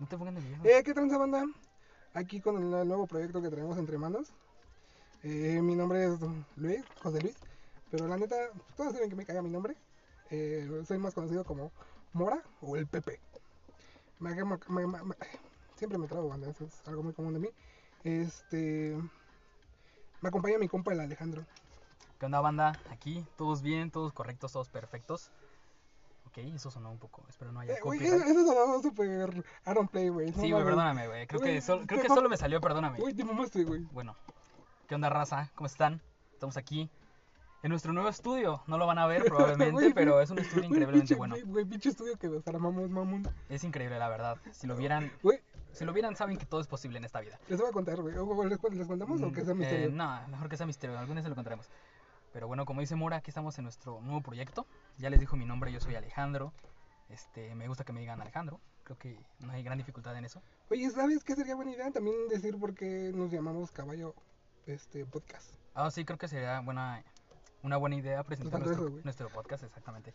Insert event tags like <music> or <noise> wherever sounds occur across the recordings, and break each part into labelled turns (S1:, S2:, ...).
S1: enfocando en el viejo.
S2: Eh, ¿Qué tranza, banda? Aquí con el nuevo proyecto que traemos entre manos. Eh, mi nombre es Luis, José Luis. Pero la neta, todos saben que me caga mi nombre. Eh, soy más conocido como Mora o el Pepe. Me haga- me- me- me- siempre me trago, banda. Eso es algo muy común de mí. Este. Me acompaña mi compa el Alejandro.
S1: ¿Qué onda, banda? Aquí, todos bien, todos correctos, todos perfectos. Ok, eso sonó un poco. Espero no haya
S2: Eh, güey,
S1: copyright.
S2: eso eso sonó súper Aaron Play, güey. No
S1: Sí, güey,
S2: mames.
S1: perdóname, güey. Creo
S2: Güey,
S1: que, solo, creo
S2: te
S1: que
S2: co-
S1: solo me salió, perdóname.
S2: Güey, te mamaste, güey.
S1: Bueno, ¿qué onda, raza? ¿Cómo están? Estamos aquí en nuestro nuevo estudio. No lo van a
S2: <laughs>
S1: ver probablemente,
S2: Güey,
S1: pero
S2: güey,
S1: es un estudio
S2: güey,
S1: increíblemente
S2: pinche-
S1: bueno.
S2: Güey, güey, pinche estudio que desarmamos, mamón.
S1: Es increíble, la verdad. Si lo vieran,
S2: Güey,
S1: si lo vieran saben que todo es posible en esta vida.
S2: les voy a contar, güey. O- o ¿Les, cu- les contamos o
S1: Mm,
S2: que sea
S1: eh,
S2: misterio?
S1: no, mejor que sea misterio, algún día se lo contaremos. Pero bueno, como dice Mora, aquí estamos en nuestro nuevo proyecto. Ya les dijo mi nombre, yo soy Alejandro. Este, me gusta que me digan Alejandro. Creo que no hay gran dificultad en eso.
S2: Oye, ¿sabes qué sería buena idea? También decir por qué nos llamamos Caballo este, Podcast.
S1: Ah, sí, creo que sería buena, una buena idea presentar
S2: Tanto
S1: nuestro,
S2: Pues eso, güey.
S1: nuestro podcast, exactamente.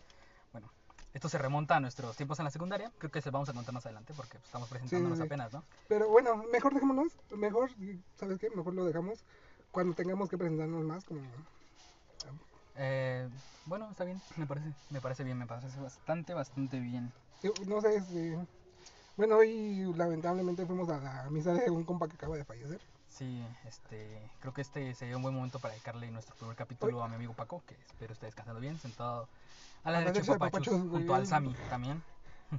S1: Bueno, esto se remonta a nuestros tiempos en la secundaria. Creo que se lo vamos a contar más adelante porque pues, estamos presentándonos
S2: sí.
S1: apenas, ¿no?
S2: Pero bueno, mejor dejémonos. Mejor, ¿sabes qué? Mejor lo dejamos cuando tengamos que presentarnos más. Como...
S1: Eh, bueno, está bien, me parece, me parece bien, me parece bastante, bastante bien.
S2: Yo No sé, este... Bueno, hoy lamentablemente fuimos a la misa de un compa que acaba de fallecer.
S1: Sí, este, creo que este sería un buen momento para dedicarle nuestro primer capítulo a mi amigo Paco, que espero esté descansando bien, sentado a la
S2: A la
S1: derecha
S2: derecha
S1: de
S2: de
S1: Papachus,
S2: Papachus, güey.
S1: junto al Sami también.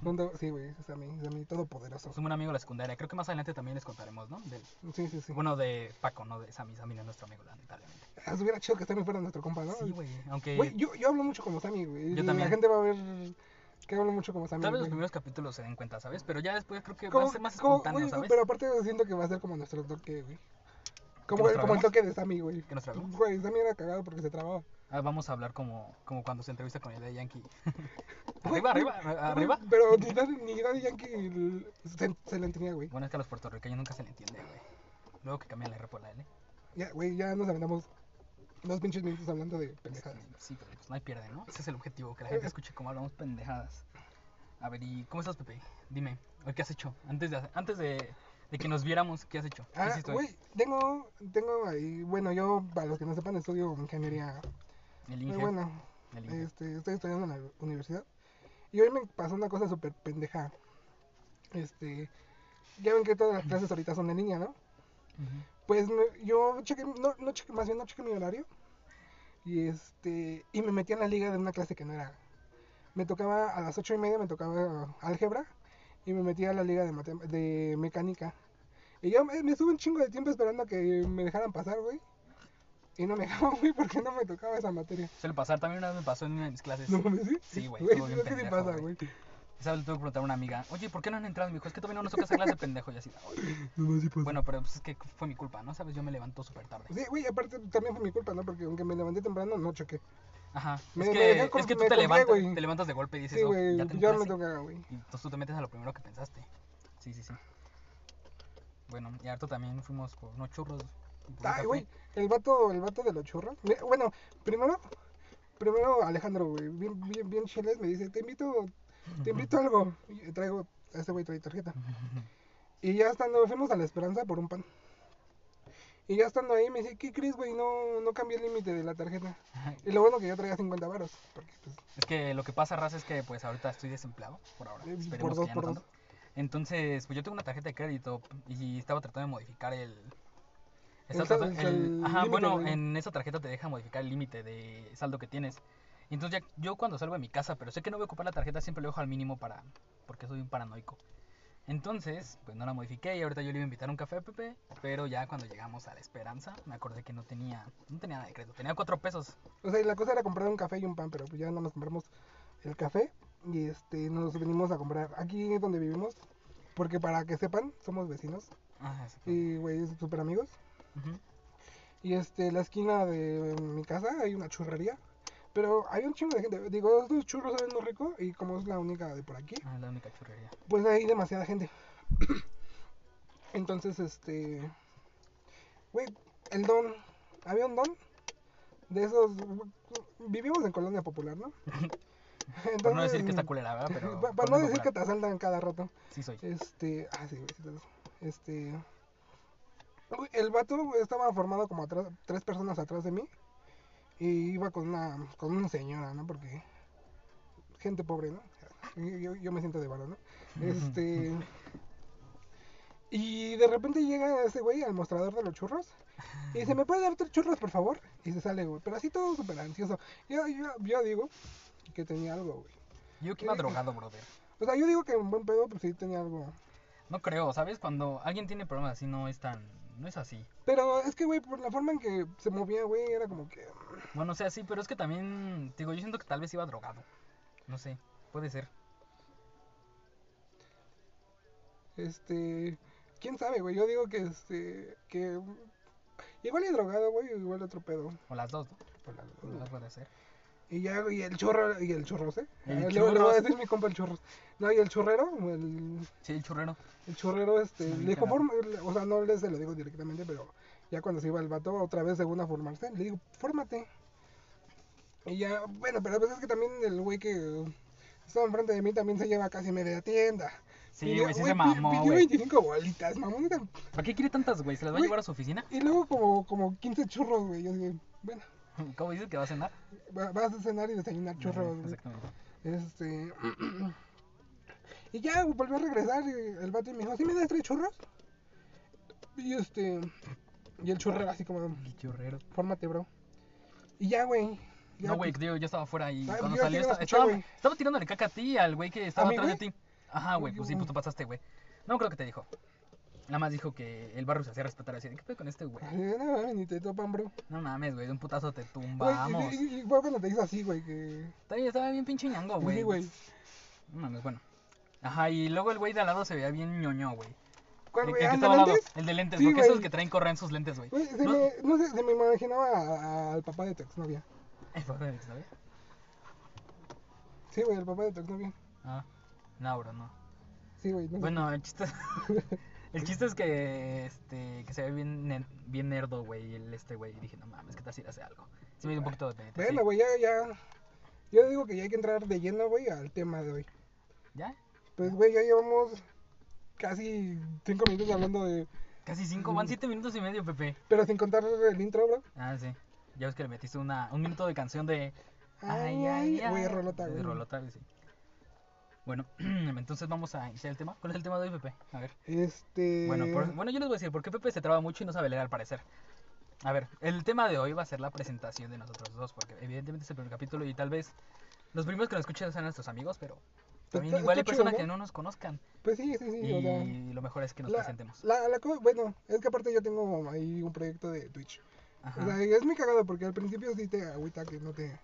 S2: Donde- Sí, güey, es a mí, es a mí, todopoderoso.
S1: Es un buen amigo de la secundaria, creo que más adelante también les contaremos, ¿no? Del-
S2: Sí, sí, sí.
S1: Bueno, de Paco, no de Sami, Sami no es nuestro amigo, lamentablemente.
S2: Ah, Estuviera chido que Sammy fuera nuestro compa, Ah, ¿no?
S1: Sí, güey, aunque
S2: Güey, yo, yo hablo mucho como Sammy, güey.
S1: Yo
S2: La
S1: también.
S2: gente va a ver que hablo mucho como Sammy.
S1: tal vez los
S2: güey.
S1: primeros capítulos se den cuenta, ¿sabes? Pero ya después creo que va
S2: Como-
S1: a ser más
S2: como-
S1: espontáneo,
S2: güey,
S1: ¿sabes?
S2: Pero aparte siento que va a ser como nuestro toque, güey. Como,
S1: nos
S2: el- como el
S1: trabemos?
S2: toque de Sammy, güey.
S1: ¿Que nos trabemos?
S2: Güey, Sammy era cagado porque se trababa.
S1: Ah, vamos a hablar como, como cuando se entrevista con el de Yankee. <laughs> arriba,
S2: <laughs>
S1: arriba, a- arriba.
S2: Pero ni Daddy, ni Daddy Yankee l- se, se la entendía, güey.
S1: Bueno, es que a los puertorriqueños nunca se le entiende, güey. Luego que cambian la R por la L.
S2: Ya, güey, ya nos aventamos dos pinches minutos hablando de pendejadas.
S1: Sí, pero pues no hay pierde, ¿no? Ese es el objetivo, que la gente escuche cómo hablamos pendejadas. A ver, ¿y cómo estás, Pepe? Dime, hoy qué has hecho? Antes de, antes de, de que nos viéramos, ¿qué has hecho? ¿Qué
S2: Ah,
S1: hiciste hoy?
S2: güey, tengo, tengo ahí, bueno, yo, para los que no sepan, estudio ingeniería.
S1: El
S2: Muy
S1: Inge,
S2: bueno,
S1: el Inge.
S2: Este, estoy estudiando en la universidad. Y hoy me pasó una cosa súper pendeja. Este, ya ven que todas las clases ahorita son de niña, ¿no?
S1: Ujú.
S2: Pues me- yo chequé, no, no chequé, más bien no chequé mi horario. Y este, y me metí en la liga de una clase que no era. Me tocaba a las ocho y media, me tocaba álgebra. Y me metí a la liga de, matem- de mecánica. Y yo me, me estuve un chingo de tiempo esperando a que me dejaran pasar, güey. Y no me <laughs> dejaban, güey, porque no me tocaba esa materia.
S1: Suele pasar, también una vez me pasó en una de mis <laughs> clases.
S2: No mames, sí.
S1: Sí, güey,
S2: Güey,
S1: estuvo bien
S2: es que sí
S1: pendejo,
S2: pasa,
S1: güey.
S2: güey.
S1: Esa vez le tuve que preguntar a una amiga, oye, ¿por qué no han entrado? Y Me dijo, es que todavía no nos toca esa
S2: <laughs>
S1: clase, pendejo. Y así, "Ay".
S2: No, no, sí pasa.
S1: bueno, pero pues es que fue mi culpa, ¿no? Sabes, yo me levanto súper tarde.
S2: Sí, güey, aparte también fue mi culpa, ¿no? Porque aunque me levanté temprano, no choqué.
S1: Ajá,
S2: Me-
S1: es que,
S2: me dejé con-
S1: es que tú
S2: me
S1: te
S2: colgué,
S1: levantas,
S2: güey.
S1: te levantas de golpe y dices,
S2: Sí,
S1: "Oh,
S2: güey,
S1: ya tengo
S2: ya me
S1: clase".
S2: toca, güey.
S1: Y entonces tú te metes a lo primero que pensaste. Sí, sí, sí. Bueno, y harto también fuimos por unos churros. y por un
S2: Ay,
S1: café.
S2: güey, el vato, el vato de los churros. Me- Bueno, primero, primero Alejandro, güey, bien, bien, bien chiles, me dice, te invito, te invito a algo. Y traigo, este güey trae tarjeta. Y ya estando, fuimos a la esperanza por un pan. Y ya estando ahí, me dice, ¿qué crees, güey? No, no cambié el límite de la tarjeta. Y lo bueno que yo traía 50 varos, porque pues,
S1: Es que lo que pasa, Raza, es que pues ahorita estoy desempleado por ahora.
S2: Eh, por
S1: Esperemos
S2: dos,
S1: que ya
S2: por
S1: no
S2: dos.
S1: tanto. Entonces, pues yo tengo una tarjeta de crédito y estaba tratando de modificar el. estaba
S2: El sal-
S1: tratando-
S2: el
S1: el- Ajá,
S2: límite,
S1: bueno,
S2: güey.
S1: en esa tarjeta te deja modificar el límite de saldo que tienes. Entonces, ya, yo cuando salgo de mi casa, pero sé que no voy a ocupar la tarjeta, siempre lo dejo al mínimo para. porque soy un paranoico. Entonces, pues no la modifiqué y ahorita yo le iba a invitar a un café a Pepe, pero ya cuando llegamos a la Esperanza, me acordé que no tenía, no tenía nada de crédito, tenía cuatro pesos.
S2: O sea, y la cosa era comprar un café y un pan, pero pues ya nada más compramos el café y este nos venimos a comprar aquí es donde vivimos. Porque para que sepan, somos vecinos
S1: Ah, sí, claro.
S2: y güey, súper amigos.
S1: Ujú.
S2: Y este, la esquina de mi casa hay una churrería. Pero hay un chingo de gente. Digo, estos churros saben muy rico y como es la única de por aquí,
S1: Ah, es la única churrería.
S2: pues hay demasiada gente. <clears throat> Entonces, este. Güey, el don.
S1: <laughs>
S2: Había un don de esos. Vivimos en Colonia Popular, ¿no?
S1: Por no decir que está culera, ¿verdad?
S2: <laughs>
S1: Pero
S2: Para
S1: por
S2: mm, no
S1: algo
S2: decir que
S1: culera.
S2: te asaltan cada rato.
S1: Sí soy.
S2: Este. Ah, sí, güey, sí, todos. Este. güey, El vato estaba formado como atrás, tres personas atrás de mí. Y iba con una, con una señora, ¿no? Porque. Gente pobre, ¿no? Yo, yo- yo me siento de varón, ¿no? Este. Y de repente llega ese güey al mostrador de los churros. Y dice, ¿me puede dar tres churros, por favor? Y se sale, güey. Pero así todo súper ansioso. Yo, yo, yo digo que tenía algo, güey.
S1: Yo
S2: Eh,
S1: que iba drogado, brother.
S2: O sea, yo digo que en buen pedo, pues sí tenía algo.
S1: No creo, ¿sabes? Cuando alguien tiene problemas así no es tan... No es así.
S2: Pero es que, güey, por la forma en que se movía, güey, era como que.
S1: Bueno, o sea, sí, pero es que también... te Digo, yo siento que tal vez iba drogado. No sé, puede ser.
S2: Este. Quién sabe, güey. Yo digo que, este. Que. Igual y drogado, güey, o igual otro pedo.
S1: O las dos, ¿no?
S2: Por la-
S1: Las dos puede ser.
S2: Y ya, güey, el chorro. Y el churros, ¿eh?
S1: El
S2: Le- Le, voy a
S1: churros.
S2: decir mi compa el churros. No, y el chorrero, el,
S1: Sí, el churrero.
S2: el chorrero, este.
S1: Sí,
S2: le dijo,
S1: literal.
S2: "Forma-", o sea, no les se lo digo directamente, pero ya cuando se iba el vato otra vez según a formarse, le digo, fórmate. Y ya, bueno, pero a veces que también el güey que estaba enfrente de mí también se lleva casi media tienda.
S1: Sí,
S2: Pidió-
S1: güey, sí
S2: güey,
S1: se
S2: pi-
S1: mamó,
S2: Pidió
S1: güey.
S2: 25 bolitas, mamón. neta.
S1: ¿Para qué quiere tantas, güey? ¿Se las va a
S2: Güey.
S1: llevar a su oficina? <laughs>
S2: Y luego como, como 15 churros, güey. Yo dije, bueno,
S1: ¿Cómo dices que va a cenar?
S2: va- vas a cenar y desayunar churros, güey.
S1: <laughs> Exactamente.
S2: Este... <clears throat> Y ya güey, volvió a regresar y el vato y me dijo, ¿sí me das tres churros? Y este... Y el churrero así como,
S1: El churrero.
S2: fórmate, bro. Y ya, güey. ya,
S1: No, güey,
S2: pues,
S1: digo, yo estaba afuera y
S2: Ah,
S1: cuando
S2: yo
S1: salió
S2: sí lo
S1: esta-
S2: escuché,
S1: estaba,
S2: güey.
S1: estaba tirándole caca a ti, al güey que estaba
S2: mí,
S1: atrás de
S2: güey?
S1: ti. Ajá, güey,
S2: Uy,
S1: pues sí,
S2: uy.
S1: pues tú pasaste, güey. No creo que te dijo. Nada más dijo que el barrio se hacía respetar así. de, ¿Qué pedo con este, güey?
S2: así de, No, mames, ni te topan, bro.
S1: No mames, güey, de un putazo te
S2: Güey,
S1: tumbamos.
S2: y- y- y fue cuando te hizo así, güey, que...
S1: Estaba, estaba bien pinche ñango,
S2: Sí,
S1: güey.
S2: güey.
S1: No mames, bueno. Ajá, y luego el güey de al lado se veía bien ñoño, güey.
S2: ¿Cuál,
S1: El-
S2: güey?
S1: El que
S2: ¿Ah,
S1: estaba al lado,
S2: Fernández?
S1: el de lentes,
S2: Sí,
S1: porque esos
S2: güey.
S1: que traen correa en sus lentes, güey.
S2: Güey, se
S1: ¿No? <laughs>
S2: me, Pues, no sé, se me imaginaba a- a- al papá de tu exnovia.
S1: El papá de mi exnovia.
S2: Sí, güey, el papá de tu exnovia.
S1: Ah, no, bro, no.
S2: Sí, güey. no sé.
S1: Bueno, el chiste, el chiste es que, este, que se ve bien, ner- bien nerdo, güey, el este, güey. Y dije, no mames, ¿qué tal si le hace algo? Sí me dio un poquito de penita.
S2: <laughs> Bueno, güey, ya, ya. Yo digo que ya hay que entrar de lleno, güey, al tema de hoy.
S1: ¿Ya?
S2: Pues, güey, ya llevamos casi cinco minutos hablando de.
S1: Casi cinco,
S2: Mm.
S1: van siete minutos y medio, Pepe.
S2: Pero sin contar el intro, bro.
S1: Ah, sí. Ya ves que le metiste una, un minuto de canción de... Ay, ay, ay.
S2: Güey, rolota,
S1: De
S2: güey.
S1: rolota, sí. Bueno, <clears throat> entonces vamos a iniciar el tema. ¿Cuál es el tema de hoy, Pepe? A ver.
S2: Este.
S1: Bueno, por- bueno, yo les voy a decir por qué Pepe se traba mucho y no sabe leer al parecer. A ver, el tema de hoy va a ser la presentación de nosotros dos, porque evidentemente es el primer capítulo y tal vez los primeros que nos escuchan sean nuestros amigos, pero también
S2: Está-
S1: igual hay
S2: está
S1: personas
S2: chido,
S1: que
S2: ¿no?
S1: no nos conozcan.
S2: Pues sí, sí, sí. o sea,
S1: Y lo mejor es que nos
S2: la-
S1: presentemos.
S2: la- la co- bueno, es que aparte yo tengo ahí un proyecto de Twitch. O sea,
S1: Ajá.
S2: es muy cagado porque al principio sí te agüita que no te.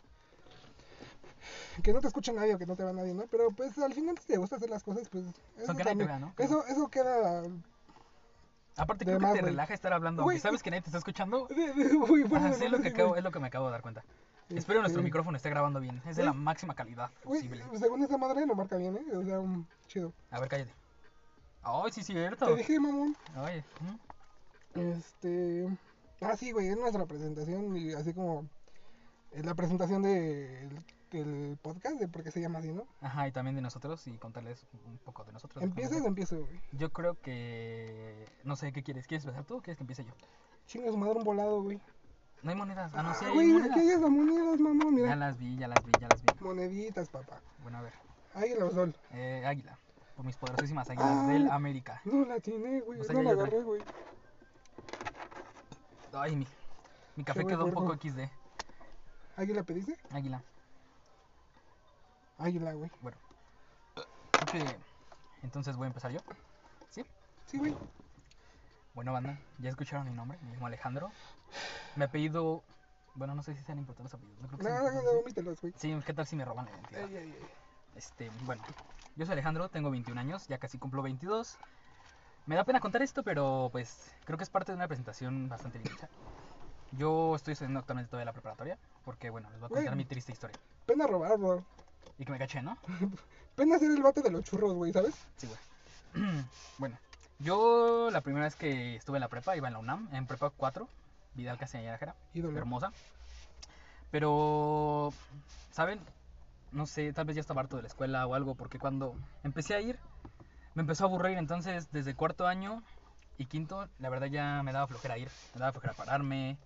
S2: Que no te escucha nadie o que no te va nadie, ¿no? Pero pues al final si te gusta hacer las cosas, pues. Eso,
S1: que nadie te
S2: también-
S1: vea, ¿no?
S2: eso, eso queda.
S1: Aparte
S2: de
S1: creo que
S2: más,
S1: te
S2: güey.
S1: relaja estar hablando,
S2: Güey,
S1: aunque sabes que nadie te está escuchando.
S2: de- de- Uy, <laughs> bueno,
S1: Ajá, sí, es
S2: no
S1: lo que
S2: sé,
S1: acabo-
S2: güey.
S1: es lo que me acabo de dar cuenta. Espero nuestro
S2: Este,
S1: micrófono esté grabando bien, es de la máxima calidad
S2: Güey,
S1: posible.
S2: según esa madre lo marca bien, ¿eh? O sea, um, chido.
S1: A ver, cállate. Ay, sí, cierto.
S2: Te dije, mamón.
S1: Ay, ¿mm?
S2: Este. Ah, sí, güey, es nuestra presentación y así como. Es la presentación del el podcast, de por qué se llama así, ¿no?
S1: Ajá, y también de nosotros y contarles un poco de nosotros. de cómo
S2: ¿Empiezas o empiezo, güey?
S1: Yo creo que. No sé, ¿qué quieres? ¿Quieres empezar tú o quieres que empiece yo?
S2: Chinga su madre un volado, güey.
S1: No hay monedas. Ah, no, sí hay
S2: güey,
S1: monedas.
S2: aquí hay esas monedas, mamón,
S1: Ya
S2: mira.
S1: las vi, ya las vi, ya las vi.
S2: Moneditas, papá.
S1: Bueno, a ver.
S2: Águila o sol.
S1: Eh, águila. Por mis poderosísimas águilas del
S2: Ah.
S1: América.
S2: No la tiene, güey.
S1: O sea,
S2: no
S1: ya
S2: la
S1: lloré.
S2: agarré, güey.
S1: Ay, mi. Mi
S2: Qué
S1: café
S2: buen
S1: quedó un poco
S2: cuerpo.
S1: XD.
S2: ¿Águila pediste?
S1: Águila.
S2: Águila, güey.
S1: Creo que. Entonces voy a empezar yo.
S2: Sí, güey.
S1: Bueno, banda, ya escucharon mi nombre. Me llamo Alejandro. Me apellido. Bueno, no sé si sean importantes los apellidos. No creo que
S2: No,
S1: sean
S2: no, no,
S1: importantes, ¿sí?
S2: omítelos, güey.
S1: Sí, ¿qué tal si me roban la identidad?
S2: Ay, ay, ay.
S1: Este, bueno, yo soy Alejandro, tengo 21 años, ya casi cumplo 22. Me da pena contar esto, pero pues creo que es parte de una presentación bastante linda. Yo estoy estudiando actualmente todavía la preparatoria, porque bueno, les voy a contar
S2: Güey.
S1: mi triste historia.
S2: Pena robar, bro.
S1: Y que me caché, ¿no?
S2: Pena ser el vato de los churros, güey, ¿sabes?
S1: Sí, güey. <clears throat> bueno, yo la primera vez que estuve en la prepa, iba en la UNAM, en prepa 4, Vidal Castañeda Jara.
S2: Ídolo.
S1: hermosa. Pero, ¿saben? no sé, tal vez ya estaba harto de la escuela o algo, porque cuando empecé a ir, me empezó a aburrir, entonces desde cuarto año y quinto, la verdad ya me daba flojera ir, me daba flojera pararme,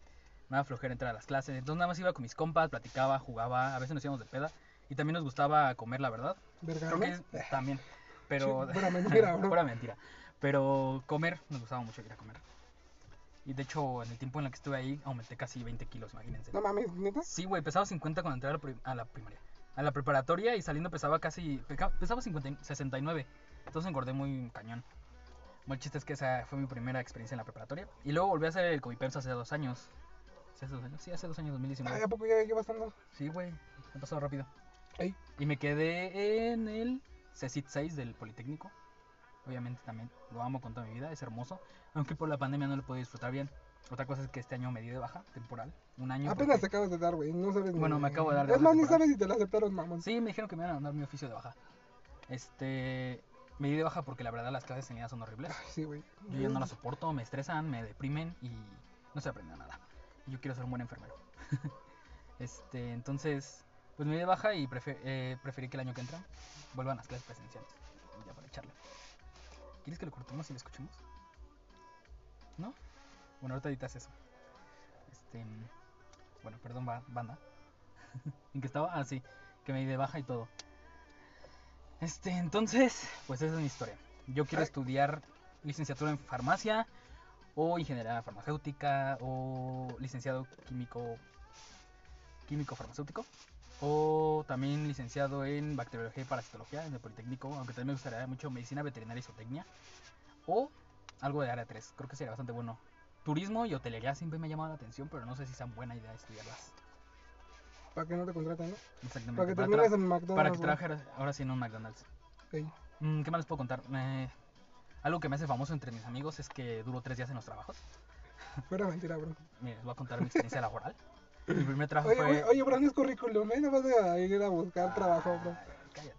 S1: me daba flojera entrar a las clases, entonces nada más iba con mis compas, platicaba, jugaba, a veces nos íbamos de peda, y también nos gustaba comer, la verdad, creo que
S2: Vergamos.
S1: es- también, pero... <laughs>
S2: Eh. Sí, pura mentira, bro.
S1: pura mentira. pero comer, nos gustaba mucho ir a comer. Y de hecho, en el tiempo en el que estuve ahí, aumenté casi 20 kilos, imagínense.
S2: No mames, neta.
S1: Sí, güey, pesaba 50 cuando entré a la, prim- a la primaria. A la preparatoria y saliendo pesaba casi. peca- Pesaba 50, y- 69. Entonces engordé muy cañón. Bueno, el chiste es que esa fue mi primera experiencia en la preparatoria. Y luego volví a hacer el Comipems hace dos años. ¿Sí, ¿Hace dos años? Sí, hace dos años,
S2: Ay,
S1: 2019.
S2: ¿a poco ya llevas tanto?
S1: Sí, güey, ha pasado rápido.
S2: Ey,
S1: Y me quedé en el CECIT 6 del Politécnico. Obviamente también lo amo con toda mi vida, es hermoso. Aunque por la pandemia no lo puedo disfrutar bien. Otra cosa es que este año me di de baja temporal, un año.
S2: Ah, apenas
S1: porque-
S2: te acabas de dar, güey. No sabes ni-
S1: Bueno, me acabo de dar de
S2: Es más, ni
S1: temporal.
S2: sabes si te la aceptaron, mamón.
S1: Sí, me dijeron que me iban a mandar mi oficio de baja. Este, me di de baja porque la verdad las clases en línea son horribles.
S2: Ay, sí, güey.
S1: Yo ya no las soporto, me estresan, me deprimen y no se aprende nada. Y Yo quiero ser un buen enfermero. <laughs> este, entonces, pues me di de baja y prefe- eh, preferí que el año que entra vuelvan las clases presenciales. Ya para echarle. ¿Quieres que lo cortemos y lo escuchemos? ¿No? Bueno, ahorita editas eso. Este, bueno, perdón, ba- banda. <laughs> ¿En qué estaba? Ah, sí, que me di de baja y todo. Este, entonces, pues esa es mi historia. Yo quiero
S2: Ay.
S1: estudiar licenciatura en farmacia o ingeniería farmacéutica o licenciado químico químico farmacéutico o también licenciado en bacteriología y parasitología en el Politécnico, aunque también me gustaría mucho medicina veterinaria y zootecnia o algo de área 3, creo que sería bastante bueno. Turismo y hotelería siempre me ha llamado la atención, pero no sé si sea buena idea estudiarlas.
S2: Para que no te contraten, ¿no?
S1: Exactamente.
S2: Para que
S1: para
S2: termines
S1: tra-
S2: en McDonald's.
S1: para que
S2: güey.
S1: trabajar ahora sí en un McDonald's.
S2: Ey,
S1: Mm, ¿Qué más les puedo contar? Eh, algo que me hace famoso entre mis amigos es que duro tres días en los trabajos.
S2: fuera mentira, bro.
S1: Mira, les voy a contar mi experiencia laboral. Mi primer trabajo
S2: Oye,
S1: Ah, fue.
S2: oye, oye, bro, no es currículum, ¿eh? No vas a ir a buscar trabajo, bro.
S1: Ay, cállate.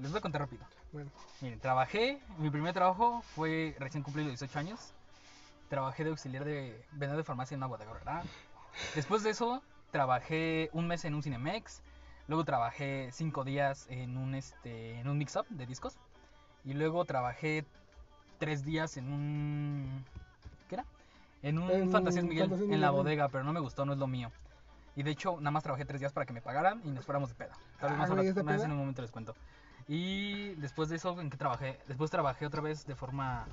S1: Les voy a contar rápido.
S2: Bueno,
S1: Miren, trabajé, mi primer trabajo fue recién cumplido 18 años. Trabajé de auxiliar de vendedor de farmacia en una bodega horrera. Después de eso, trabajé un mes en un Cinemex. Luego trabajé cinco días en un, este, en un mix-up de discos. Y luego trabajé tres días en un... ¿Qué era? En un
S2: En
S1: Fantasías Miguel,
S2: Fantasías
S1: en la
S2: Miguel.
S1: bodega, pero no me gustó, no es lo mío. Y de hecho, nada más trabajé tres días para que me pagaran y nos fuéramos de peda. Tal vez
S2: Ah,
S1: más
S2: güey,
S1: ahora-
S2: ¿es de
S1: más
S2: peda?
S1: en un momento les cuento. Y después de eso, ¿en qué trabajé? Después trabajé otra vez de forma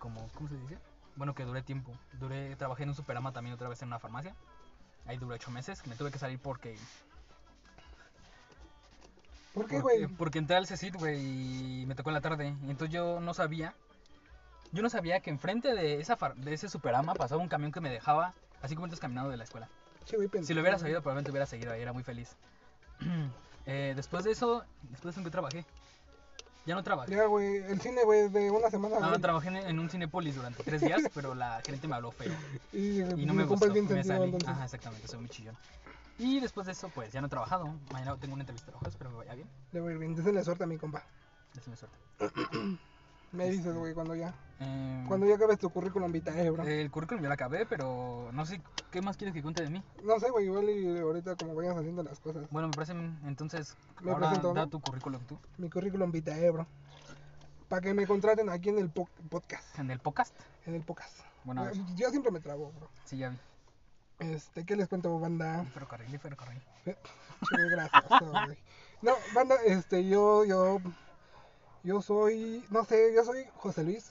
S1: como ¿cómo se dice? Bueno, que duré tiempo. Duré trabajé en un Superama también otra vez en una farmacia. Ahí duré ocho meses, que me tuve que salir porque
S2: ¿por
S1: porque-
S2: qué, güey?
S1: Porque entré al E CECIT, güey, y me tocó en la tarde. Y entonces yo no sabía. Yo no sabía que enfrente de esa far- de ese Superama pasaba un camión que me dejaba así como minutos caminando de la escuela.
S2: Sí, güey, pendejo.
S1: Si lo hubiera sabido, probablemente hubiera seguido ahí, era muy feliz. <clears throat> Eh, después de eso, después de eso, ¿en qué trabajé? Ya no trabajé.
S2: Ya, güey, el cine, güey, de una semana.
S1: Ah,
S2: güey.
S1: trabajé en, en un Cinépolis durante tres días,
S2: <laughs>
S1: pero la gerente me habló feo.
S2: y,
S1: Y no me gustó,
S2: pues compras bien
S1: me
S2: sentido,
S1: salí.
S2: entonces.
S1: Ajá, exactamente, soy muy chillón. Y después de eso, pues ya no he trabajado. Mañana tengo una entrevista de trabajo, espero me vaya bien.
S2: Le voy a ir bien, desde la suerte a mi compa.
S1: Deseo mi suerte.
S2: Me dices, güey, cuando ya.
S1: Eh,
S2: Cuando ya acabes tu currículum vitae, bro.
S1: El currículum ya lo acabé, pero no sé qué más quieres que cuente de mí.
S2: No sé, güey, igual y ahorita como vayan saliendo las cosas.
S1: Bueno, me parece, bien. entonces,
S2: Me
S1: ahora
S2: presento,
S1: da
S2: ¿no?
S1: tu currículum tú.
S2: Mi currículum vitae, bro. Para que me contraten aquí en el po- podcast.
S1: En el podcast.
S2: En el podcast.
S1: Bueno, a ver.
S2: Yo siempre me trabo, bro.
S1: Sí, ya vi.
S2: Este, ¿qué les cuento, banda?
S1: Y ferrocarril, y ferrocarril.
S2: Che, gracioso, güey. No, banda, este, yo, yo, yo soy, no sé, yo soy José Luis.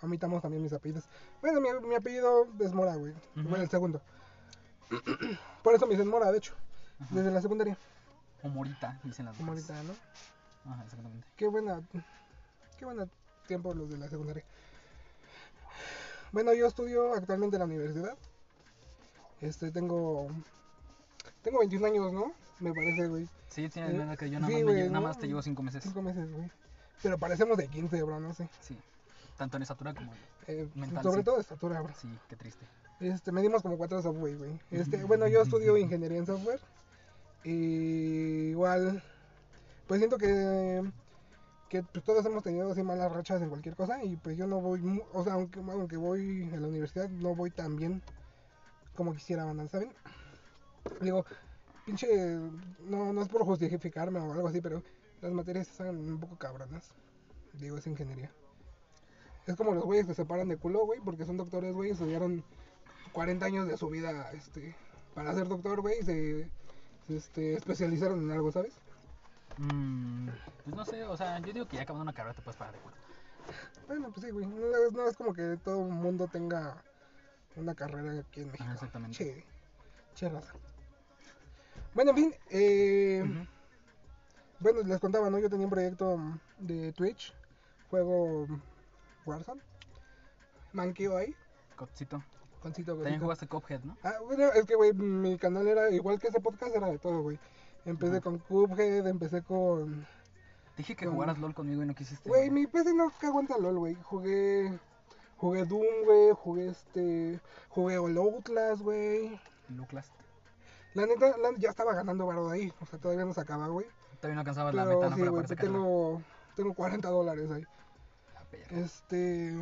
S2: Omitamos también mis apellidos. Bueno, mi, mi apellido es Mora, güey.
S1: Ujú.
S2: Bueno, el segundo. <clears throat> Por eso me dicen Mora, de hecho. Desde la secundaria,
S1: O Morita, dicen las
S2: como
S1: mujeres.
S2: ahorita, ¿no?
S1: Ajá, exactamente.
S2: Qué buena, qué buena tiempo los de la secundaria. Bueno, yo estudio actualmente en la universidad. Este, tengo, tengo 21 años, ¿no? Me parece, güey.
S1: Sí, tienes
S2: Eh,
S1: nada que yo nada,
S2: sí,
S1: más, me
S2: güey,
S1: lle- nada
S2: no,
S1: más te llevo cinco meses.
S2: Cinco meses, güey. Pero parecemos de 15, bro, no sé.
S1: Sí. Tanto en estatura como en...
S2: Eh,
S1: Mental,
S2: sobre
S1: sí.
S2: todo de estatura, bro.
S1: Sí, qué triste.
S2: Este, medimos como cuatro software, güey. Este, bueno, yo estudio ingeniería en software. Y igual, pues siento que, que pues, todos hemos tenido así malas rachas en cualquier cosa. Y pues yo no voy, mu- o sea, aunque, aunque voy a la universidad, no voy tan bien como quisiera, banda, ¿saben? Digo, pinche. No, no es por justificarme o algo así, pero las materias están un poco cabronas. Digo, es ingeniería. Es como los güeyes que se paran de culo, güey, porque son doctores, güey, y estudiaron 40 años de su vida este, para ser doctor, güey, y se, se, este, especializaron en algo, ¿sabes?
S1: Mm, pues no sé, o sea, yo digo que ya acabando una carrera te puedes parar de culo.
S2: Bueno, pues sí, güey. No, es- no es como que todo el mundo tenga una carrera aquí en México.
S1: exactamente.
S2: Che, che raza. Bueno, en fin, eh,
S1: Ujú.
S2: bueno, les contaba, ¿no? Yo tenía un proyecto mm, de Twitch, juego mm, Warzone, manqueo ahí,
S1: Copcito.
S2: concito,
S1: También
S2: cosito.
S1: jugaste Cophead, ¿no?
S2: Ah, bueno, es que, güey, mi canal era, igual que ese podcast, era de todo, güey. Empecé
S1: Ajá.
S2: con Cuphead, empecé con...
S1: Dije que
S2: Con-
S1: jugaras LOL conmigo y no quisiste.
S2: Güey, mi PC no que aguanta LOL, güey. Jugué... Jugué Doom, güey, jugué este... Jugué All Outlast, güey.
S1: Luclas.
S2: La neta, la- ya estaba ganando varo de ahí. O sea, todavía no se acaba, güey.
S1: Todavía no alcanzabas la
S2: Pero
S1: meta, ¿no?
S2: sí,
S1: para
S2: güey,
S1: para esa carrera.
S2: tengo... Tengo 40 dólares ahí.
S1: Ah, perra,
S2: Este...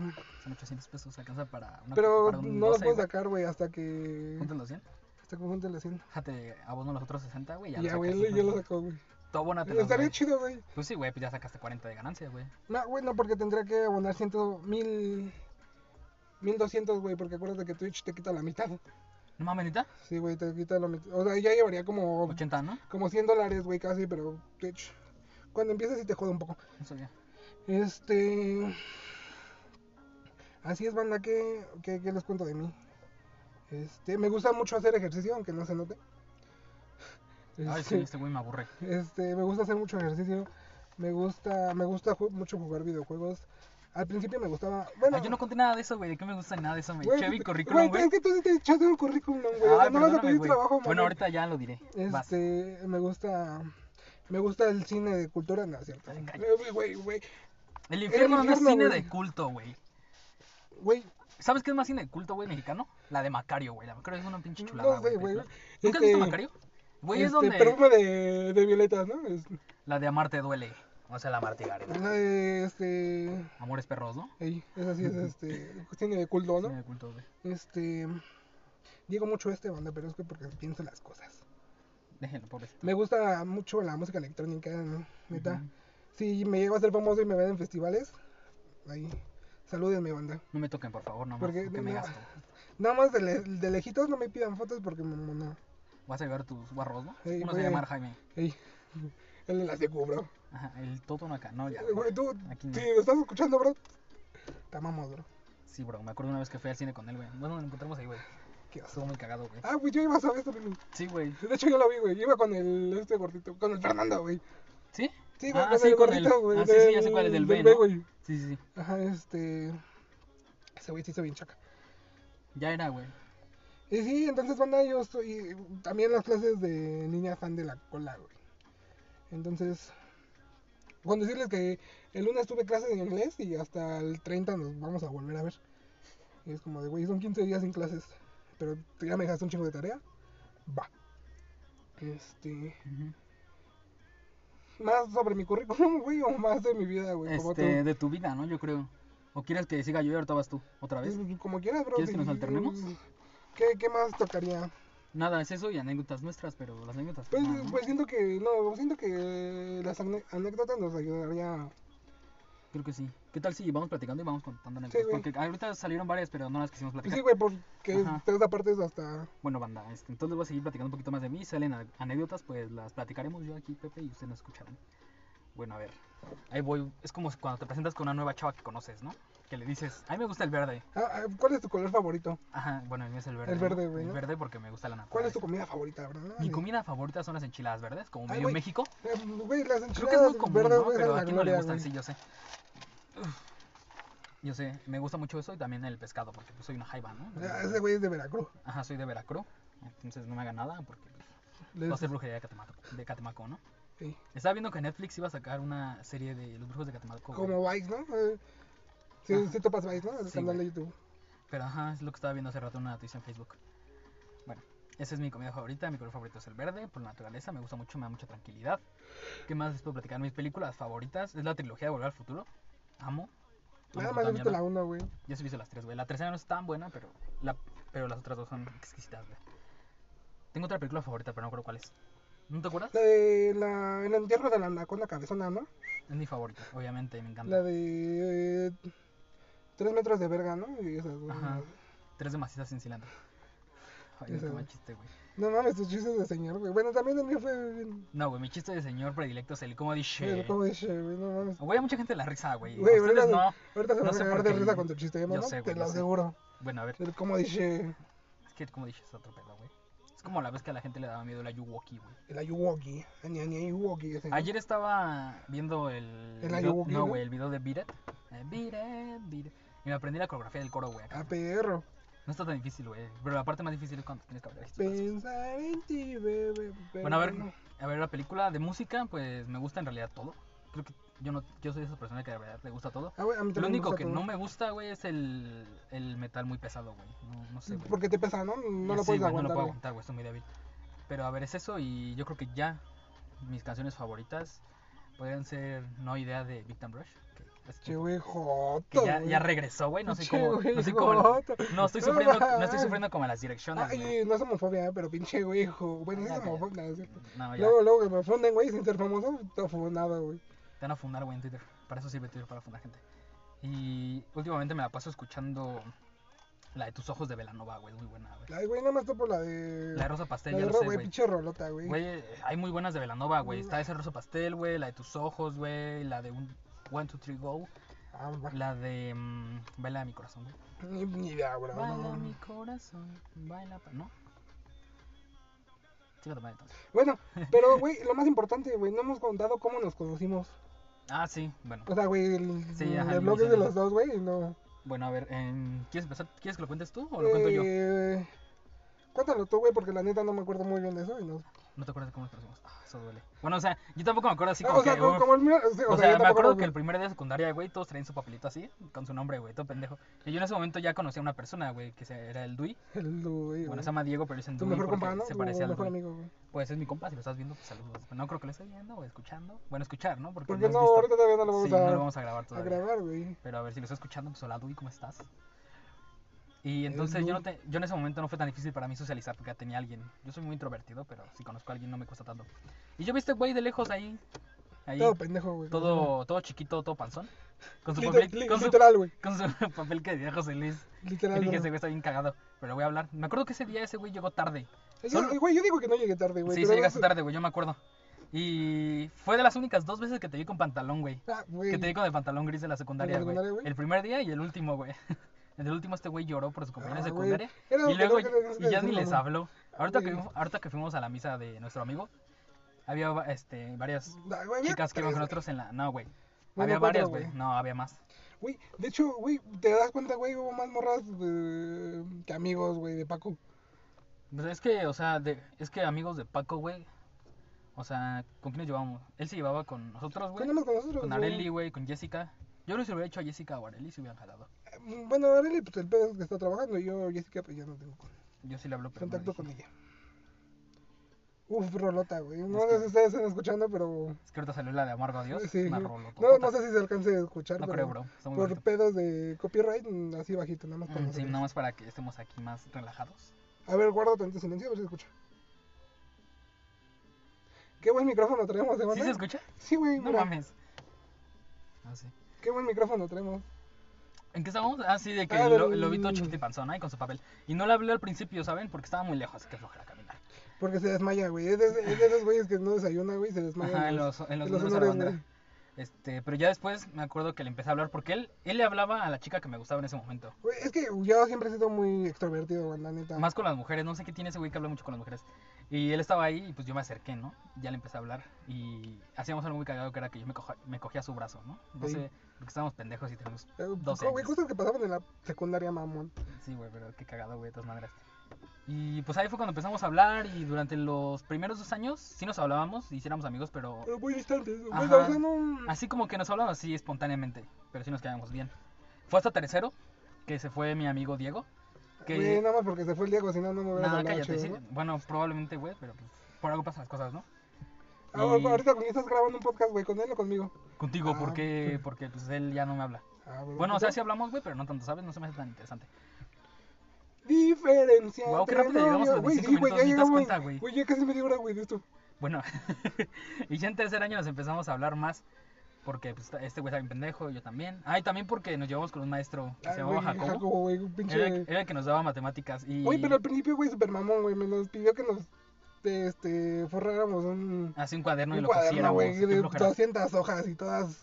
S1: Son 800 pesos, alcanza para una
S2: Pero
S1: para un
S2: no los
S1: 12,
S2: puedo
S1: güey.
S2: sacar, güey, hasta que...
S1: Juntas los 100.
S2: Hasta que junte la 100.
S1: Déjate a vos no los otros 60, güey. Ya,
S2: Ya,
S1: lo
S2: güey,
S1: sacaste,
S2: yo
S1: ¿no? Ah,
S2: lo saco, güey.
S1: Tú abónate las,
S2: Estaría
S1: güey.
S2: chido, güey.
S1: Pues sí, güey, pues ya sacaste 40 de ganancia, güey.
S2: No, güey, no, porque tendría que abonar ciento mil... 1200, güey, porque acuérdate que Twitch te quita la mitad. <laughs>
S1: No mames, neta.
S2: Sí, güey, te quita la mitad. O sea, ya llevaría como,
S1: 80, ¿no?
S2: como 100 dólares, güey, casi, pero Twitch. Cuando empiezas sí te jode un poco.
S1: No sabía.
S2: Este. Así es, banda, ¿qué, qué, qué les cuento de mí? Este, me gusta mucho hacer ejercicio, aunque no se note.
S1: Ay, sí,
S2: Este,
S1: este güey me aburre.
S2: este, me gusta hacer mucho ejercicio. Me gusta, me gusta ju- mucho jugar videojuegos. Al principio me gustaba. Bueno,
S1: Ay, Ah, yo no conté nada de eso, güey. ¿De qué me gusta nada de eso, güey?
S2: güey,
S1: Chevy
S2: te-
S1: currículum,
S2: güey,
S1: güey. Ah,
S2: Es que tú sí te echaste un currículum, güey. o sea,
S1: Ay,
S2: no vas a
S1: perdóname,
S2: pedir
S1: güey.
S2: trabajo, mamón.
S1: Bueno, ahorita ya lo diré. Vas.
S2: Este, me gusta. Me gusta el cine de cultura, no, ¿cierto?
S1: Ay, cállate.
S2: Güey, güey, güey.
S1: El infierno no es
S2: infierno,
S1: cine
S2: güey.
S1: de culto, güey.
S2: Güey,
S1: ¿Sabes qué es más cine de culto, güey, mexicano? La de Macario, güey. La de Macario es una pinche chulada,
S2: no sé, güey.
S1: película. ¿Nunca has visto Macario? Güey, es
S2: este,
S1: donde...
S2: Perfume de, de violetas, ¿no? Es-
S1: La de Amarte duele. O sea, la Amarte Gareda.
S2: la de, este.
S1: Amores perros, ¿no?
S2: Ey, es así, es este. Cine de culto,
S1: Cine
S2: ¿no?
S1: de culto, güey.
S2: Este. Digo mucho este banda, pero es que porque pienso las cosas.
S1: Déjenlo, pobrecito.
S2: Me gusta mucho la música electrónica, ¿no? neta.
S1: Ujú.
S2: Si me llego a ser famoso y me ven en festivales, ahí. Salúdenme, banda.
S1: No me toquen, por favor, no más,
S2: Porque-
S1: porque me
S2: no.
S1: gasto.
S2: Nada más de, le- de lejitos no me pidan fotos porque me no.
S1: Vas a llevar tus guarros, ¿no?
S2: Ey,
S1: Uno
S2: güey.
S1: se llama Jaime.
S2: Ey, <laughs> él las de cubro.
S1: Ajá, el Toto no acá. No, ya.
S2: Güey, tú,
S1: Aquí no.
S2: si lo estás escuchando, bro, te amamos, bro.
S1: Sí, bro, me acuerdo una vez que fui al cine con él, güey. Bueno, nos encontramos ahí, güey.
S2: Qué asco.
S1: Estuvo muy cagado, güey.
S2: Ah, güey, yo iba a saber esto, Mimi.
S1: Sí, güey.
S2: De hecho, yo lo vi, güey. Yo iba con el este gordito, con el Fernando, güey.
S1: ¿Sí?
S2: Sí, güey,
S1: Ah,
S2: con
S1: sí,
S2: el
S1: con el-
S2: gordito, güey.
S1: ah, sí, sí, ya sé cuál es, del B, ¿no?
S2: güey.
S1: Sí, sí, sí.
S2: Ajá, este. Ese güey sí hizo bien chaca.
S1: Ya era, güey.
S2: Y sí, entonces, banda, yo estoy. También las clases de niña fan de la cola, güey. Entonces. Con decirles que el lunes tuve clases de inglés y hasta el 30 nos vamos a volver a ver. Y es como de, güey, son 15 días sin clases. Pero tú ya me dejaste un chingo de tarea. Va. Este.
S1: Ujú.
S2: Más sobre mi currículum, <laughs> güey, o más de mi vida, güey. como tú.
S1: Este, de tu vida, ¿no? Yo creo. ¿O quieres que siga yo y ahorita vas tú? ¿Otra vez?
S2: Pues, Como quieras, bro.
S1: ¿Quieres que
S2: sí.
S1: nos alternemos?
S2: ¿Qué, qué más tocaría?
S1: Nada, es eso y anécdotas nuestras, pero las anécdotas.
S2: Pues,
S1: no, ¿no?
S2: pues siento que, no, siento que las ane- anécdotas nos ayudaría. Pues
S1: Creo que sí. ¿Qué tal si vamos platicando y vamos contando
S2: Sí,
S1: anécdotas?
S2: güey.
S1: Porque ahorita salieron varias, pero no las quisimos
S2: Pues
S1: platicar.
S2: sí, güey, porque
S1: Ajá.
S2: todas partes hasta...
S1: Bueno, banda, este, entonces voy a seguir platicando un poquito más de mí. Salen a- anécdotas, pues las platicaremos yo aquí, Pepe, y ustedes nos escucharán. Bueno, a ver. Ahí voy. Es como cuando te presentas con una nueva chava que conoces, ¿no? Que le dices, a mí me gusta el verde.
S2: Ah, ah, ¿Cuál es tu color favorito?
S1: Ajá, bueno, a mí es el verde.
S2: El
S1: ¿no?
S2: verde, güey,
S1: El
S2: ¿no?
S1: verde porque me gusta la naturaleza.
S2: ¿Cuál es tu comida favorita, bro?
S1: Mi comida favorita son las enchiladas verdes, como
S2: Ay,
S1: medio
S2: güey.
S1: México.
S2: Eh, Güey,
S1: Creo
S2: las
S1: que es
S2: enchiladas
S1: muy común,
S2: verdes,
S1: ¿no?
S2: güey,
S1: Pero
S2: son la
S1: a quién no le
S2: gloria,
S1: gustan,
S2: güey.
S1: sí, yo sé. Uf. Yo sé, me gusta mucho eso y también el pescado, porque pues, soy una jaiba, ¿no?
S2: Ah, Ese güey es de Veracruz.
S1: Ajá, soy de Veracruz, entonces no me haga nada porque pues,
S2: Les-
S1: va a ser brujería de Catemaco, de Catemaco, ¿no?
S2: sí.
S1: Estaba viendo que Netflix iba a sacar una serie de los brujos de Catemaco, güey.
S2: Como Vice, ¿no? Eh, Sí,
S1: Ajá.
S2: sí topas Vice, ¿no? El
S1: Sí,
S2: canal de
S1: güey.
S2: YouTube.
S1: Pero ajá, es lo que estaba viendo hace rato en una noticia en Facebook. Bueno, esa es mi comida favorita. Mi color favorito es el verde, por la naturaleza. Me gusta mucho, me da mucha tranquilidad. ¿Qué más les puedo platicar? Mis películas favoritas es la trilogía de Volver al Futuro. Amo. Amo
S2: Nada
S1: con
S2: más
S1: toda
S2: he
S1: mi
S2: visto
S1: alma.
S2: la una, güey.
S1: Yo sí he visto las tres, güey. La tercera no es tan buena, pero, la, pero las otras dos son exquisitas, güey. Tengo otra película favorita, pero no creo cuál es. ¿No te acuerdas?
S2: La de la, el entierro de la anaconda cabezona, ¿no?
S1: Es mi favorita, obviamente, me encanta.
S2: La de eh, tres metros de verga, ¿no? Y esas,
S1: Ajá.
S2: no,
S1: Tres de maciza sin cilantro. Ay, no,
S2: Esa,
S1: qué
S2: güey.
S1: mal chiste, güey.
S2: no mames, tus chistes de señor, güey. Bueno, también el mío fue bien.
S1: No, güey, mi chiste de señor predilecto es el cómo dice.
S2: Como dije, güey, no mames.
S1: Güey, a mucha gente la risa, güey.
S2: Güey,
S1: A ustedes
S2: ahorita,
S1: no.
S2: ahorita se
S1: no
S2: va
S1: sé
S2: a cagar
S1: por
S2: de
S1: qué.
S2: risa con tu chiste, ¿eh,
S1: Yo
S2: mamá?
S1: sé,
S2: Te
S1: güey,
S2: lo
S1: yo sé.
S2: aseguro.
S1: Bueno, a ver,
S2: El como dije
S1: es que como dije, es otro pedo, güey. Es como la vez que a la gente le daba miedo la Yuwoki, güey.
S2: el Ayuwoki. Ani Ani Ayuwoki. ese.
S1: Ayer estaba viendo el.
S2: El
S1: video,
S2: Ayuwoki,
S1: no,
S2: ¿no?
S1: güey, el video de Beat It. Eh, Beat It, Beat It. Y me aprendí la coreografía del coro, güey. acá.
S2: A Ah, perro.
S1: No está tan difícil, güey. Pero la parte más difícil es cuando tienes que hablar.
S2: Pensar en ti, bebé. pero
S1: Bueno, a ver,
S2: no.
S1: a ver, la película de música, pues me gusta en realidad todo. Creo que yo no, yo soy de esas personas que de verdad le gusta todo.
S2: Ah, güey, a mí
S1: Lo
S2: también me
S1: único
S2: gusta
S1: que
S2: todo.
S1: no me gusta, güey, es el, el metal muy pesado, güey. No, no sé, güey.
S2: Porque te pesa, ¿no? No
S1: Ya
S2: lo
S1: sé, güey, No
S2: puedes
S1: lo
S2: aguantar.
S1: puedo
S2: güey.
S1: aguantar, güey, estoy muy débil. Pero a ver, es eso y yo creo que ya mis canciones favoritas podrían ser No Idea de Victim Rush. Que, es-
S2: Che, güey, joto.
S1: que ya,
S2: güey.
S1: ya regresó, güey, no sé
S2: Pinche
S1: cómo. No
S2: güey,
S1: sé cómo.
S2: joto.
S1: No estoy
S2: No
S1: sufriendo, no estoy
S2: mames.
S1: sufriendo como las direcciones, güey.
S2: Ay, no es homofobia, eh, pero pinche güey, jo- Bueno, sí
S1: Ya,
S2: es
S1: ya.
S2: homofobia, es cierto.
S1: No, ya.
S2: Luego, luego que me funden, güey, sin ser famoso, no fue nada, güey.
S1: Te van a fundar, güey, en Twitter. Para eso sirve Twitter, para fundar gente. Y últimamente me la paso escuchando la de tus ojos de Velanova, güey. Es muy buena, güey.
S2: Ay, güey, nada más topo la de.
S1: La de Rosa Pastel,
S2: la
S1: ya lo
S2: de Ro-
S1: sé,
S2: güey,
S1: güey.
S2: pinche rolota, güey.
S1: Güey, eh, hay muy buenas de Velanova, güey. Está ese Rosa Pastel, güey. La de tus ojos, güey. La de un One, Two, Three, Go.
S2: Ah, va.
S1: La de mm, Baila mi corazón, güey.
S2: <laughs> Ni, ni idea, güey. no,
S1: Baila
S2: no, no.
S1: mi <laughs> corazón, baila pa... ¿No? Chica tu madre, entonces.
S2: Bueno, pero, güey, lo más importante, güey, no hemos contado cómo nos conocimos.
S1: Ah, sí, bueno.
S2: O sea, güey, el,
S1: Sí, ajá,
S2: el
S1: no
S2: blog es
S1: sé.
S2: de los dos, güey, y no.
S1: Bueno, a ver, em, ¿quieres empezar? ¿Quieres que lo cuentes tú o lo cuento yo?
S2: Eh, Cuéntalo tú, güey, porque la neta no me acuerdo muy bien de eso. Y no...
S1: No te acuerdas de cómo nos conocimos. Ah, eso duele. Bueno, o sea, yo tampoco me acuerdo así
S2: Ah,
S1: como
S2: o sea,
S1: que.
S2: como,
S1: uf.
S2: como el mío. O sea,
S1: o
S2: yo
S1: sea, me
S2: tampoco
S1: acuerdo
S2: lo-
S1: que el primer día de secundaria, güey, todos traían su papelito así, con su nombre, güey, todo pendejo. Y yo en ese momento ya conocía a una persona, güey, que se- era el Dui.
S2: el- güey,
S1: Bueno,
S2: güey.
S1: se llama Diego, pero dicen
S2: Tu
S1: Dui
S2: mejor
S1: porque
S2: compa, ¿no?
S1: se
S2: Tu
S1: parece al
S2: mejor
S1: Dui.
S2: amigo, güey.
S1: Pues es mi compa, si lo estás viendo, pues saludos. Pero no creo que lo esté viendo o escuchando. Bueno, escuchar, ¿no? Porque
S2: ¿Por
S1: no
S2: qué
S1: has
S2: Pues no?
S1: visto.
S2: Ahorita todavía no lo vamos
S1: Sí,
S2: a,
S1: no lo vamos a grabar
S2: a
S1: todavía.
S2: grabar, güey.
S1: Pero a ver si lo está escuchando, pues hola Dui, ¿cómo estás? Y entonces yo, no
S2: Dui.
S1: te- yo en ese momento no fue tan difícil para mí socializar porque ya tenía alguien. Yo soy muy introvertido, pero si conozco a alguien no me cuesta tanto. Y yo vi este güey de lejos ahí. Ahí.
S2: Todo pendejo, güey.
S1: todo, todo chiquito, todo panzón. Con su,
S2: Liter-
S1: papel,
S2: li-
S1: con su,
S2: Literal, güey.
S1: con su <laughs> papel que decía José Luis. Y <laughs>
S2: Literal,
S1: dije,
S2: güey.
S1: ese güey está bien cagado. Pero le voy a hablar. Me acuerdo que ese día ese güey llegó tarde.
S2: Yo-
S1: solo-
S2: Güey, yo digo que no llegué tarde, güey.
S1: Sí,
S2: pero
S1: sí,
S2: no
S1: llegaste
S2: sé-
S1: tarde, güey, yo me acuerdo. Y fue de las únicas dos veces que te vi con pantalón, güey.
S2: Ah, güey.
S1: Que te vi con el pantalón gris de la secundaria, güey.
S2: secundaria, güey?
S1: El primer día y el último, güey. <laughs> En el último este güey lloró por sus compañeros
S2: Ah,
S1: de
S2: güey.
S1: secundaria.
S2: Era lo
S1: Y
S2: que
S1: luego
S2: no querías
S1: y ya ni
S2: decir,
S1: les
S2: mamá.
S1: habló. Ahorita que,
S2: Güey.
S1: fuimos- ahorita que fuimos a la misa de nuestro amigo, había va- este, varias
S2: Nah, güey, había
S1: chicas que iban
S2: tres,
S1: con nosotros en la... No, güey.
S2: Hubo
S1: Había
S2: cuatro,
S1: varias, güey.
S2: güey.
S1: No, había más.
S2: Güey, de hecho, güey, te das cuenta, güey, hubo más morras eh, que amigos, güey, de Paco.
S1: Pues es que, o sea, de- es que amigos de Paco, güey. O sea, ¿con quiénes llevábamos? Él se llevaba con nosotros, güey.
S2: ¿Qué más con nosotros?
S1: Con
S2: güey?
S1: Areli, güey, con Jessica. Yo no se lo hubiera hecho a Jessica o a Areli si hubieran jalado.
S2: Eh, Bueno, Areli, pues el pedo es que está trabajando. y Yo, Jessica, pues ya no tengo con-
S1: Yo sí le hablo, pero no le
S2: contacto
S1: dije.
S2: con ella. Uf, Rolota, güey.
S1: Es
S2: No sé
S1: que-
S2: si ustedes están escuchando, pero.
S1: Es que ahorita salió la de Amargo Dios.
S2: sí.
S1: una
S2: No,
S1: rolototota.
S2: no sé si se alcance a escuchar,
S1: No
S2: pero
S1: creo, bro. Está muy
S2: por
S1: bajito.
S2: pedos de copyright, mm, así bajito, nada más para
S1: Mm, Sí,
S2: nosotros.
S1: nada más para que estemos aquí más relajados.
S2: A ver, guarda tanto silencio, a ver si escucha. Qué buen micrófono traemos, ¿eh,
S1: ¿Sí
S2: banda?
S1: se escucha?
S2: Sí, güey,
S1: No
S2: mira,
S1: mames. No sé.
S2: Qué buen micrófono traemos.
S1: ¿En qué estábamos? Ah, sí, de que
S2: Ah,
S1: lo,
S2: del-
S1: lo vi todo chiquito y panzón ahí con su papel. Y no le hablé al principio, ¿saben? Porque estaba muy lejos, así que flojera caminar.
S2: Porque se desmaya, güey. Es de, es de esos güeyes que no desayuna, güey, se desmaya.
S1: Ajá, en
S2: güey.
S1: los, en los
S2: en los
S1: honores a la
S2: honores,
S1: bandera.
S2: güey.
S1: Este, pero ya después me acuerdo que le empecé a hablar porque él, él le hablaba a la chica que me gustaba en ese momento.
S2: Güey, Es que yo siempre he sido muy extrovertido, güey, la neta.
S1: Más con las mujeres, no sé qué tiene ese güey que habla mucho con las mujeres. Y él estaba ahí y pues yo me acerqué, ¿no? Ya le empecé a hablar y hacíamos algo muy cagado que era que yo me, coja- me cogía su brazo, ¿no? No
S2: Sí.
S1: sé, porque estábamos pendejos y tenemos...
S2: Eh,
S1: 12
S2: Güey,
S1: años.
S2: cosas que pasaban en la secundaria, mamón.
S1: Sí, güey, pero qué cagado, güey, de todas maneras. Y pues ahí fue cuando empezamos a hablar y durante los primeros dos años sí nos hablábamos, y éramos amigos, pero
S2: Pero muy distantes. güey,
S1: Ajá.
S2: o sea, no...
S1: Así como que nos hablaban así espontáneamente, pero sí nos quedamos bien. Fue hasta tercero, que se fue mi amigo Diego. Que...
S2: Güey, nada más porque se fue el Diego, si no, no me hubiera
S1: Nada,
S2: hablado
S1: cállate.
S2: chido,
S1: sí.
S2: ¿no?
S1: Bueno, probablemente, güey, pero pues, por algo pasan las cosas, ¿no?
S2: Ah,
S1: Y-
S2: Ahorita con quién estás grabando un podcast, güey, ¿con él o conmigo?
S1: Contigo,
S2: Ah,
S1: porque, porque pues él ya no me habla.
S2: Ah, güey,
S1: Bueno, o sea,
S2: ¿qué
S1: sí hablamos, güey, pero no tanto, ¿sabes? No se me hace tan interesante.
S2: Diferencia.
S1: Guau, qué
S2: entre
S1: rápido llegamos a los
S2: novios. Güey,
S1: 25
S2: sí, güey,
S1: minutos, ni te
S2: ya
S1: das
S2: llegamos.
S1: cuenta, güey.
S2: Güey, ya casi media hora, güey, de esto.
S1: Bueno, <laughs> y ya en tercer año nos empezamos a hablar más. Porque pues, este güey está bien pendejo, yo también. Ah, y también porque nos llevamos con un maestro que se
S2: Ay,
S1: llamaba
S2: güey,
S1: Jacobo.
S2: Jacobo, güey, un pinche.
S1: Era, era el que nos daba matemáticas y...
S2: Güey, pero al principio, güey, super mamón, güey. Me nos pidió que nos este, forráramos un,
S1: Hacía un cuaderno y
S2: un
S1: lo
S2: cuaderno,
S1: cosiéramos.
S2: güey,
S1: qué
S2: de
S1: flojera.
S2: 200 hojas y todas,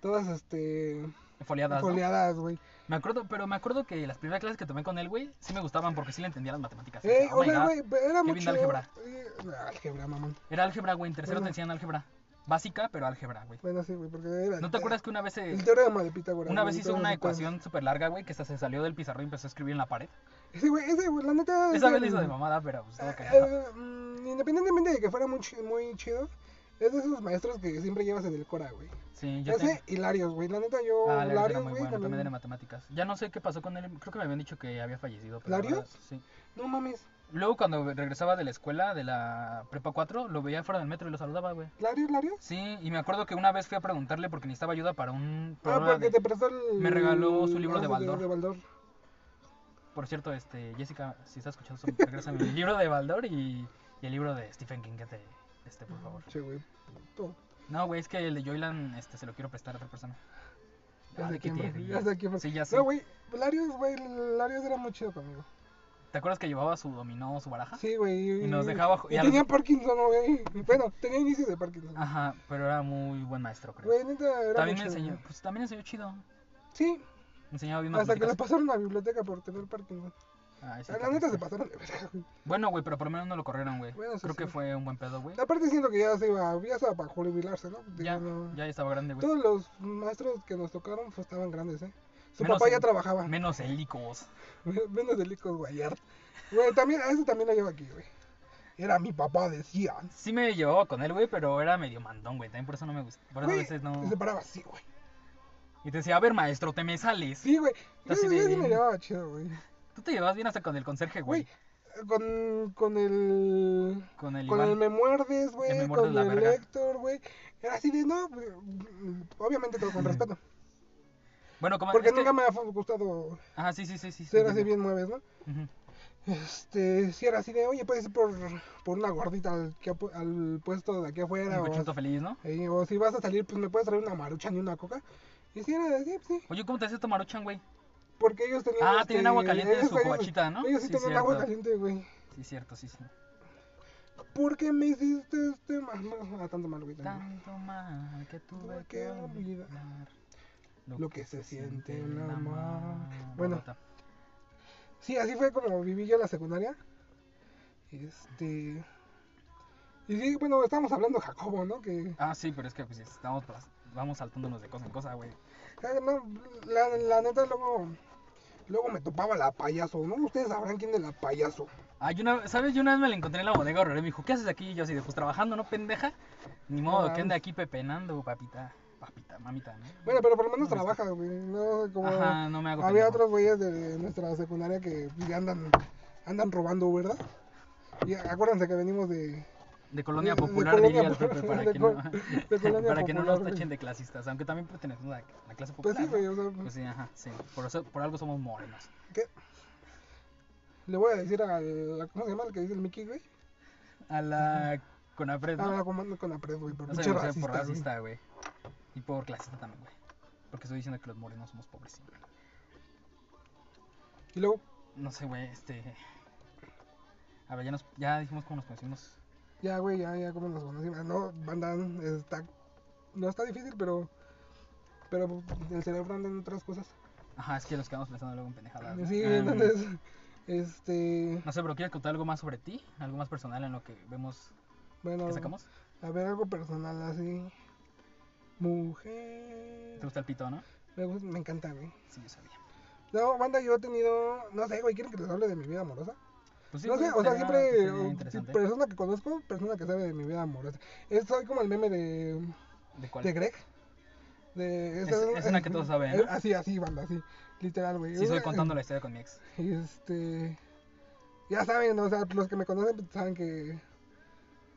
S2: todas, este,
S1: Foliadas, ¿no?
S2: foliadas, güey.
S1: Me acuerdo, pero me acuerdo que las primeras clases que tomé con él, güey, sí me gustaban porque sí le entendía las matemáticas.
S2: Eh,
S1: Decía, oh
S2: o
S1: my
S2: sea,
S1: God.
S2: güey, pero era
S1: Qué
S2: mucho.
S1: bien de álgebra.
S2: eh, no, álgebra, mamón.
S1: Era álgebra, güey. En tercero
S2: Bueno.
S1: te enseñan álgebra. Básica, pero álgebra, güey.
S2: Bueno, sí, güey, porque era.
S1: ¿No te acuerdas que una vez, se-
S2: El teorema de Pitágoras.
S1: una
S2: güey,
S1: vez
S2: y
S1: hizo
S2: todo
S1: una
S2: ese pedo.
S1: ecuación súper larga, güey, que hasta se salió del pizarrón y empezó a escribir en la pared?
S2: Ese, güey, ese, güey, la neta.
S1: Esa
S2: es
S1: vez le hizo
S2: el-
S1: de mamada, pero pues, estaba
S2: Eh,
S1: cagada.
S2: eh, mm, Independientemente de que fuera muy, chi- muy chido, es de esos maestros que siempre llevas en el Cora, güey.
S1: Sí, yo
S2: Ese
S1: tengo...
S2: y Larios, güey. La neta, yo.
S1: Ah, Larios era
S2: Larios,
S1: muy
S2: pues güey.
S1: bueno, también era
S2: también-
S1: matemáticas. Ya no sé qué pasó con él, creo que me habían dicho que había fallecido. Pero la
S2: ¿Larios?
S1: verdad, Sí.
S2: No mames.
S1: Luego cuando regresaba de la escuela, de la prepa 4, lo veía fuera del metro y lo saludaba, güey.
S2: ¿Larios, Larios?
S1: Sí, y me acuerdo que una vez fui a preguntarle porque necesitaba ayuda para un
S2: Ah,
S1: programa
S2: porque
S1: de-
S2: te prestó el.
S1: me regaló su libro
S2: ah,
S1: de Baldor.
S2: Baldor.
S1: Por cierto, este, Jessica, si estás escuchando esto, regrésame el libro de Baldor y, y el libro de Stephen King que te... Este, por favor. Ah,
S2: Che, güey. puto.
S1: No, güey, es que el de Joyland este, se lo quiero prestar a otra persona.
S2: Ya
S1: Ah,
S2: sé
S1: ¿de qué
S2: quién,
S1: tiene?
S2: bro, ya sé quién, bro.
S1: Sí, ya sé.
S2: No, güey. Larios, güey. Larios era muy chido conmigo.
S1: ¿Te acuerdas que llevaba su dominó, su baraja?
S2: Sí, güey.
S1: Ah. Y nos dejaba ju-
S2: Y
S1: y a
S2: tenía
S1: los-
S2: Parkinson, güey. Bueno, tenía inicios de Parkinson.
S1: Ajá, pero era muy buen maestro, creo.
S2: Güey, neta,
S1: también
S2: era muy
S1: me
S2: chido,
S1: enseñó,
S2: güey.
S1: pues también enseñó chido.
S2: Sí,
S1: Enseñaba bien
S2: hasta que le
S1: matemáticas.
S2: pasaron a la biblioteca por tener Parkinson.
S1: Ay, sí,
S2: Ah, la
S1: también.
S2: neta se pasaron de verga, güey.
S1: Bueno, güey, pero por lo menos no lo corrieron, güey.
S2: Bueno, eso
S1: creo que
S2: sí.
S1: fue un buen pedo, güey.
S2: Aparte siento que ya se iba, ya estaba para jubilarse, ¿no? Digo,
S1: Ya,
S2: no-
S1: ya estaba grande, güey.
S2: Todos los maestros que nos tocaron pues, estaban grandes, ¿eh? Su
S1: Menos
S2: papá ya
S1: el-
S2: trabajaba.
S1: Menos helicos.
S2: <laughs> Menos del Icos Guayar. Güey, también, a ese también lo llevo aquí, güey. Era mi papá, decía.
S1: Sí me llevaba con él, güey, pero era medio mandón, güey. También por eso no me gusta. Por eso a
S2: Güey,
S1: veces no.
S2: Se paraba así, güey.
S1: Y te decía, a ver, maestro, te me sales.
S2: Sí, güey. Yo,
S1: Así
S2: yo
S1: de-
S2: sí me llevaba chido, güey.
S1: Tú te llevabas bien hasta con el conserje, güey.
S2: Güey, con, con el...
S1: Con el
S2: Con el
S1: Iván.
S2: me muerdes,
S1: El
S2: güey,
S1: me muerdes
S2: con
S1: la
S2: el
S1: verga.
S2: Héctor, güey. Era así de, no, pues, mm, obviamente todo
S1: <laughs>
S2: con respeto.
S1: Bueno, como.
S2: Porque
S1: es que-
S2: nunca me ha gustado
S1: Ah, sí, sí, sí, sí. sí,
S2: ser así
S1: sí.
S2: bien mueves, ¿no?
S1: Ujú.
S2: Este, si era así de, oye, puedes ir por, por una gordita al, que apu- al puesto de aquí afuera.
S1: Un
S2: O,
S1: cochito feliz, ¿no?
S2: eh, o si vas a salir, pues me puedes traer una marucha ni una coca. Y si era de, sí, pues, sí.
S1: Oye, ¿cómo te haces tu maruchan, güey?
S2: Porque ellos tenían. este,
S1: Ah, tenían agua caliente en
S2: ellos-
S1: su
S2: ellos-
S1: covachita, ¿no?
S2: Ellos sí,
S1: Sí,
S2: tenían agua
S1: cierto.
S2: caliente, güey.
S1: Sí, cierto, sí, sí.
S2: ¿Por qué me hiciste este mal? A tanto mal, güey. también.
S1: Tanto mal que tuve
S2: que
S1: que
S2: olvidar
S1: olvidar
S2: lo que se siente en la mar. Bueno.
S1: Bueno,
S2: Sí, así fue como viví yo la secundaria. Este. Y sí, bueno, estábamos hablando de Jacobo, ¿no? Que.
S1: ah, sí, pero es que pues, estamos pas- vamos saltándonos de cosa en cosa, güey.
S2: Ah, No, la, la neta luego luego me topaba la payaso, ¿no? Ustedes sabrán quién es la payaso.
S1: Ah, yo una, ¿sabes? Yo una vez me la encontré en la bodega horror y me dijo, ¿qué haces aquí? Y yo así de, pues trabajando, ¿no, pendeja? Ni modo, que ande
S2: mames.
S1: aquí pepenando, papita. Papita, mamita, ¿no?
S2: Bueno, pero por lo menos
S1: No, es que-
S2: trabaja, güey. No como
S1: Ajá, no me hago
S2: había
S1: pendejo.
S2: otros güeyes de nuestra secundaria que pues, ya andan andan robando, ¿verdad? Y acuérdense que venimos de
S1: De Colonia
S2: de- de
S1: Popular,
S2: Colonia
S1: diría el Pepe,
S2: Popular,
S1: para,
S2: de
S1: que,
S2: col-
S1: no,
S2: <laughs> de Colonia
S1: para que no nos
S2: Popular.
S1: tachen de clasistas, aunque también pertenecemos a la clase
S2: pues
S1: popular.
S2: sí, güey,
S1: ¿no?
S2: o sea,
S1: Pues sí, ajá, sí. Por, eso, por algo somos morenos.
S2: ¿qué? Le voy a decir al ¿cómo se llama el que dice el Mickey, güey?
S1: A
S2: <laughs>
S1: la Conapred,
S2: Ah,
S1: Pues ¿no?
S2: la comando con la pres, güey, por
S1: No
S2: pinche
S1: sé,
S2: racista,
S1: por
S2: güey.
S1: racista, güey. Y por clasista también, güey. Porque estoy diciendo que los morenos somos pobres.
S2: Y luego
S1: No sé, güey, este... A ver, ya, nos, ya dijimos cómo nos conocimos.
S2: Ya, güey, ya, ya, como nos conocimos. No, banda, está. No está difícil, pero. Pero el cerebro anda en otras cosas.
S1: Ajá, es que nos quedamos pensando luego en pendejadas. ¿no?
S2: Sí,
S1: Ah,
S2: entonces. Este.
S1: No sé, pero ¿quieres contar algo más sobre ti? ¿Algo más personal en lo que vemos
S2: Bueno.
S1: que sacamos?
S2: A ver, algo personal así. Mujer.
S1: ¿Te gusta el pito, no?
S2: Me, gusta- me encanta, güey.
S1: Sí, yo sabía.
S2: No, banda, yo he tenido. No sé, güey, ¿quieren que les hable de mi vida amorosa?
S1: Pues sí,
S2: no sé,
S1: güey,
S2: o sea,
S1: estaría-
S2: siempre.
S1: estaría
S2: o-
S1: interesante.
S2: persona que conozco, persona que sabe de mi vida amorosa. Es, soy como el meme de.
S1: ¿De cuál?
S2: de Greg. De,
S1: Es- es una que todos saben, ¿no?
S2: eh, Así, así, banda, así. Literal, güey.
S1: Sí,
S2: Es
S1: soy
S2: una-
S1: contando la historia con mi ex.
S2: Este. Ya saben, o sea, los que me conocen pues, saben que.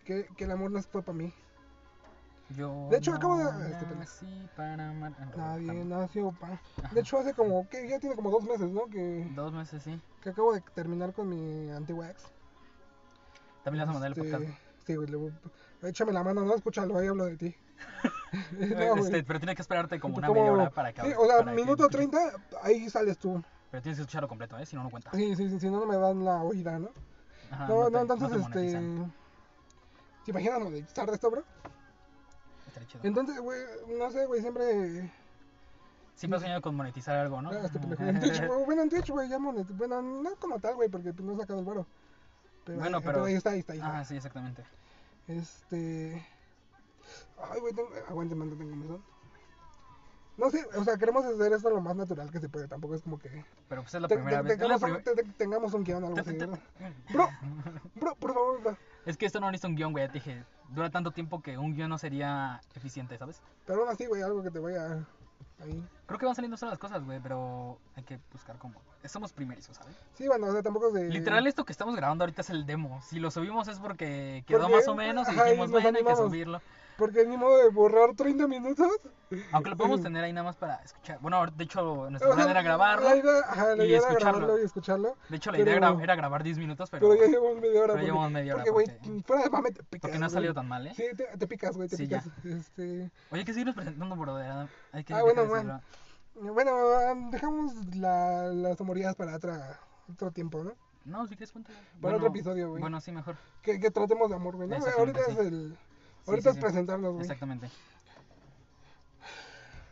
S2: Que, que el amor no fue para mí.
S1: Yo
S2: De hecho, acabo de-
S1: no
S2: este, pendejo.
S1: nací para amar- Ah, no,
S2: Nadie
S1: también.
S2: nació para.
S1: Ajá.
S2: De hecho, hace como. que Ya tiene como dos meses, ¿no? Que,
S1: Dos meses, sí.
S2: que acabo de terminar con mi antigua ex.
S1: También le vas a mandar el
S2: Este,
S1: podcast.
S2: Sí, güey. le voy- Échame la mano, no, escúchalo, ahí hablo
S1: <laughs>
S2: de ti. <laughs> No, güey.
S1: Este, pero tienes que esperarte como una
S2: Como-
S1: media hora para que
S2: Sí,
S1: hable-
S2: o sea,
S1: para que
S2: minuto
S1: escuche.
S2: 30, ahí sales tú.
S1: Pero tienes que escucharlo completo, ¿eh? Si no, no cuenta.
S2: Sí, sí, sí, si no, no me dan la oída, ¿no?
S1: Ajá,
S2: no,
S1: Ah, te-
S2: no, entonces,
S1: te
S2: este...
S1: monetizan.
S2: ¿Se imaginan monetizar de esto, bro?
S1: Estaría chido.
S2: Entonces, güey, no sé, güey, siempre...
S1: Siempre has soñado con monetizar algo, ¿no?
S2: Ah,
S1: <laughs>
S2: este pendejo, en Twitch, güey, bueno, en Twitch, güey, ya monet... Bueno, no como tal, güey, porque pues, no he sacado el varo. Pero,
S1: Bueno,
S2: ahí-
S1: pero-
S2: ahí está, ahí está, ahí está.
S1: Ah, sí, exactamente.
S2: Este. Ay, güey, tengo... aguante, mando, tengo mesón. No sé, o sea, queremos hacer esto lo más natural que se puede. Tampoco es como que.
S1: Pero pues es la
S2: te-
S1: primera
S2: te-
S1: vez. es la
S2: tengamos, un,
S1: prim-
S2: te- te- tengamos un guión o algo
S1: te-
S2: así.
S1: te- <laughs>
S2: ¿no? Bro, bro, por favor, bro.
S1: Es que esto no necesita un guión, güey. ya Te dije, dura tanto tiempo que un guión no sería eficiente, ¿sabes?
S2: Pero aún así, güey, algo que te vaya ahí.
S1: Creo que van saliendo solas las cosas, güey, pero hay que buscar cómo. Somos primerizos, ¿sabes?
S2: Sí, bueno, o sea, tampoco se.
S1: Literal, esto que estamos grabando ahorita es el demo. Si lo subimos es porque quedó
S2: Porque,
S1: más o menos y
S2: ajá, y
S1: dijimos,
S2: nos
S1: bueno, hay que
S2: animamos".
S1: subirlo.
S2: Porque ni modo de borrar 30 minutos.
S1: Aunque lo podemos
S2: <laughs>
S1: tener ahí nada más para escuchar. Bueno, ahora, de hecho, nuestra
S2: O sea,
S1: plan era grabarlo.
S2: La idea, ajá, la
S1: y
S2: idea era
S1: escucharlo.
S2: grabarlo y escucharlo.
S1: De hecho, la
S2: pero-
S1: idea era, era grabar 10 minutos, pero,
S2: Pero, ya llevamos media hora.
S1: pero
S2: porque-
S1: llevamos media hora,
S2: Porque, güey,
S1: porque-
S2: fuera de mame te picas.
S1: porque no ha
S2: güey.
S1: salido tan mal, ¿eh?
S2: Sí, te, te picas, güey, te
S1: Sí, ya.
S2: picas. Este.
S1: Oye, hay que seguirnos presentando, brother. Hay que
S2: Ah,
S1: hay que
S2: bueno,
S1: decirlo.
S2: bueno. Bueno, dejamos la, las amorías para otra, otro tiempo, ¿no?
S1: No, si quieres cuéntalo. Para
S2: otro episodio, güey.
S1: Bueno, sí, mejor.
S2: Que, que tratemos de amor, güey. ¿no?
S1: Exactamente,
S2: Ahorita
S1: sí.
S2: es el. Ahorita
S1: sí, sí.
S2: es presentarnos, güey.
S1: Exactamente.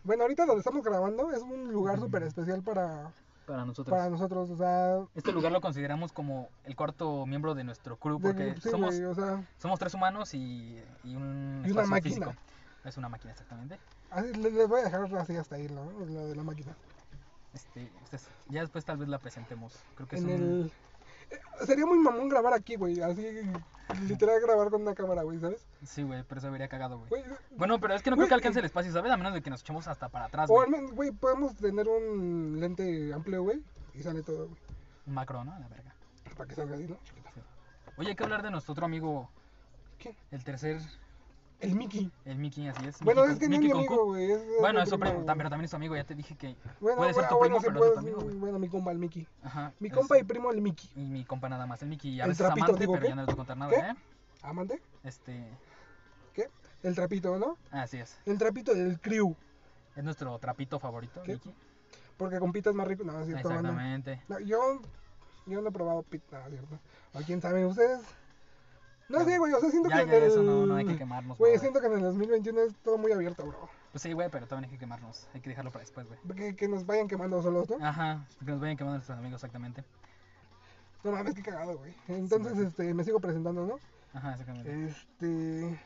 S2: Bueno, ahorita donde estamos grabando es un lugar súper especial para,
S1: Para nosotros.
S2: para nosotros, o sea.
S1: Este lugar lo consideramos como el cuarto miembro de nuestro crew
S2: de-
S1: porque
S2: sí,
S1: somos,
S2: güey, o sea.
S1: somos tres humanos y, y un
S2: Y una
S1: espacio
S2: máquina.
S1: físico. Es una máquina, exactamente.
S2: así- les, les voy a dejar así hasta ahí, ¿no? Lo de la máquina.
S1: Este, ustedes- ya después tal vez la presentemos. Creo que es
S2: En
S1: un...
S2: el. eh, Sería muy mamón grabar aquí, güey. Así, literal, grabar con una cámara, güey, ¿sabes?
S1: Sí, güey, pero se vería cagado, güey.
S2: Güey,
S1: Bueno, pero es que no
S2: Güey, eh.
S1: creo que alcance el espacio, ¿sabes? A menos de que nos echemos hasta para atrás,
S2: o
S1: Ah, güey.
S2: al menos, güey, podemos tener un lente amplio, güey. Y sale todo, güey.
S1: Un Macro, ¿no? A La verga.
S2: Para que salga así, ¿no?
S1: Oye, hay que hablar de nuestro otro amigo,
S2: ¿Qué?
S1: el tercer,
S2: El Mickey.
S1: el Mickey, así es.
S2: Bueno,
S1: Mickey con-
S2: es que no es
S1: Mickey
S2: mi
S1: con Q.
S2: amigo, güey. Es, es
S1: Bueno,
S2: mi
S1: es su
S2: primo,
S1: primo,
S2: güey.
S1: tam- pero también es su amigo, ya te dije que
S2: Bueno,
S1: puede ser tu primo,
S2: bueno, sí
S1: pero
S2: puede
S1: es tu
S2: ser-
S1: amigo, güey.
S2: Bueno, mi compa, el Mickey.
S1: Ajá.
S2: Mi
S1: es-
S2: compa y primo, el Mickey.
S1: Y mi compa nada más, el Mickey, y a
S2: El
S1: veces
S2: trapito,
S1: amante,
S2: digo,
S1: pero
S2: ¿qué?
S1: ya no les voy a contar nada,
S2: ¿Qué?
S1: ¿eh?
S2: ¿Amante?
S1: Este,
S2: Ah, ¿Qué? El trapito, ¿no?
S1: así es.
S2: El trapito del crew.
S1: Es nuestro trapito favorito,
S2: ¿Qué?
S1: Mickey.
S2: Porque con pita es más rico. No, es cierto, banda.
S1: Exactamente.
S2: No, yo, yo no he probado pita, no, es cierto. O quién sabe, ustedes. No sé, güey. O sea, siento
S1: Ya,
S2: que. en
S1: ya, eso
S2: el-
S1: no, no hay que quemarnos,
S2: Güey,
S1: brother.
S2: siento que en el 2021 es todo muy abierto, bro.
S1: Pues sí, güey, pero también hay que quemarnos. Hay que dejarlo para después, güey.
S2: Que, que nos vayan quemando solos, ¿no?
S1: Ajá, que nos vayan quemando nuestros amigos, exactamente.
S2: No mames, qué cagado, güey. Entonces, este, me sigo presentando, ¿no?
S1: Ajá,
S2: Eh.
S1: exactamente.
S2: Este.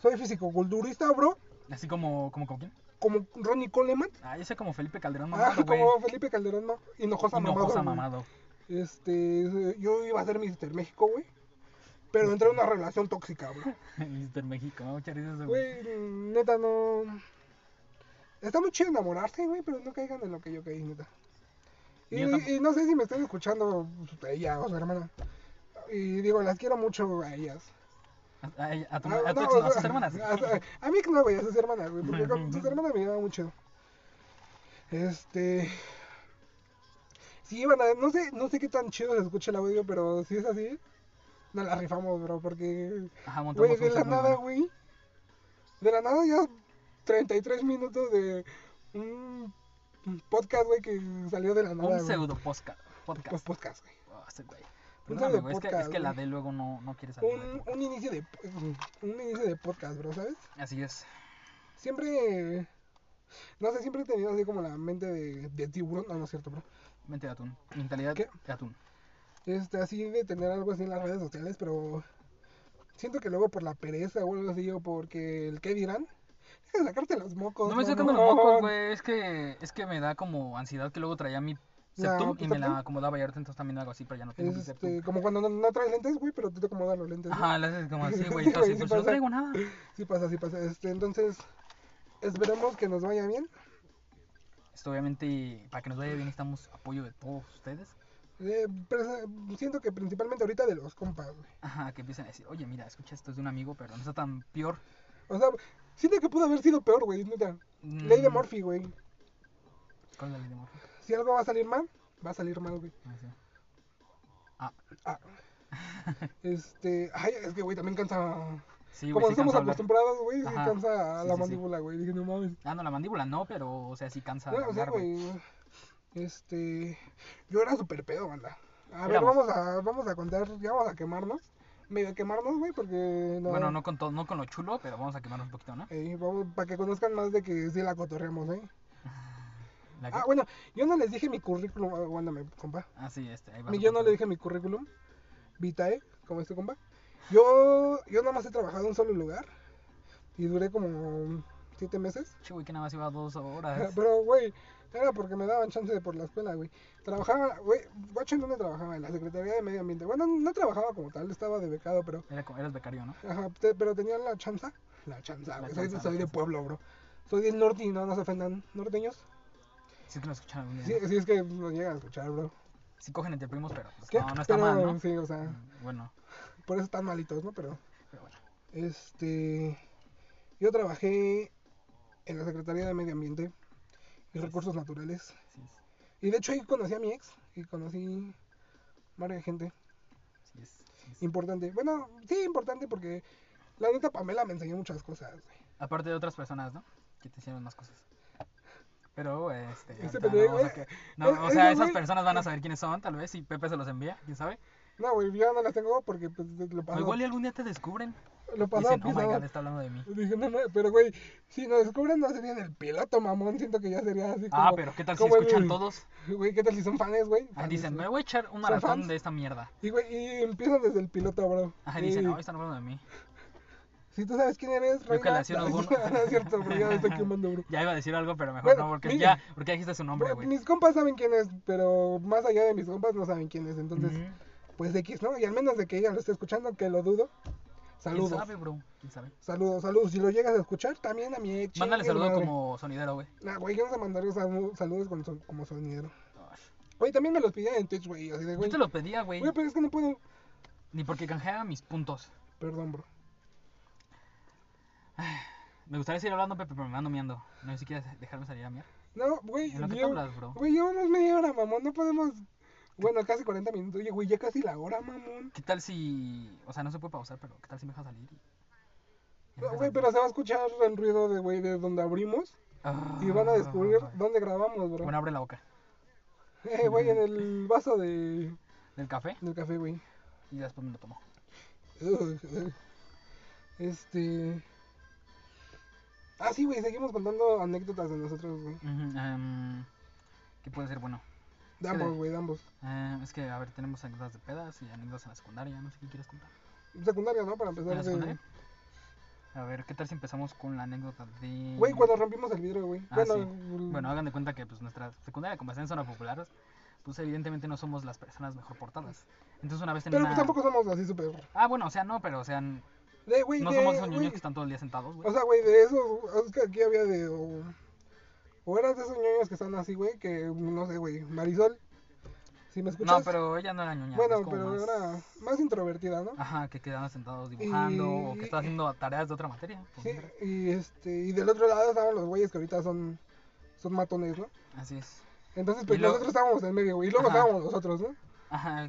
S2: Soy fisicoculturista, bro.
S1: Así como, como, ¿como quién?
S2: Como Ronnie Coleman.
S1: Ah, yo sé como Felipe Calderón
S2: Ah,
S1: mamado, güey.
S2: como Felipe Calderón, no. Hinojosa,
S1: Hinojosa
S2: mamado. güey.
S1: mamado. <laughs>
S2: Este. Yo iba a ser Mister México, güey. Pero entré en una relación tóxica, güey.
S1: Mister México, ¿no? muchas gracias, güey.
S2: Güey, neta, no. Está muy chido enamorarse, güey, pero no caigan en lo que yo caí, neta. Y,
S1: Yo tampoco.
S2: y no sé si me están escuchando pues, ella o su hermana. Y digo, las quiero mucho a ellas.
S1: A, a- a tu-
S2: Ah,
S1: a tu
S2: no,
S1: ex,
S2: o
S1: no, a sus
S2: sea,
S1: hermanas.
S2: A, a mí no, güey, a sus hermanas, güey.
S1: <laughs>
S2: Porque con sus hermanas me llevaba mucho. Este. Sí, van a. No sé, no sé qué tan chido se escucha el audio, pero si es así, no la rifamos, bro. Porque.
S1: Ajá,
S2: Güey,
S1: montamos
S2: de
S1: un
S2: la
S1: set muy
S2: nada,
S1: bueno.
S2: güey. De la nada ya 33 minutos de un un podcast, güey, que salió de la nada.
S1: Un
S2: güey.
S1: pseudo posca-
S2: Pues
S1: podcast.
S2: podcast, güey.
S1: Ah, ese güey. Perdóname, güey, es que, es
S2: Pues podcast,
S1: que la
S2: güey.
S1: D luego no, no quiere salir.
S2: Un, un inicio de un inicio de podcast, bro, ¿sabes?
S1: Así es.
S2: Siempre no sé, siempre he tenido así como la mente de, de tiburón, no, no es cierto, bro.
S1: Mente de atún. Mentalidad
S2: ¿Qué?
S1: de atún.
S2: Este, así de tener algo así en las redes sociales, pero siento que luego por la pereza o algo así o porque el qué dirán, deja de sacarte los mocos.
S1: No me estoy sacando los
S2: mamón.
S1: mocos, güey. Es que, es que me da como ansiedad que luego traía mi septum y
S2: pues,
S1: me la
S2: septum.
S1: acomodaba y ahorita entonces también hago así, pero ya no tengo mi septum.
S2: Este, como cuando no, no traes lentes, güey, pero tú te acomodas los lentes. ¿no?
S1: Ajá, le haces como
S2: <laughs>
S1: así, güey.
S2: Sí,
S1: entonces,
S2: güey, sí
S1: pues no
S2: pasa.
S1: traigo nada.
S2: Sí pasa, sí pasa. Este, entonces, esperemos que nos vaya bien.
S1: Esto obviamente, para que nos vaya bien, necesitamos apoyo de todos ustedes.
S2: Eh, pero, eh, siento que principalmente ahorita de los compas, güey.
S1: Ajá, que empiecen a decir, oye, mira, escucha, esto es de un amigo, pero no está tan peor.
S2: O sea, siento que pudo haber sido peor, güey, neta. Ley de
S1: Mm,
S2: Murphy, güey.
S1: ¿Cuál es la ley de Murphy?
S2: Si algo va a salir mal, va a salir mal, güey.
S1: No sé.
S2: Ah. Este, ay, es que, güey, también cansa
S1: Sí, güey,
S2: Como
S1: sí
S2: estamos
S1: cansa hablar.
S2: acostumbrados, güey, sí
S1: Ajá.
S2: cansa a
S1: Sí,
S2: la
S1: sí, sí.
S2: mandíbula, güey. Dije, no mames.
S1: Ah, no, la mandíbula no, pero, o sea, sí cansa
S2: Bueno, sí,
S1: hablar, güey.
S2: güey. Este. Yo era súper pedo, banda. A ver,
S1: Éramos.
S2: vamos a, vamos a contar, ya vamos a quemarnos. Medio quemarnos, güey, porque.
S1: Bueno, no con, todo, no con lo chulo, pero vamos a quemarnos un poquito, ¿no?
S2: Eh, vamos, para que conozcan más de que sí la cotorreamos, ¿eh?
S1: La que-
S2: Ah, bueno, yo no les dije mi currículum, ah, aguántame, compa.
S1: Ah, sí, este, ahí
S2: Mi-
S1: tu
S2: Yo no
S1: punto.
S2: le dije mi currículum, vitae, como este compa. Yo, yo nada más he trabajado en un solo lugar y duré como siete meses.
S1: Che, güey, que nada más iba dos horas.
S2: Pero, güey, era porque me daban chance de por la escuela, güey. Trabajaba, güey, guacho en dónde trabajaba, en la Secretaría de Medio Ambiente. Bueno, no trabajaba como tal, estaba de becado, pero,
S1: Era, co- eras becario, ¿no?
S2: ajá, te- pero tenía la chanza. La chanza,
S1: La
S2: güey, soy,
S1: chanza,
S2: soy
S1: la
S2: de
S1: chanza.
S2: pueblo, bro. Soy del norte y no nos ofendan, norteños.
S1: Si es que lo escucharon algún día.
S2: Si,
S1: ¿no?
S2: si es que nos llegan a escuchar, bro.
S1: Sí cogen entre primos, pero pues,
S2: ¿Qué?
S1: no, no está
S2: Pero,
S1: mal, ¿no? Mm,
S2: Sí, o sea,
S1: Bueno,
S2: por eso están malitos, ¿no? Pero,
S1: pero bueno.
S2: este, yo trabajé en la Secretaría de Medio Ambiente y Recursos Naturales.
S1: Sí, es-
S2: Y de hecho ahí conocí a mi ex y conocí varias gente
S1: sí, es- sí es.
S2: importante. Bueno, sí, importante porque la neta Pamela me enseñó muchas cosas, güey.
S1: Aparte de otras personas, ¿no? Que te hicieron más cosas. Pero, este.
S2: Este
S1: ahorita
S2: pendejo,
S1: no vamos a
S2: eh,
S1: que-
S2: eh,
S1: no, o
S2: eh,
S1: sea,
S2: no,
S1: esas
S2: güey.
S1: personas van a saber quiénes son, tal vez. Si Pepe se los envía, quién sabe.
S2: No, güey, yo no las tengo porque pues, lo
S1: O
S2: pasado.
S1: Ah, igual y algún día te descubren.
S2: Lo pasado
S1: Dicen, oh my
S2: pisado".
S1: god, está hablando de mí.
S2: Dije, no, no, pero güey, si nos descubren no serían el piloto, mamón. Siento que ya sería así como.
S1: Ah, pero ¿qué tal si
S2: como el-
S1: escuchan todos?
S2: Güey, ¿qué tal si son fans, güey?
S1: Ah,
S2: Fans,
S1: dicen,
S2: güey.
S1: me voy a echar un
S2: ¿Son
S1: maratón
S2: fans?
S1: de esta mierda.
S2: Y, güey, y empiezan desde el piloto, bro.
S1: Ah,
S2: Y
S1: dicen, no, están hablando de mí.
S2: Si tú sabes quién eres,
S1: Yo que le
S2: reina.
S1: hacía
S2: <laughs>
S1: un
S2: no,
S1: abono.
S2: es cierto, bro, ya me estoy quemando, bro.
S1: Ya iba a decir algo, pero mejor
S2: Bueno,
S1: no, porque
S2: mira.
S1: ya, porque ya dijiste su nombre,
S2: Bueno,
S1: güey.
S2: mis compas saben quién es, pero más allá de mis compas no saben quién es. Entonces,
S1: Ujú.
S2: pues X, ¿no? Y al menos de que ella lo esté escuchando, que lo dudo.
S1: ¿Quién
S2: Saludos.
S1: sabe, bro? ¿Quién sabe?
S2: Saludos, saludos. Si lo llegas a escuchar, también a mi ex.
S1: Mándale
S2: chingue
S1: saludo
S2: madre.
S1: como sonidero, güey.
S2: Nah, güey, yo no sé mandar salu- saludos con son- como sonidero.
S1: Ay,
S2: Güey, también me los pidían en Twitch, güey. Así de,
S1: Yo
S2: güey.
S1: te lo pedía, güey.
S2: Güey, pero es que no puedo.
S1: Ni porque canjeaba mis puntos.
S2: Perdón, bro.
S1: Me gustaría seguir hablando, Pepe, pero me ando miando. No sé si quieres dejarme salir a miar.
S2: No, güey.
S1: En lo que te
S2: llevo-
S1: hablas, bro.
S2: Güey, llevamos media hora, mamón. No podemos. Bueno, casi 40 minutos. Oye, güey, ya casi la hora, mamón.
S1: ¿Qué tal si. O sea, no se puede pausar, pero ¿qué tal si me deja salir? y- y
S2: No,
S1: deja
S2: güey,
S1: salir?
S2: pero se va a escuchar el ruido de, güey, de donde abrimos.
S1: Ah.
S2: Y van a descubrir dónde grabamos, bro.
S1: Bueno, abre la boca.
S2: <laughs> Eh, güey, en el vaso de,
S1: Del café
S2: del café, güey. <laughs>
S1: y después me lo tomo.
S2: Ugh, ugh. Este. Ah, sí, güey, seguimos contando anécdotas de nosotros, güey.
S1: Ujú, em, ¿Qué puede ser bueno?
S2: De
S1: Sí,
S2: ambos,
S1: de-
S2: güey, de ambos.
S1: Eh, es que, a ver, tenemos anécdotas de pedas y anécdotas en la secundaria. No sé qué quieres contar.
S2: Secundaria, ¿no? Para
S1: ¿En
S2: empezar.
S1: la
S2: de-
S1: secundaria? A ver, ¿qué tal si empezamos con la anécdota de.
S2: Güey, cuando rompimos el vidrio, güey.
S1: Mm. Ah,
S2: bueno,
S1: sí.
S2: mm,
S1: Bueno, hagan de cuenta que pues nuestra secundaria, como está en zona popular, pues evidentemente no somos las personas mejor portadas. Entonces una vez tenía
S2: Pero pues
S1: una-
S2: tampoco somos así súper.
S1: Ah, bueno, o sea, no, pero o sea, n-
S2: De, güey,
S1: no
S2: de-
S1: somos esos niños
S2: güey.
S1: que están todo el día sentados,
S2: O
S1: güey.
S2: sea, güey, de esos, es que aquí había de, o, o eras de esos niños que están así, güey, que, no sé, güey, Marisol, si me escuchas,
S1: No, pero ella no era ñoña. es
S2: bueno,
S1: como
S2: pero
S1: más- Ah,
S2: era más introvertida, ¿no?
S1: Ajá, que quedaban sentados dibujando o que estaba
S2: Y-
S1: haciendo tareas de otra materia. pues, por
S2: Sí,
S1: ejemplo.
S2: y este, y del otro lado estaban los güeyes que ahorita son, son matones, ¿no?
S1: Así es.
S2: Entonces, pues
S1: Y luego-
S2: nosotros estábamos en medio, güey, y luego
S1: Ajá.
S2: estábamos nosotros, ¿no?
S1: Ajá.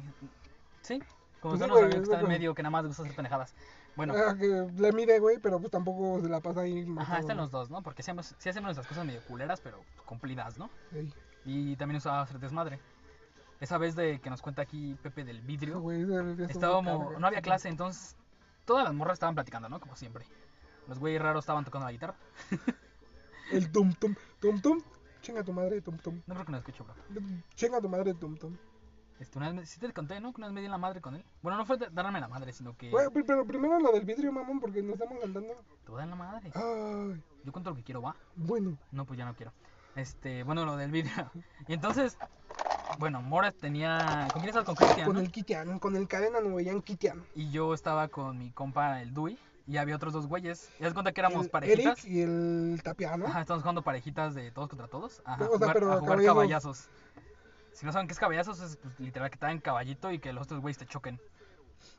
S1: Sí, como
S2: Pues
S1: usted
S2: sí,
S1: no
S2: güey,
S1: sabía que
S2: es
S1: está en
S2: como-
S1: medio, que nada más le gusta hacer pendejadas. Bueno,
S2: Ah, que la mire, güey, pero pues tampoco se la pasa ahí.
S1: ajá, están
S2: matando.
S1: los dos, ¿no? Porque sí, hacemos- sí hacemos nuestras cosas medio culeras, pero cumplidas, ¿no?
S2: Ey,
S1: Y también usaba hacer desmadre. Esa vez de que nos cuenta aquí Pepe del vidrio,
S2: güey, ese- ese- ese-
S1: estábamos,
S2: carga.
S1: no había clase, entonces todas las morras estaban platicando, ¿no? Como siempre. Los güeyes raros estaban tocando la guitarra.
S2: El tum tum, tum tum, chinga tu madre, tum tum,
S1: No creo que nos escuchó, bro.
S2: chinga tu madre, tum tum.
S1: Este, una vez me- sí te conté, ¿no? Que una vez me di en la madre con él. Bueno, no fue de- darme la madre, sino que...
S2: Güey, pe- pero primero lo del vidrio, mamón, porque nos estamos andando.
S1: Te voy a dar la madre.
S2: Ay,
S1: Yo cuento lo que quiero, ¿va?
S2: bueno.
S1: No, pues ya no quiero. Este, bueno, lo del vidrio. <laughs> Y entonces, bueno, Mora tenía... ¿Con quién estabas? Con Cristian,
S2: Con
S1: ¿no?
S2: el Kitian, con el cadena Nubeyan Kitian.
S1: Y yo estaba con mi compa, el Dui, y había otros dos güeyes. ¿Te das cuenta que éramos
S2: el
S1: parejitas?
S2: Eric y el Tapiano.
S1: Ajá, estamos jugando parejitas de todos contra todos. Ajá,
S2: O sea,
S1: jugar-
S2: pero
S1: a jugar caballazos.
S2: caballazos.
S1: Si no saben qué es caballazos, es pues, literal que te en caballito y que los otros güeyes te choquen.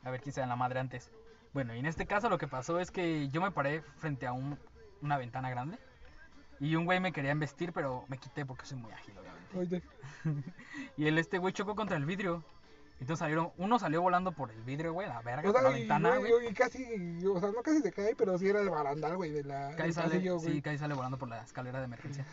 S1: A ver quién se da la madre antes. Bueno, y en este caso lo que pasó es que yo me paré frente a un- una ventana grande y un güey me quería embestir, pero me quité porque soy muy ágil, obviamente.
S2: Oye,
S1: Y el este güey chocó contra el vidrio. Y Entonces salieron, uno salió volando por el vidrio, güey, la verga,
S2: O
S1: por la
S2: sea, y,
S1: ventana,
S2: güey,
S1: güey.
S2: y casi, o sea, no casi se cae, pero sí era el barandal, güey, de la,
S1: Kai
S2: del
S1: sale,
S2: Ah, pasillo, güey.
S1: sí, Kai sale volando por la escalera de emergencia.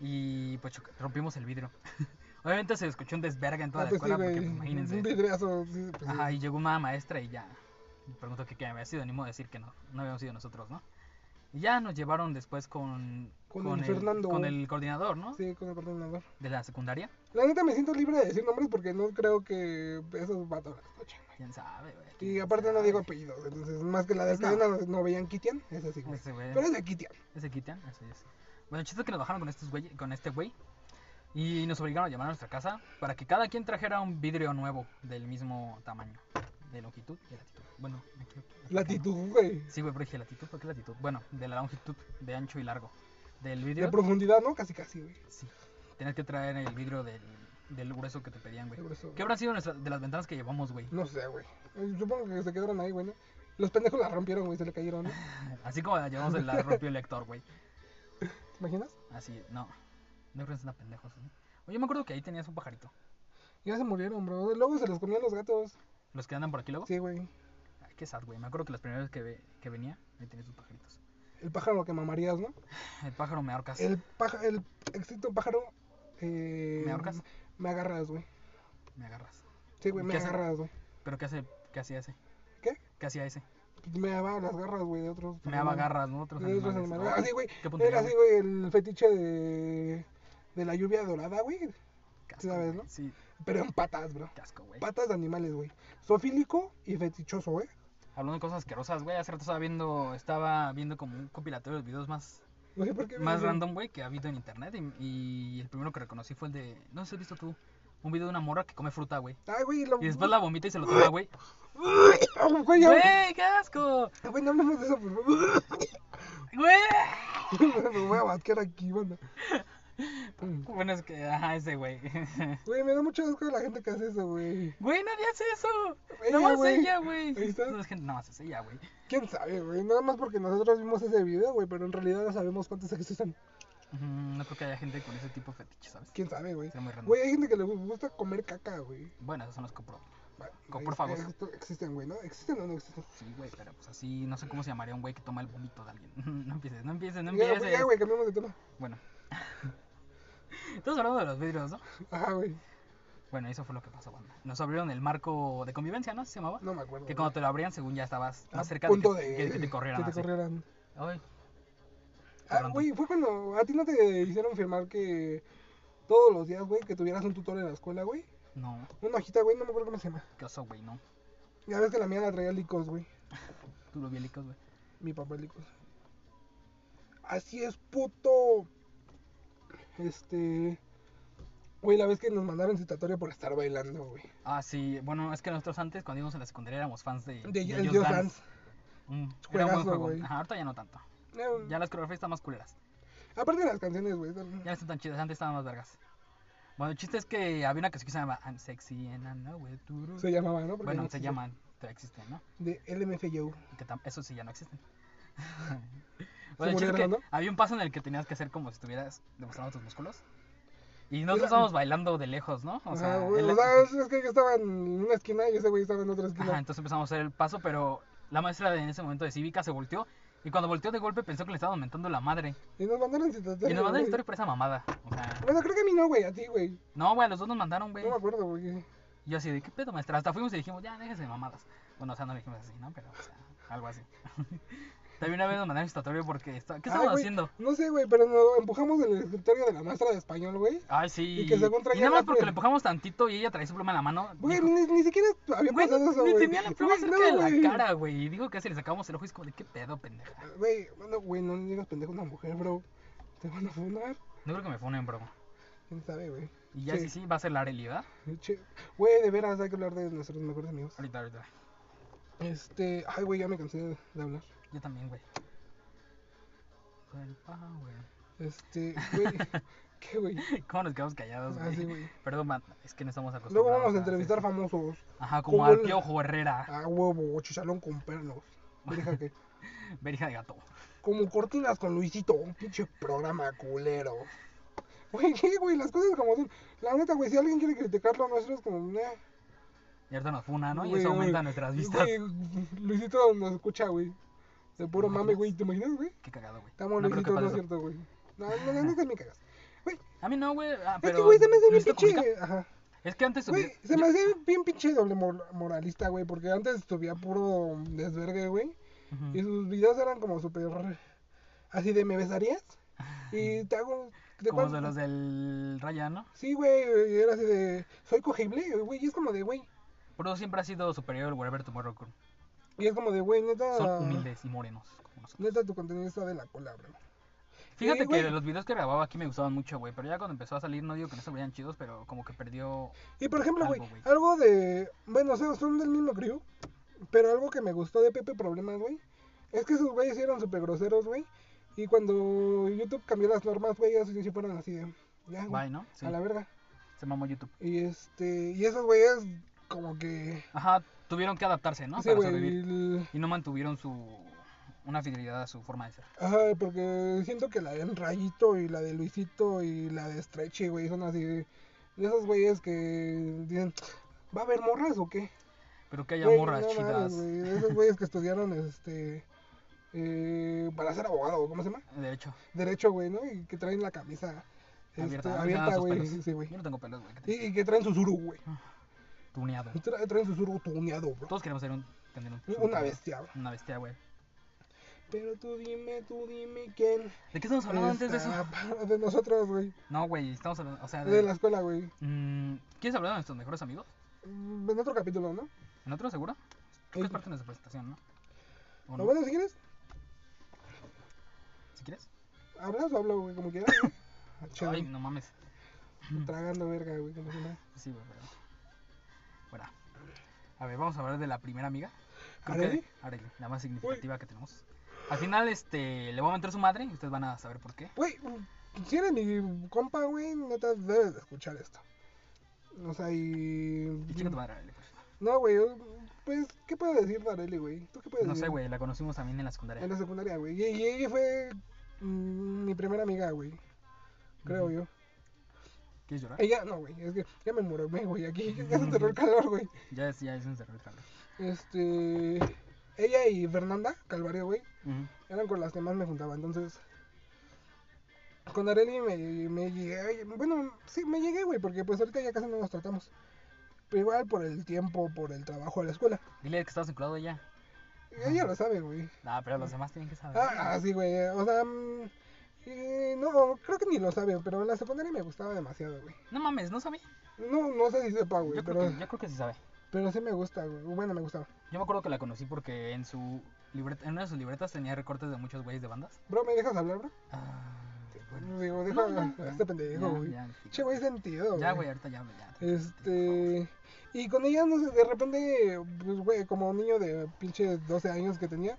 S1: Y pues choca- rompimos el vidrio. <laughs> Obviamente se escuchó un desverga en toda la
S2: Ah, pues sí,
S1: escuela, porque
S2: güey,
S1: pues, imagínense.
S2: Un vidriazo, sí, pues,
S1: Ajá,
S2: sí.
S1: y llegó una maestra y ya. Me preguntó que qué había sido, ni modo de decir que no, no habíamos sido nosotros, ¿no? Y ya nos llevaron después con,
S2: Con el Fernando.
S1: con el coordinador, ¿no?
S2: Sí, con el coordinador.
S1: De la secundaria.
S2: La neta me siento libre de decir nombres porque no creo que esos vatos lo escuchen.
S1: Quién sabe, güey.
S2: Y
S1: quién
S2: aparte no
S1: sabe.
S2: digo apellidos, entonces más que la de
S1: No.
S2: no. no veían Kitian, ese sí, güey.
S1: Ese güey.
S2: Pero es de Kitian.
S1: Ese Kitian, así es. Bueno, el chiste es que nos bajaron con, estos güey, con este güey. Y nos obligaron a llamar a nuestra casa para que cada quien trajera un vidrio nuevo del mismo tamaño, de longitud y latitud. Bueno, aquí- aquí- aquí, ¿no?
S2: Latitud, güey.
S1: Sí, güey, pero dije latitud, ¿por qué latitud? Bueno, de la longitud, de ancho y largo. Del vidrio.
S2: De profundidad, ¿no? Casi, casi, güey.
S1: Sí. Tenías que traer el vidrio del, del grueso que te pedían, güey.
S2: Qué grueso,
S1: ¿Qué
S2: güey.
S1: habrán sido nuestra- de las ventanas que llevamos, güey?
S2: No sé, güey. Eh, Supongo que se quedaron ahí, güey. ¿no? Los pendejos la rompieron, güey, se le cayeron, ¿no? ¿Te
S1: Así como la llevamos el la
S2: <laughs>
S1: rompió el lector, güey.
S2: imaginas?
S1: Así, no. No creo que sean tan pendejos, ¿eh? Oye, yo me acuerdo que ahí tenías un pajarito.
S2: Ya se murieron, bro. Luego se los comían los gatos.
S1: ¿Los que andan por aquí luego?
S2: Sí, güey.
S1: Ay, qué sad, güey. Me acuerdo que las primeras veces que, ve- que venía, ahí tenía sus pajaritos.
S2: El pájaro que mamarías, ¿no?
S1: El pájaro me ahorcas.
S2: El pájaro, el extinto pájaro. Eh,
S1: ¿Me ahorcas?
S2: Me agarras, güey.
S1: Me agarras.
S2: Sí, güey, me
S1: ¿Qué hace?
S2: agarras, güey.
S1: ¿Pero qué hace? ¿Qué hacía ese?
S2: ¿Qué? Pues
S1: ¿Qué hacía ese?
S2: Me daba las garras, güey, de otros.
S1: Me daba
S2: animales.
S1: garras, ¿no? Otros
S2: De otros
S1: animales.
S2: animales.
S1: Ay,
S2: Así, güey.
S1: Qué puntería,
S2: Era así, güey, el fetiche de. De la lluvia dorada, güey.
S1: Qué asco,
S2: sí sabes,
S1: güey.
S2: ¿no?
S1: Sí,
S2: Pero en patas, bro.
S1: qué asco, güey.
S2: Patas de animales, güey. Zoofílico y fetichoso, güey.
S1: Hablando de cosas asquerosas, güey. Hace rato estaba viendo, estaba viendo como un compilatorio de los videos más
S2: No sé por qué.
S1: más
S2: güey.
S1: random, güey, que ha habido en internet. Y, y el primero que reconocí fue el de. No sé si has visto tú. Un video de una morra que come fruta, güey.
S2: Ay, güey, lo.
S1: Y después la vomita y se lo toma, güey.
S2: <coughs> Güey, ya-
S1: ¡Güey, qué asco!
S2: güey, no hablemos de eso, por favor.
S1: ¡Güey!
S2: <laughs> Me voy a basquear aquí, banda. <laughs>
S1: Bueno, es que. Ajá, ese güey. <laughs>
S2: Güey, me da mucho asco la gente que hace eso, güey.
S1: Güey, nadie hace eso.
S2: Ella,
S1: Nada más
S2: güey.
S1: ella, güey.
S2: Ahí está.
S1: No es gente, nada más es ella, güey.
S2: ¿Quién sabe, güey? Nada más porque nosotros vimos ese video, güey, pero en realidad no sabemos cuántos existen.
S1: Ujú, No creo que haya gente con ese tipo de fetiche, ¿sabes?
S2: ¿Quién sabe, güey?
S1: Está muy random.
S2: Güey, hay gente que le gusta comer caca, güey.
S1: Bueno, esos son los copro.
S2: Vale,
S1: Por
S2: güey,
S1: favor.
S2: esto- Existen, güey, ¿no? ¿Existen o no existen?
S1: Sí, güey, pero pues así. No sé cómo se llamaría un güey que toma el vómito de alguien. <laughs> No empieces, no empieces, no
S2: Ya, güey,
S1: empieces.
S2: ya, güey, cambiamos de tema.
S1: Bueno. <laughs> Estamos hablando de los vidrios, ¿no?
S2: Ajá, güey.
S1: Bueno, eso fue lo que pasó, banda. Nos abrieron el marco de convivencia, ¿no? ¿Se llamaba?
S2: No me acuerdo.
S1: Que
S2: güey.
S1: cuando te lo abrían, según ya estabas
S2: A
S1: más cerca
S2: punto
S1: de que, que- que te corrieran.
S2: Que te
S1: así.
S2: corrieran.
S1: Ay,
S2: Ah,
S1: Pronto.
S2: güey, fue cuando a ti no te hicieron firmar que todos los días, güey, que tuvieras un tutor en la escuela, güey.
S1: no,
S2: Una hojita, güey, no me acuerdo cómo se llama.
S1: qué oso, güey, no.
S2: Ya ves que la mía la traía licos, güey.
S1: Tú lo bielicos, güey.
S2: Mi papá licos. Así es, puto. Este. Güey, la vez que nos mandaron citatoria por estar bailando, güey.
S1: Ah, sí, bueno, es que nosotros antes, cuando íbamos a la secundaria, éramos fans de,
S2: De
S1: de
S2: el
S1: Just
S2: Dios
S1: Dance.
S2: Dance.
S1: Mm, era un buen
S2: Juegazo,
S1: juego.
S2: güey.
S1: Ajá, ahorita ya no tanto.
S2: No,
S1: Ya las coreografías están más culeras.
S2: Aparte de las canciones, güey. son-
S1: Ya no están tan chidas, antes estaban más vergas. Bueno, el chiste es que había una canción que se llamaba I'm Sexy and I Know It. tururu.
S2: Se llamaba, ¿no? Porque
S1: Bueno,
S2: no
S1: se
S2: existe.
S1: llaman, pero existen, ¿no?
S2: De LMFAO.
S1: Que tam- eso sí ya no
S2: <laughs>
S1: existen.
S2: Se
S1: el chiste es que
S2: murieron, ¿no?
S1: había un paso en el que tenías que hacer como si estuvieras demostrando tus músculos. Y nosotros
S2: Era-
S1: estábamos bailando de lejos, ¿no? O sea,
S2: Ajá, güey,
S1: el-
S2: o sea, es- es que yo estaba en una esquina y ese güey estaba en otra esquina.
S1: Ajá, entonces empezamos a hacer el paso, pero la maestra de- en ese momento de cívica se volteó. Y cuando volteó de golpe pensó que le estaban aumentando la madre.
S2: Y nos mandaron citatoria.
S1: Y nos mandaron
S2: güey.
S1: historia por esa mamada. O sea,
S2: Bueno, creo que a mí no, güey, a ti, güey.
S1: no, güey, a los dos nos mandaron, güey.
S2: No me acuerdo, güey.
S1: Y yo así, ¿de qué pedo, maestra? Hasta fuimos y dijimos, ya, déjese de mamadas. Bueno, o sea, no le dijimos así, ¿no? Pero, o sea, algo así. <laughs> También una vez nos mandaron historia porque... está- ¿Qué
S2: Ay,
S1: estábamos
S2: güey,
S1: haciendo?
S2: No sé, güey, pero nos empujamos del escritorio de la maestra de español, güey.
S1: Ay, sí.
S2: Y que según traía
S1: nada más
S2: la
S1: porque
S2: pluma.
S1: le empujamos tantito y ella traía su pluma en la mano.
S2: Güey,
S1: dijo,
S2: ni, ni siquiera había
S1: "Güey,
S2: pasado eso,
S1: ni
S2: güey.
S1: tenía la pluma
S2: Güey,
S1: cerca
S2: no,
S1: de la
S2: güey.
S1: cara, güey. Y digo que si le sacamos el ojo y es como de qué pedo, pendeja.
S2: Güey, bueno, güey, no le digas pendejo a una mujer, bro. Te van a funar.
S1: No creo que me funen, bro.
S2: Quién sabe, güey.
S1: Y ya sí,
S2: Sí.
S1: sí, va a ser la Areli, ¿verdad?
S2: Che- Güey, de veras, hay que hablar de nuestros mejores amigos.
S1: Ahorita, ahorita.
S2: Este, ay, güey, ya me cansé de, de hablar.
S1: Yo también, güey. Girl power.
S2: Este, güey, <laughs> ¿qué, güey?
S1: ¿Cómo nos quedamos callados,
S2: Ah, sí,
S1: güey?
S2: güey.
S1: Perdón, man, es que no estamos acostumbrados.
S2: Luego vamos a
S1: hacer
S2: entrevistar
S1: eso.
S2: famosos.
S1: Ajá, como
S2: como
S1: al
S2: el-
S1: Piojo Herrera.
S2: A huevo, chicharrón con pernos. Deja que.
S1: Verija de gato.
S2: Como cortinas con Luisito, un pinche programa culero. Güey, ¿qué, güey? Las cosas como son. La neta, güey, si alguien quiere criticar lo nuestro es como, nah,
S1: Y ahorita nos funa, ¿no? Y
S2: Güey,
S1: eso
S2: güey.
S1: aumenta nuestras vistas.
S2: Güey, Luisito nos escucha, güey. De puro mame, güey. ¿Te imaginas, güey?
S1: Qué cagado, güey.
S2: Te amo,
S1: No creo que
S2: Luisito, no es
S1: pase eso.
S2: cierto, güey. No, no, no, no te me cagas.
S1: A mí no, güey. ah,
S2: Es
S1: pero
S2: que, güey, se me hace bien
S1: Luisito Comunica-
S2: pinche. Ajá.
S1: Es que antes
S2: Güey,
S1: subí-
S2: se me hace bien pinche doble mor- moralista, güey. Porque antes subía puro desvergue, güey.
S1: Ujú.
S2: Y sus videos eran como súper. Así de, ¿me besarías?
S1: <laughs>
S2: Y te hago. ¿de
S1: Como
S2: cuán-
S1: de los del Raya, ¿no?
S2: Sí, güey, era así de. Soy cogible, güey. Y es como de, güey.
S1: Pero siempre ha sido superior el Wherever Tomorrow Crew.
S2: Y es como de, güey, neta.
S1: Son humildes y morenos como nosotros.
S2: Neta, tu contenido está de la cola, bro.
S1: Fíjate que
S2: güey.
S1: de los videos que grababa aquí me gustaban mucho, güey. Pero ya cuando empezó a salir, no digo que no se veían chidos, pero como que
S2: <laughs>
S1: perdió.
S2: Y por ejemplo, güey,
S1: Algo, güey.
S2: algo de. Bueno, o sea, son del mismo crew. Pero algo que me gustó de Pepe Problemas, güey. Es que esos güeyes eran súper groseros, güey. Y cuando YouTube cambió las normas, güey, ellos sí fueron así de. Ya, güey,
S1: Bye, ¿no? Sí.
S2: A la verga.
S1: Se mamó YouTube.
S2: Y este. Y esos güeyes, como que.
S1: Ajá, tuvieron que adaptarse, ¿no?
S2: sí,
S1: Para
S2: güey.
S1: sobrevivir.
S2: el-
S1: Y no mantuvieron su. Una fidelidad a su forma de ser.
S2: Ajá, porque siento que la del Rayito y la de Luisito y la de Stretchy, güey, son así. De esos güeyes que dicen. ¿Va a haber morras o qué?
S1: Pero que haya
S2: Güey,
S1: morras
S2: no
S1: chidas.
S2: mames, güey, Esos güeyes que estudiaron este eh, para ser abogado, ¿cómo se llama?
S1: De hecho,
S2: Derecho, güey, ¿no? Y que traen la camisa este,
S1: abierta. no
S2: abierta,
S1: me dan sus
S2: güey.
S1: pelos.
S2: Sí, sí, güey.
S1: Yo no tengo pelos, güey. que te-
S2: Y, y que traen su suru, güey.
S1: Tuneado.
S2: Tra- traen su suru tuneado, bro.
S1: Todos queremos ser un, tener un.
S2: Una bestia, bro.
S1: Una bestia, güey.
S2: Pero tú dime, tú dime quién.
S1: ¿De qué estamos hablando antes de eso?
S2: está- de nosotros, güey.
S1: No, güey, estamos hablando. O sea, de.
S2: De la escuela, güey.
S1: Mm, ¿Quieres hablar de nuestros mejores amigos?
S2: Mm, En otro capítulo, ¿no?
S1: ¿En otro seguro? Creo que es
S2: Eh,
S1: parte de nuestra presentación, ¿no? ¿O
S2: Lo
S1: no?
S2: bueno, si quieres,
S1: Si quieres.
S2: hablas o hablo, güey, como quieras. güey. Chido.
S1: Ay, no mames.
S2: Tragando verga, güey, como siempre.
S1: <clears throat> Sí, güey, pero. Bueno. A ver, vamos a hablar de la primera amiga.
S2: ¿Areli?
S1: Que... Areli, la más significativa que tenemos. Al final, este, le voy a meter su madre y ustedes van a saber por qué.
S2: Güey, si eres mi compa, güey, neta debes de escuchar esto. O sea, y.
S1: Y chica tu madre, Areli, pues.
S2: No, güey, yo- pues, ¿qué puedo decir de Arely, güey? ¿Tú qué puedes
S1: No
S2: decir?
S1: sé, güey, la conocimos también en la secundaria.
S2: En la secundaria, güey. Y, y ella fue mm, mi primera amiga, güey. Creo
S1: Ujú.
S2: yo.
S1: ¿Quieres llorar?
S2: Ella, no, güey, es que ya me muero, güey, aquí <laughs> ya se enterró el calor, güey.
S1: Ya es, ya es un cerro el calor.
S2: Este. Ella y Fernanda Calvario, güey,
S1: Ujú.
S2: eran con las que más me juntaba, entonces. Con Areli me, me llegué, bueno, sí, me llegué, güey, porque pues ahorita ya casi no nos tratamos. Pero igual por el tiempo, por el trabajo de la escuela.
S1: Dile que estás enculado ella.
S2: Ella lo sabe, güey.
S1: Ah, pero los demás tienen que saber.
S2: Ah, ah, sí, güey, o sea, mm, eh, no, creo que ni lo sabe, pero en la secundaria me gustaba demasiado, güey.
S1: No mames, no sabía.
S2: No, no sé si sepa, Ah, güey,
S1: Yo creo,
S2: pero,
S1: que, yo creo que sí sabe.
S2: pero sí me gusta, güey. Bueno, me gustaba.
S1: Yo me acuerdo que la conocí porque en su libreta, en una de sus libretas tenía recortes de muchos güeyes de bandas.
S2: Bro, ¿me dejas hablar, bro?
S1: Ah, bueno.
S2: Digo, deja
S1: No, no,
S2: a este pendejo,
S1: ya,
S2: güey.
S1: ya, sí.
S2: Che, güey, sentido,
S1: Ya, güey, ahorita ya, güey, ya.
S2: Este. Y con ella, no sé, de repente, pues, güey, como niño de pinche 12 años que tenía,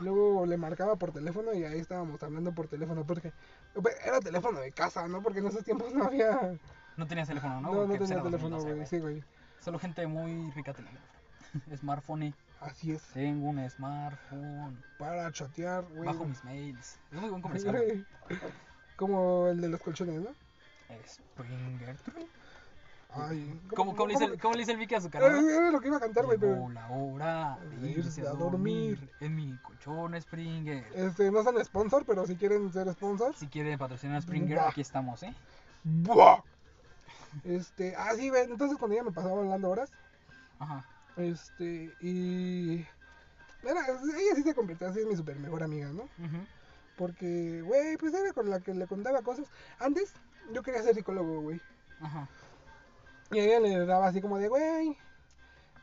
S2: luego le marcaba por teléfono y ahí estábamos hablando por teléfono, porque pues, era teléfono de casa, ¿no? Porque en esos tiempos <laughs> no había.
S1: No tenías teléfono, ¿no?
S2: No, no,
S1: Porque, pues,
S2: tenía
S1: era
S2: teléfono,
S1: 2012,
S2: güey, sí, güey.
S1: Solo gente muy rica tenía teléfono. <laughs> Smartphone.
S2: Así es.
S1: Tengo un smartphone.
S2: Para chatear, güey.
S1: Bajo mis mails. Es muy buen comercial. güey.
S2: <laughs> Como el de los colchones, ¿no?
S1: Springer.
S2: Ay,
S1: ¿Cómo, cómo le dice el- cómo le dice el Vicky a su
S2: Era
S1: carnal?
S2: era lo que iba a cantar, güey,
S1: Llegó
S2: pero.
S1: la hora de irse a dormir Eh. en mi colchón Springer.
S2: Este, no son sponsor, pero si quieren ser sponsors.
S1: Si quiere patrocinar a Springer,
S2: Buah.
S1: aquí estamos, ¿eh?
S2: ¡Buah! Este, ah, sí, güey, entonces cuando ella me pasaba hablando horas,
S1: Ajá.
S2: este, y. Era, ella sí se convirtió así en mi super mejor amiga, ¿no?
S1: ujú.
S2: Porque, güey, pues era con la que le contaba cosas. Antes, yo quería ser psicólogo, güey.
S1: Ajá.
S2: Y ella le daba así como de, güey,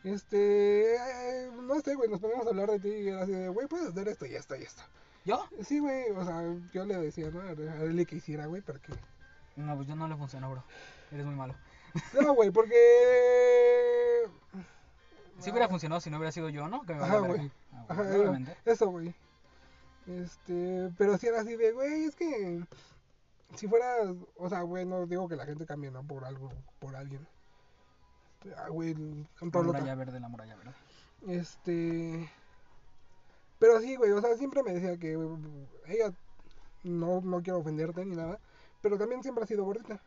S2: este, eh, no sé, güey, nos poníamos a hablar de ti y era así de, güey, puedes hacer esto y esto y esto.
S1: ¿Yo?
S2: Sí, güey, o sea, yo le decía, ¿no? A él que hiciera, güey, porque.
S1: No, pues yo no le funcionó, bro. Eres muy malo.
S2: No, güey, porque.
S1: Si hubiera funcionado si no hubiera sido yo, ¿no? Que me
S2: Ajá,
S1: valga verga.
S2: güey.
S1: Ah, güey,
S2: Ajá, era-
S1: obviamente.
S2: eso, güey. Este, pero si era así de, güey, es que si fueras, o sea, güey, no digo que la gente cambie, ¿no? Por algo, por alguien. Ah, güey, el- con
S1: La
S2: todo lo
S1: muralla verde, la muralla verde.
S2: Este, pero sí, güey, o sea, siempre me decía que güey, ella, no, no quiero ofenderte ni nada, pero también siempre ha sido gordita.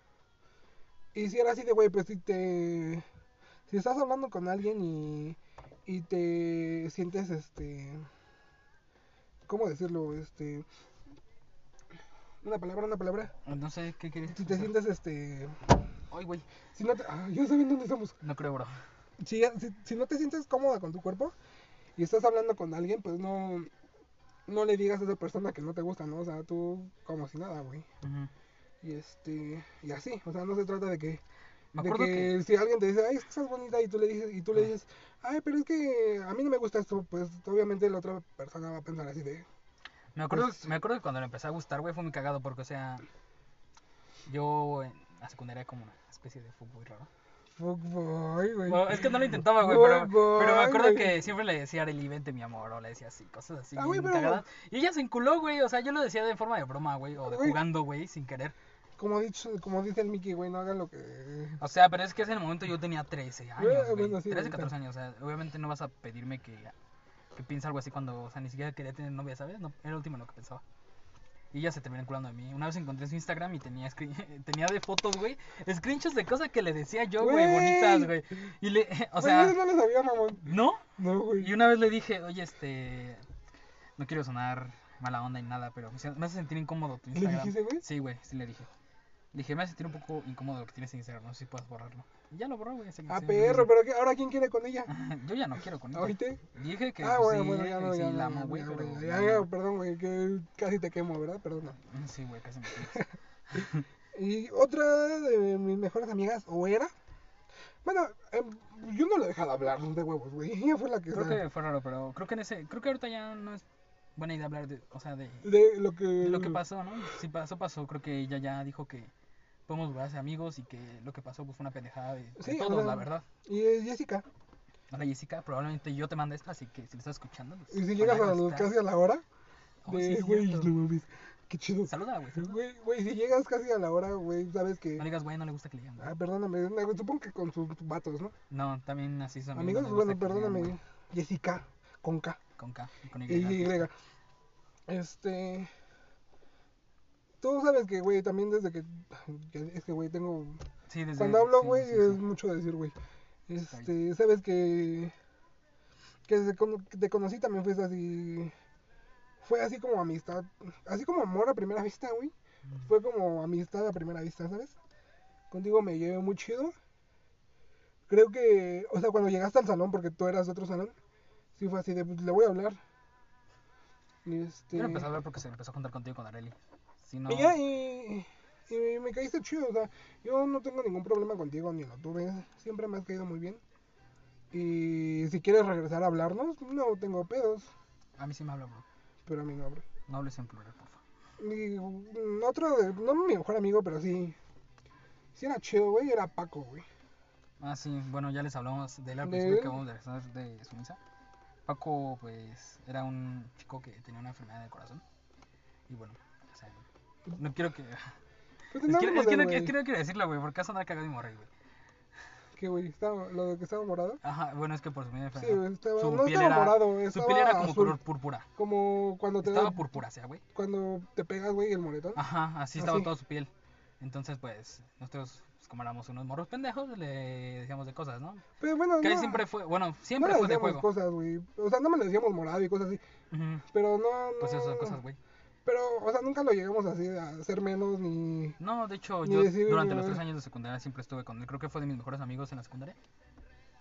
S2: Y si era así de, güey, pues si te, si estás hablando con alguien y, y te sientes, este, ¿cómo decirlo? Este, una palabra, una palabra.
S1: No sé, ¿qué quieres? Pues,
S2: Si te sientes, este,
S1: Ay, güey.
S2: si no te, ah, ya saben dónde estamos.
S1: No creo, bro.
S2: Si, si, si no te sientes cómoda con tu cuerpo y estás hablando con alguien, pues no, no le digas a esa persona que no te gusta, ¿no? O sea, tú como si nada, güey.
S1: Ujú.
S2: Y este, y así, o sea, no se trata de que
S1: Me
S2: de
S1: acuerdo
S2: que,
S1: que-
S2: si alguien te dice, "Ay, es que estás bonita" y tú le dices y tú le
S1: Ah.
S2: dices, "Ay, pero es que a mí no me gusta esto", pues obviamente la otra persona va a pensar así de,
S1: Me acuerdo,
S2: Pues-
S1: me acuerdo que cuando le empecé a gustar, güey, fue muy cagado porque, o sea, yo en la secundaria era como una especie de fútbol raro.
S2: "Fuck boy, güey."
S1: Bueno, es que no lo intentaba,
S2: <laughs>
S1: güey,
S2: Fuck
S1: pero,
S2: boy,
S1: pero me acuerdo
S2: güey.
S1: que siempre le decía Arely, vente mi amor, o le decía así, cosas así.
S2: Ah, güey,
S1: bien
S2: pero-
S1: cagadas. Y ella se enculó, güey, o sea, yo lo decía de forma de broma, güey, o de
S2: Güey.
S1: jugando, güey, sin querer.
S2: Como dicho, como dice el Mickey, güey, no hagan lo que
S1: O sea, pero es que en el momento yo tenía 13 años,
S2: Bueno,
S1: güey,
S2: Eh, bueno, sí,
S1: 13,
S2: ahorita.
S1: 14 años, o sea, obviamente no vas a pedirme que, que piense algo así cuando, o sea, ni siquiera quería tener novia, ¿sabes? No, era lo último en lo que pensaba. Y ella se terminó enculando de mí. Una vez encontré su Instagram y tenía, screen- <laughs> tenía de fotos, güey, screenshots de cosas que le decía yo, güey,
S2: Güey.
S1: bonitas, güey. Y le, <laughs> o
S2: Güey,
S1: sea,
S2: eso no lo sabía, mamón.
S1: ¿no?
S2: No, güey.
S1: Y una vez le dije, oye, este. No quiero sonar mala onda ni nada, pero me se- me hace sentir incómodo tu
S2: ¿Le
S1: Instagram.
S2: dijiste, güey?
S1: Sí, güey, sí le dije. Le dije, me hace sentir un poco incómodo lo que tienes en Instagram, no sé si puedes borrarlo. Y ya lo borró, güey. se-
S2: A
S1: se-
S2: Ah, perro, pero que ahora quién quiere con ella?
S1: <laughs> Yo ya no quiero con ella.
S2: ¿Ahorita?
S1: Dije que
S2: Ah,
S1: pues,
S2: bueno,
S1: sí,
S2: bueno, ya no,
S1: sí,
S2: ya
S1: la
S2: no,
S1: amo, güey,
S2: ya, ya,
S1: pero.
S2: güey, ya,
S1: ya
S2: ya,
S1: no.
S2: perdón, güey, que casi te quemo, ¿verdad? Perdona.
S1: Sí, güey,
S2: <laughs>
S1: casi me
S2: Y otra de mis mejores amigas, o era. Bueno, em, yo no la he dejado hablar de huevos, güey. <laughs> Ella fue la que.
S1: Creo
S2: o sea,
S1: que fue raro, pero creo que en ese. Creo que ahorita ya no es buena idea hablar de. O sea, de.
S2: De lo que.
S1: de lo que pasó, ¿no? Si pasó, pasó. Creo que ella ya dijo que podemos volver a ser amigos y que lo que pasó pues, fue una pendejada de, de
S2: Sí, o
S1: todos,
S2: sea,
S1: la verdad.
S2: Y es Jessica.
S1: Hola Jessica, probablemente yo te mande esta, así que si lo estás escuchando. pues,
S2: Y si
S1: hola,
S2: llegas
S1: ¿cómo
S2: a los-
S1: estás?
S2: casi a la hora.
S1: Oh, sí,
S2: De,
S1: es
S2: güey,
S1: cierto.
S2: no mames. Qué chido.
S1: Salúdala, güey. salúdala.
S2: Güey, güey, si llegas casi a la hora, güey, sabes que.
S1: No digas, güey, no le gusta que le digan. güey.
S2: Ah, perdóname. no, Supongo que con sus vatos, ¿no?
S1: No, también así son
S2: Amigos,
S1: no le gusta que
S2: bueno,
S1: le digan,
S2: perdóname.
S1: güey,
S2: Jessica, con K.
S1: Con K, y con Y.
S2: Y, Y. Este. Tú sabes que, güey, también desde que. Es que, güey, tengo.
S1: Sí, desde-
S2: Cuando hablo,
S1: sí,
S2: güey,
S1: sí,
S2: es
S1: sí.
S2: mucho decir, güey.
S1: Está
S2: Este, sabes que. Que desde con- que te conocí también fuiste así. Fue así como amistad. Así como amor a primera vista, güey. Fue como amistad a primera vista, ¿sabes? Contigo me llevé muy chido. Creo que. O sea, cuando llegaste al salón, porque tú eras de otro salón. Sí fue así de. pues, Le voy a hablar. Y este.
S1: Yo no empecé a hablar porque se empezó a juntar contigo con Areli. Si no,
S2: Y ya, y, y me caíste chido, o sea, yo no tengo ningún problema contigo, ni lo tuve, siempre me has caído muy bien. Y si quieres regresar a hablarnos, no tengo pedos,
S1: a mí sí me habla, bro.
S2: pero a mí no, bro.
S1: No hables en plural, por favor.
S2: Y mm, otro, de- no mi mejor amigo, pero sí, sí era chido, güey, era Paco, güey.
S1: Ah, sí, bueno, ya les hablamos de él al
S2: De
S1: principio
S2: él.
S1: que acabamos de regresar de su misa. Paco, pues, era un chico que tenía una enfermedad del corazón. Y bueno, o sea, no quiero que.
S2: Pues
S1: Es que,
S2: andábamos
S1: es que
S2: de,
S1: no,
S2: güey,
S1: es que no quiero decirlo, güey, porque vas a andar cagado y morir, güey.
S2: que, güey, estaba, lo de que estaba morado.
S1: Ajá, bueno, es que por su medio
S2: Sí, güey,
S1: enfermedad.
S2: estaba,
S1: su
S2: no
S1: piel
S2: estaba
S1: era,
S2: morado,
S1: su
S2: estaba
S1: piel era como
S2: azul.
S1: color púrpura.
S2: Como cuando te,
S1: Estaba Ah,
S2: das-
S1: purpurácea, güey.
S2: cuando te pegas, güey, el moretón.
S1: Ajá, así estaba
S2: Así.
S1: toda su piel. Entonces, pues, nosotros, pues, como éramos unos morros pendejos, le decíamos de cosas, ¿no?
S2: Pero bueno,
S1: Que ahí
S2: no-
S1: siempre fue, bueno, siempre
S2: no le
S1: fue de
S2: decíamos
S1: juego.
S2: cosas, güey. O sea, no me lo decíamos morado y cosas así.
S1: Ujú,
S2: Pero no, no.
S1: Pues esas cosas, güey.
S2: Pero, o sea, nunca lo llegamos así a hacer menos ni.
S1: No, de hecho,
S2: Ni
S1: yo
S2: decir,
S1: durante
S2: ni
S1: los
S2: ver.
S1: tres años de secundaria siempre estuve con él. Creo que fue de mis mejores amigos en la secundaria.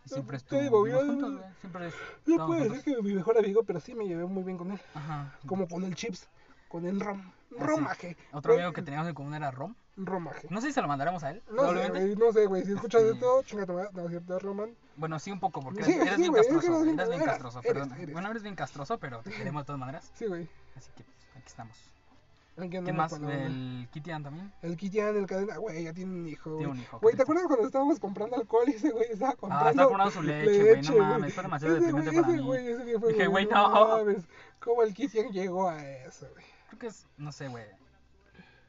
S1: Y Siempre
S2: Te digo,
S1: estuvimos
S2: yo-
S1: juntos, güey. Siempre es-
S2: No
S1: estábamos
S2: puedo
S1: juntos.
S2: decir que mi mejor amigo, pero sí me llevé muy bien con él.
S1: Ajá.
S2: Como con el chips, con el rom.
S1: Ah, sí.
S2: Romaje.
S1: Otro
S2: güey,
S1: amigo que teníamos en común era Rom.
S2: Romaje.
S1: No sé si se lo mandaremos a él.
S2: No sé,
S1: probablemente.
S2: güey, no sé, güey. Si escuchas
S1: Sí.
S2: esto, chingate, no es cierto, Roman.
S1: Bueno, sí, un poco, porque
S2: Sí,
S1: eres, eres
S2: sí,
S1: bien
S2: güey, es que
S1: castroso.
S2: eres
S1: güey,
S2: bien-
S1: eres bien
S2: eras,
S1: castroso,
S2: eres,
S1: perdón.
S2: eres.
S1: Bueno, eres bien castroso, pero te queremos de todas maneras.
S2: Sí, güey.
S1: Así que pues, aquí estamos.
S2: Aquí
S1: ¿Qué
S2: andamos
S1: más?
S2: con la-
S1: El Kitian también.
S2: El Kitian, el cadena, güey, ya tiene un hijo.
S1: Tiene
S2: güey.
S1: un hijo,
S2: Güey, ¿te
S1: Cristo.
S2: acuerdas cuando estábamos comprando alcohol y ese güey estaba comprando.
S1: estaba comprando su leche, güey, no mames, fue demasiado
S2: Ese
S1: deprimente
S2: güey,
S1: para
S2: ese
S1: mí.
S2: Güey, ese día fue
S1: Dije, güey, no.
S2: mames, ¿Cómo el Kitian llegó a eso, güey?
S1: Creo que es, no sé, güey.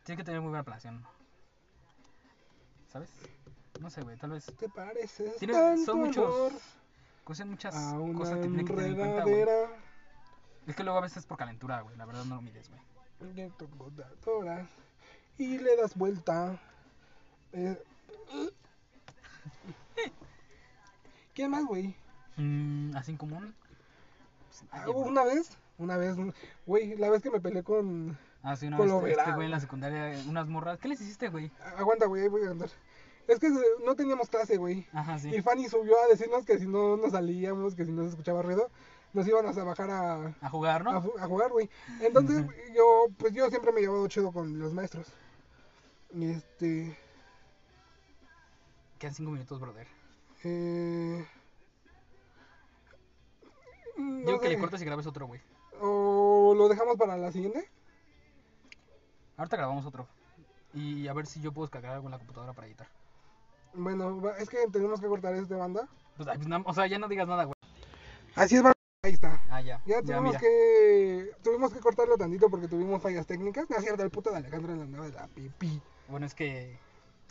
S1: Tiene que tener muy buena relación. ¿Sabes? No sé, güey, tal vez.
S2: ¿Te pareces
S1: Tiene-
S2: tanto
S1: son muchos
S2: amor
S1: Cosas, muchas
S2: a una
S1: cosas que tiene que tener en cuenta, güey.
S2: enredadera
S1: Es que luego a veces por calentura, güey. La verdad no lo mides, güey.
S2: de tu computadora y le das vuelta? Eh, <laughs> ¿Quién más, güey?
S1: Mm, así en común. pues, nadie,
S2: Ah,
S1: güey.
S2: una vez, una vez, güey, la vez que me peleé con.
S1: Ah, sí, una
S2: con
S1: vez
S2: lo
S1: este
S2: verá,
S1: güey
S2: güey.
S1: en la secundaria, unas morras. ¿Qué les hiciste, güey?
S2: Aguanta, güey, ahí voy a andar. Es que se- no teníamos clase, güey.
S1: Ajá, sí.
S2: Y Fanny subió a decirnos que si no nos salíamos, que si no se escuchaba ruido, nos íbamos a bajar a,
S1: A jugar,
S2: a,
S1: ¿no?
S2: ju- a jugar, güey. Entonces, güey, yo, pues yo siempre me he llevado chido con los maestros. Y este.
S1: Quedan cinco minutos, brother.
S2: Eh, mm, no
S1: Digo que
S2: sé,
S1: le cortes y grabes otro, güey.
S2: O lo dejamos para la siguiente.
S1: Ahorita grabamos otro. Y a ver si yo puedo descargar algo en la computadora para editar.
S2: Bueno, va- es que tenemos que cortar esta banda.
S1: Pues, ay, pues, na- o sea, ya no digas nada, güey.
S2: Así es, bar- ahí está.
S1: Ah, ya.
S2: Ya tuvimos que tuvimos que cortarlo tantito porque tuvimos fallas técnicas. No es cierto, el puto de Alejandro en la nave de la pipí.
S1: Bueno, es que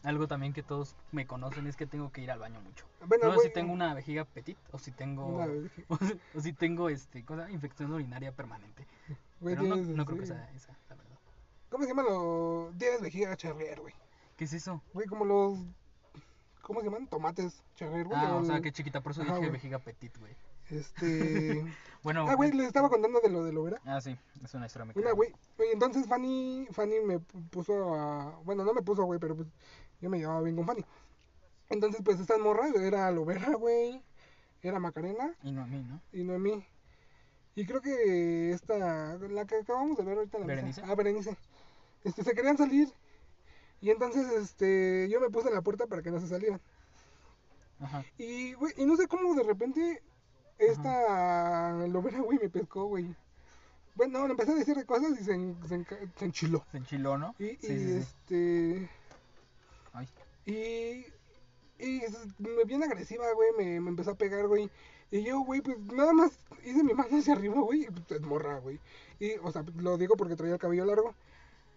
S1: algo también que todos me conocen es que tengo que ir al baño mucho.
S2: Bueno,
S1: no sé
S2: güey,
S1: si tengo una vejiga petit o si tengo
S2: una virgen.
S1: <laughs> o, si- o si tengo este cosa infección urinaria permanente.
S2: Güey,
S1: Pero no,
S2: tienes,
S1: no creo que
S2: este,
S1: sea esa, la verdad.
S2: ¿Cómo se llama lo...? Tienes vejiga charrier, güey.
S1: ¿Qué es eso?
S2: Güey, como los... ¿Cómo se llaman? Tomates charrier, güey.
S1: Ah, o
S2: el-
S1: sea, que chiquita, por eso
S2: Ajá,
S1: dije
S2: güey.
S1: vejiga petit, güey. <laughs>
S2: Este...
S1: Bueno,
S2: ah, güey, les estaba contando de lo de Lovera.
S1: ah, sí, es una historia muy
S2: Una,
S1: cagada.
S2: güey. Oye, entonces Fanny, Fanny me pu- puso a... Bueno, no me puso, güey, pero pues yo me llevaba bien con Fanny. Entonces, pues esta morra era Lovera, güey. Era Macarena.
S1: Y no a mí, ¿no?
S2: y Noemí. Y creo que esta, la que acabamos de ver ahorita en la mesa.
S1: ¿Berenice?
S2: Ah, Berenice. Este, se querían salir. Y entonces, este, yo me puse en la puerta para que no se salieran.
S1: Ajá.
S2: Y, güey, y no sé cómo de repente esta lobera, güey, me pescó, güey. Bueno, le empecé a decir cosas y se, en- se, enca- se enchiló.
S1: Se enchiló, ¿no?
S2: Y,
S1: sí,
S2: y
S1: sí, sí.
S2: este,
S1: Ay,
S2: y, y s- me bien agresiva, güey, me, me empezó a pegar, güey. Y yo, güey, pues nada más hice mi mano hacia arriba, güey, y pues, es morra, güey. Y, o sea, lo digo porque traía el cabello largo.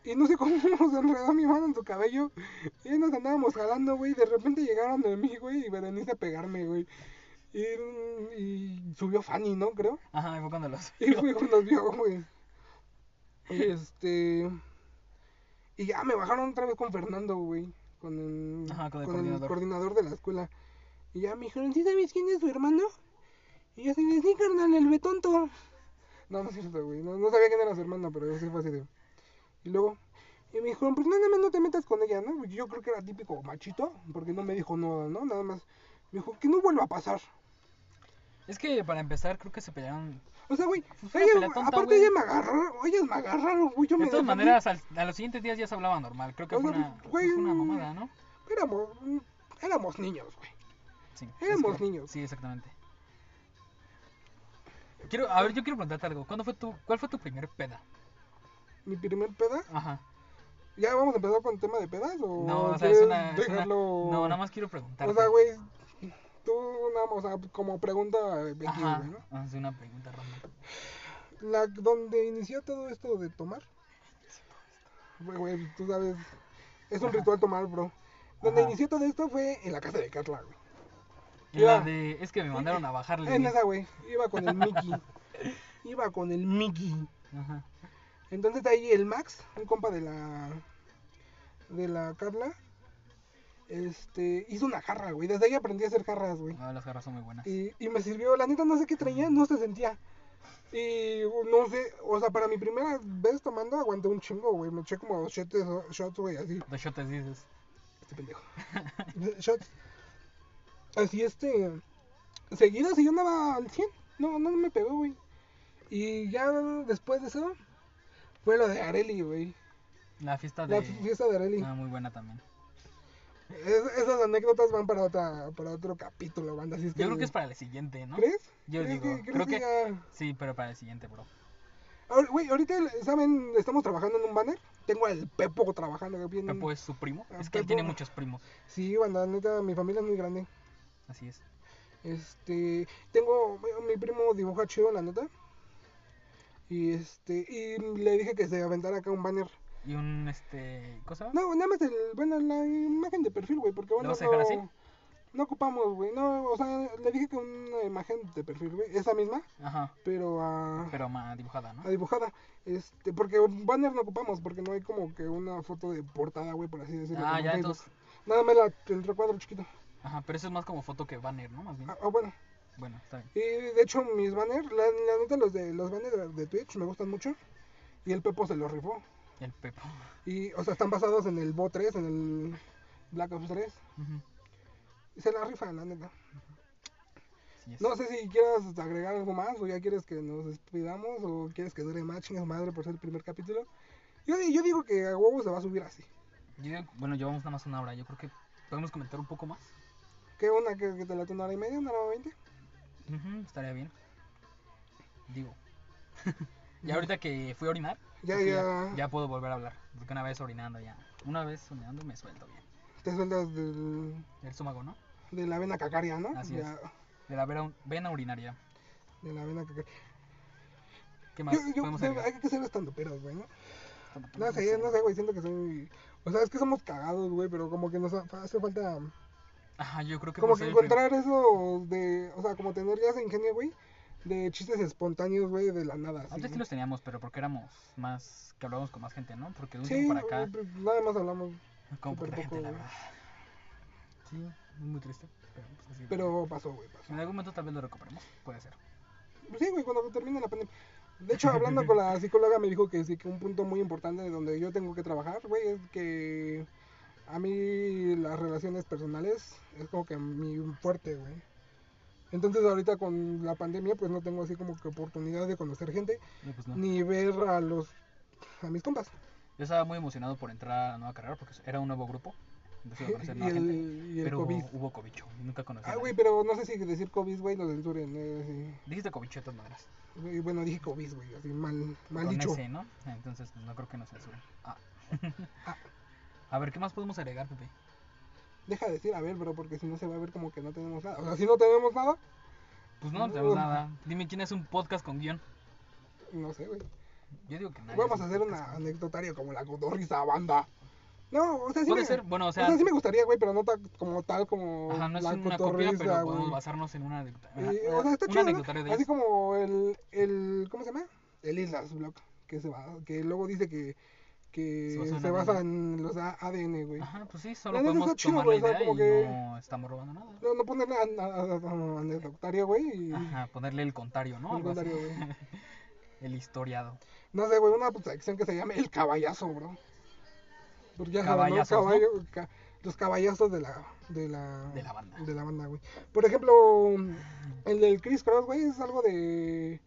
S2: Y no sé <laughs> cómo se enredó mi mano en su cabello. Y nos andábamos jalando, güey. y De repente llegaron de mí, güey, y Berenice a pegarme, güey. Y, y subió Fanny, ¿no? Creo.
S1: ajá, ahí fue cuando
S2: <laughs>
S1: los
S2: Y fue cuando vio, güey. Y este. Y ya me bajaron otra vez con Fernando, güey. Con el,
S1: Ajá, con el coordinador.
S2: coordinador de la escuela. Y ya me dijeron, ¿sí sabes quién es tu hermano? Y yo así de, sí, carnal, el betonto. No, no es cierto, güey. No, no sabía quién era su hermano, pero sí fue así de. Y luego. Y me dijeron, pues nada más no te metas con ella, ¿no? Yo creo que era típico machito, porque no me dijo nada, ¿no? Nada más. Me dijo, que no vuelva a pasar.
S1: Es que para empezar creo que se pelearon.
S2: O sea, güey,
S1: Fue Pues una
S2: ella-
S1: pelea tonta,
S2: aparte
S1: güey.
S2: ella me agarró, ellas me agarraron, güey, yo me
S1: De todas
S2: defendí.
S1: maneras, al- a los siguientes días ya se hablaba normal. Creo que
S2: O
S1: fue
S2: sea,
S1: una, pues,
S2: güey,
S1: fue una
S2: mm,
S1: mamada, ¿no?
S2: Éramos, éramos niños, güey.
S1: Sí, es
S2: Éramos
S1: que-
S2: niños.
S1: Sí, exactamente. Quiero, a ver, yo quiero preguntarte algo. ¿Cuándo fue tu, ¿Cuál fue tu primer peda?
S2: Mi primer peda,
S1: Ajá.
S2: ¿ya vamos a empezar con el tema de pedas o
S1: No, o sea, es
S2: quieres
S1: una, es una-
S2: dejarlo?
S1: No, nada más quiero preguntarte.
S2: Oh, O sea, güey, tú nada más, o sea, como pregunta de aquí,
S1: Ajá,
S2: güey, ¿no?
S1: hace una pregunta random.
S2: La, donde inició todo esto de tomar. Güey, güey, tú sabes, es un
S1: Ajá.
S2: ritual tomar, bro. Donde
S1: Ajá.
S2: inició todo esto fue en la casa de Carla, güey.
S1: En la
S2: Ya. Eh,
S1: de, es que me mandaron a bajarle.
S2: En esa, güey, iba con el
S1: <laughs>
S2: Mickey. iba con el Mickey.
S1: Ajá.
S2: Entonces ahí el Max, un compa de la de la Carla, este hizo una jarra, güey. Desde ahí aprendí a hacer jarras, güey.
S1: No, las garras son muy buenas.
S2: Y, y me sirvió, la neta no sé qué traía, no se sentía. Y no sé, o sea, para mi primera vez tomando aguanté un chingo, güey. Me eché como shots, shots güey, así.
S1: Los shotes dices.
S2: Este pendejo. <laughs> shots. Así este. Seguidas y yo andaba al 100. No, no me pegó, güey. Y ya después de eso, fue lo de Areli, güey.
S1: La fiesta de.
S2: La fiesta de Areli.
S1: Ah, muy buena también.
S2: Es- esas anécdotas van para, otra, para otro capítulo, banda. Así es que,
S1: Yo creo que es para el siguiente, ¿no?
S2: ¿Crees?
S1: Yo
S2: ¿Crees
S1: digo,
S2: que-
S1: creo
S2: crees que
S1: que-
S2: ya-
S1: Sí, pero para el siguiente, bro.
S2: Ahor- Güey, ahorita, ¿saben? Estamos trabajando en un banner. Tengo al Pepo trabajando bien.
S1: Pepo es pues, su primo.
S2: Ah,
S1: Es que él
S2: Pepo.
S1: tiene muchos primos.
S2: Sí, banda, neta, mi familia es muy grande.
S1: Así es.
S2: Este, tengo, mi primo dibuja chido, la neta. Y este, y le dije que se aventara acá un banner.
S1: Y un, este. ¿Cosa?
S2: No, nada más el, bueno, la imagen de perfil, güey, porque bueno,
S1: vas a
S2: no,
S1: dejar así?
S2: no ocupamos, güey. No, o sea, le dije que una imagen de perfil, güey, esa misma,
S1: Ajá.
S2: pero a,
S1: Pero más dibujada, ¿no?
S2: a dibujada. Este, porque banner no ocupamos, porque no hay como que una foto de portada, güey, por así decirlo.
S1: Ah,
S2: como
S1: ya,
S2: Facebook.
S1: entonces.
S2: Nada más la, el recuadro chiquito.
S1: Ajá, pero eso es más como foto que banner, ¿no? Más bien.
S2: Ah, ah, bueno,
S1: Bueno, está bien.
S2: y de hecho mis banners, la, la neta los de los banners de, de Twitch me gustan mucho. Y el Pepo se los rifó.
S1: El Pepo.
S2: Y, o sea, están basados en el Bo 3, en el Black Ops 3.
S1: Ujú.
S2: Y se la rifa, la neta.
S1: Sí, es.
S2: No sé si quieras agregar algo más, o ya quieres que nos despidamos, o quieres que dure más chingas madre por ser el primer capítulo. Yo, di- yo digo que a huevo se va a subir así.
S1: Yo digo- bueno, llevamos nada más una hora. Yo creo que podemos comentar un poco más.
S2: ¿Qué una que, que te la una hora y media, una hora veinte?
S1: Ujú, estaría bien. Digo. <laughs> ya ahorita que fui a orinar,
S2: Ya,
S1: creo que
S2: ya,
S1: ya, ya puedo volver a hablar. Porque una vez orinando ya. Una vez orinando me suelto bien.
S2: te sueltas del,
S1: El estómago, ¿no?
S2: de la vena cacaria, ¿no?
S1: Así
S2: Ya,
S1: De la vera- vena urinaria.
S2: De la vena cacaria.
S1: ¿Qué más
S2: Yo, yo-
S1: podemos
S2: yo-
S1: agregar?
S2: hay que ser estando peros, güey, ¿no? No sé, no sé, güey, siento que soy... O sea, es que somos cagados, güey, pero como que nos ha- hace falta...
S1: Ajá, yo creo que
S2: Como
S1: por
S2: que
S1: ser el prim-
S2: encontrar eso de... O sea, como tener ya ese ingenio, güey, de chistes espontáneos, güey, de la nada. así.
S1: Antes sí los teníamos, pero porque éramos más. que hablábamos con más gente, ¿no? Porque de un
S2: Sí,
S1: tiempo para acá.
S2: güey, pues, nada más hablamos,
S1: Como
S2: súper
S1: poquita gente,
S2: poco,
S1: la
S2: güey.
S1: verdad. Sí, muy triste. Pero, pues, así
S2: pero pasó, güey, pasó. Pues
S1: En algún momento tal vez lo recuperemos, puede ser.
S2: Sí, güey, cuando termine la pandemia. De
S1: <laughs>
S2: hecho, hablando con la psicóloga, me dijo que sí, que un punto muy importante de donde yo tengo que trabajar, güey, es que a mí las relaciones personales es como que mi fuerte, güey. Entonces, ahorita con la pandemia, pues no tengo así como que oportunidad de conocer gente
S1: No, pues no.
S2: ni ver a los a mis compas.
S1: Yo estaba muy emocionado por entrar a la nueva carrera porque era un nuevo grupo. Entonces iba a conocer
S2: <laughs> Y
S1: nueva gente.
S2: el, y el
S1: pero
S2: COVID.
S1: hubo cobicho. Nunca conocí. a
S2: Ah,
S1: nadie.
S2: güey, pero no sé si decir COVID, güey, lo censuren. eh,
S1: Dijiste cobicho de todas maneras.
S2: sí. Güey, Bueno, dije COVID, güey, así mal, mal
S1: Con
S2: dicho.
S1: ese, ¿no? Entonces pues, no creo que nos censuren. Ah.
S2: Ah.
S1: <laughs> A ver, ¿qué más podemos agregar, Pepe?
S2: Deja de decir, a ver, bro, porque si no se va a ver como que no tenemos nada. O sea, si no tenemos nada,
S1: Pues no, no tenemos nada. Dime quién es un podcast con guión.
S2: no sé, güey.
S1: Yo digo que nadie.
S2: Vamos
S1: es
S2: a
S1: un
S2: hacer
S1: podcast
S2: una
S1: con-
S2: anecdotario como la cotorriza banda. No, o sea, sí
S1: Puede
S2: me,
S1: ser, bueno, o
S2: o sea,
S1: sea.
S2: sí me gustaría, güey, pero no ta- como tal como
S1: Ajá, no es
S2: la
S1: una copia, pero podemos
S2: güey.
S1: basarnos en una anécdota.
S2: Y, o sea, está
S1: un
S2: chido, ¿no?
S1: anecdotario de
S2: Así
S1: ellos.
S2: como el, el, ¿cómo se llama? El Islas Block, que se va, que luego dice que, que
S1: Se
S2: se,
S1: basa en ADN.
S2: basa en los A- ADN, güey.
S1: Ajá, pues sí, solo
S2: neta está
S1: podemos
S2: chido,
S1: tomar la
S2: güey, o sea,
S1: idea
S2: como
S1: y
S2: que-
S1: no estamos robando nada.
S2: No, no ponerle an- a- a- a- anecdotario, güey, y
S1: Ajá, ponerle el contario, ¿no?
S2: el
S1: Algo así.
S2: contrario, güey.
S1: <laughs> El historiado.
S2: No sé, güey, una sección que se llame El Caballazo, bro. Porque ya saben, ¿no?
S1: Caballazos, ¿no?
S2: Caballo- ca- los caballazos de la, de la...
S1: De la banda.
S2: de la banda, güey. Por ejemplo, el del Chris Cross, güey, es algo de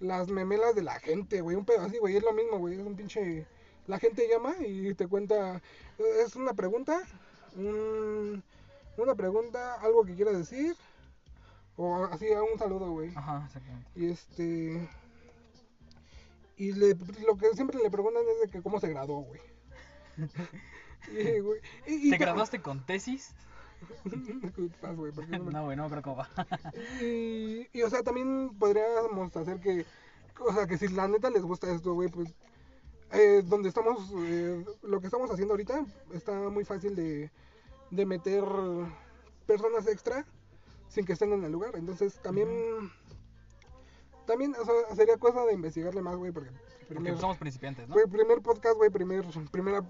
S2: las memelas de la gente, güey. Un pedo así, güey, es lo mismo, güey. Es un pinche... La gente llama y te cuenta... Es una pregunta. un- una pregunta, algo que quieras decir. O así, un saludo, güey.
S1: Ajá, exactamente.
S2: Y este. Y le- lo que siempre le preguntan es de que cómo se
S1: <laughs>
S2: graduó, güey. Y, güey, y- y-
S1: ¿Te
S2: <laughs>
S1: graduaste con tesis?
S2: ¿Qué pasa, güey? ¿Por qué no
S1: <laughs>
S2: me-
S1: No, güey, no creo cómo va.
S2: y, y, o sea, también podríamos hacer que. O sea, que si la neta les gusta esto, güey, pues. eh, donde estamos. eh, lo que estamos haciendo ahorita está muy fácil de, de meter personas extra sin que estén en el lugar. Entonces, también. También o sea, sería cosa de investigarle más, güey, porque.
S1: Porque
S2: Primer,
S1: pues, somos principiantes, ¿no?
S2: güey, primer podcast, güey, primer, primera.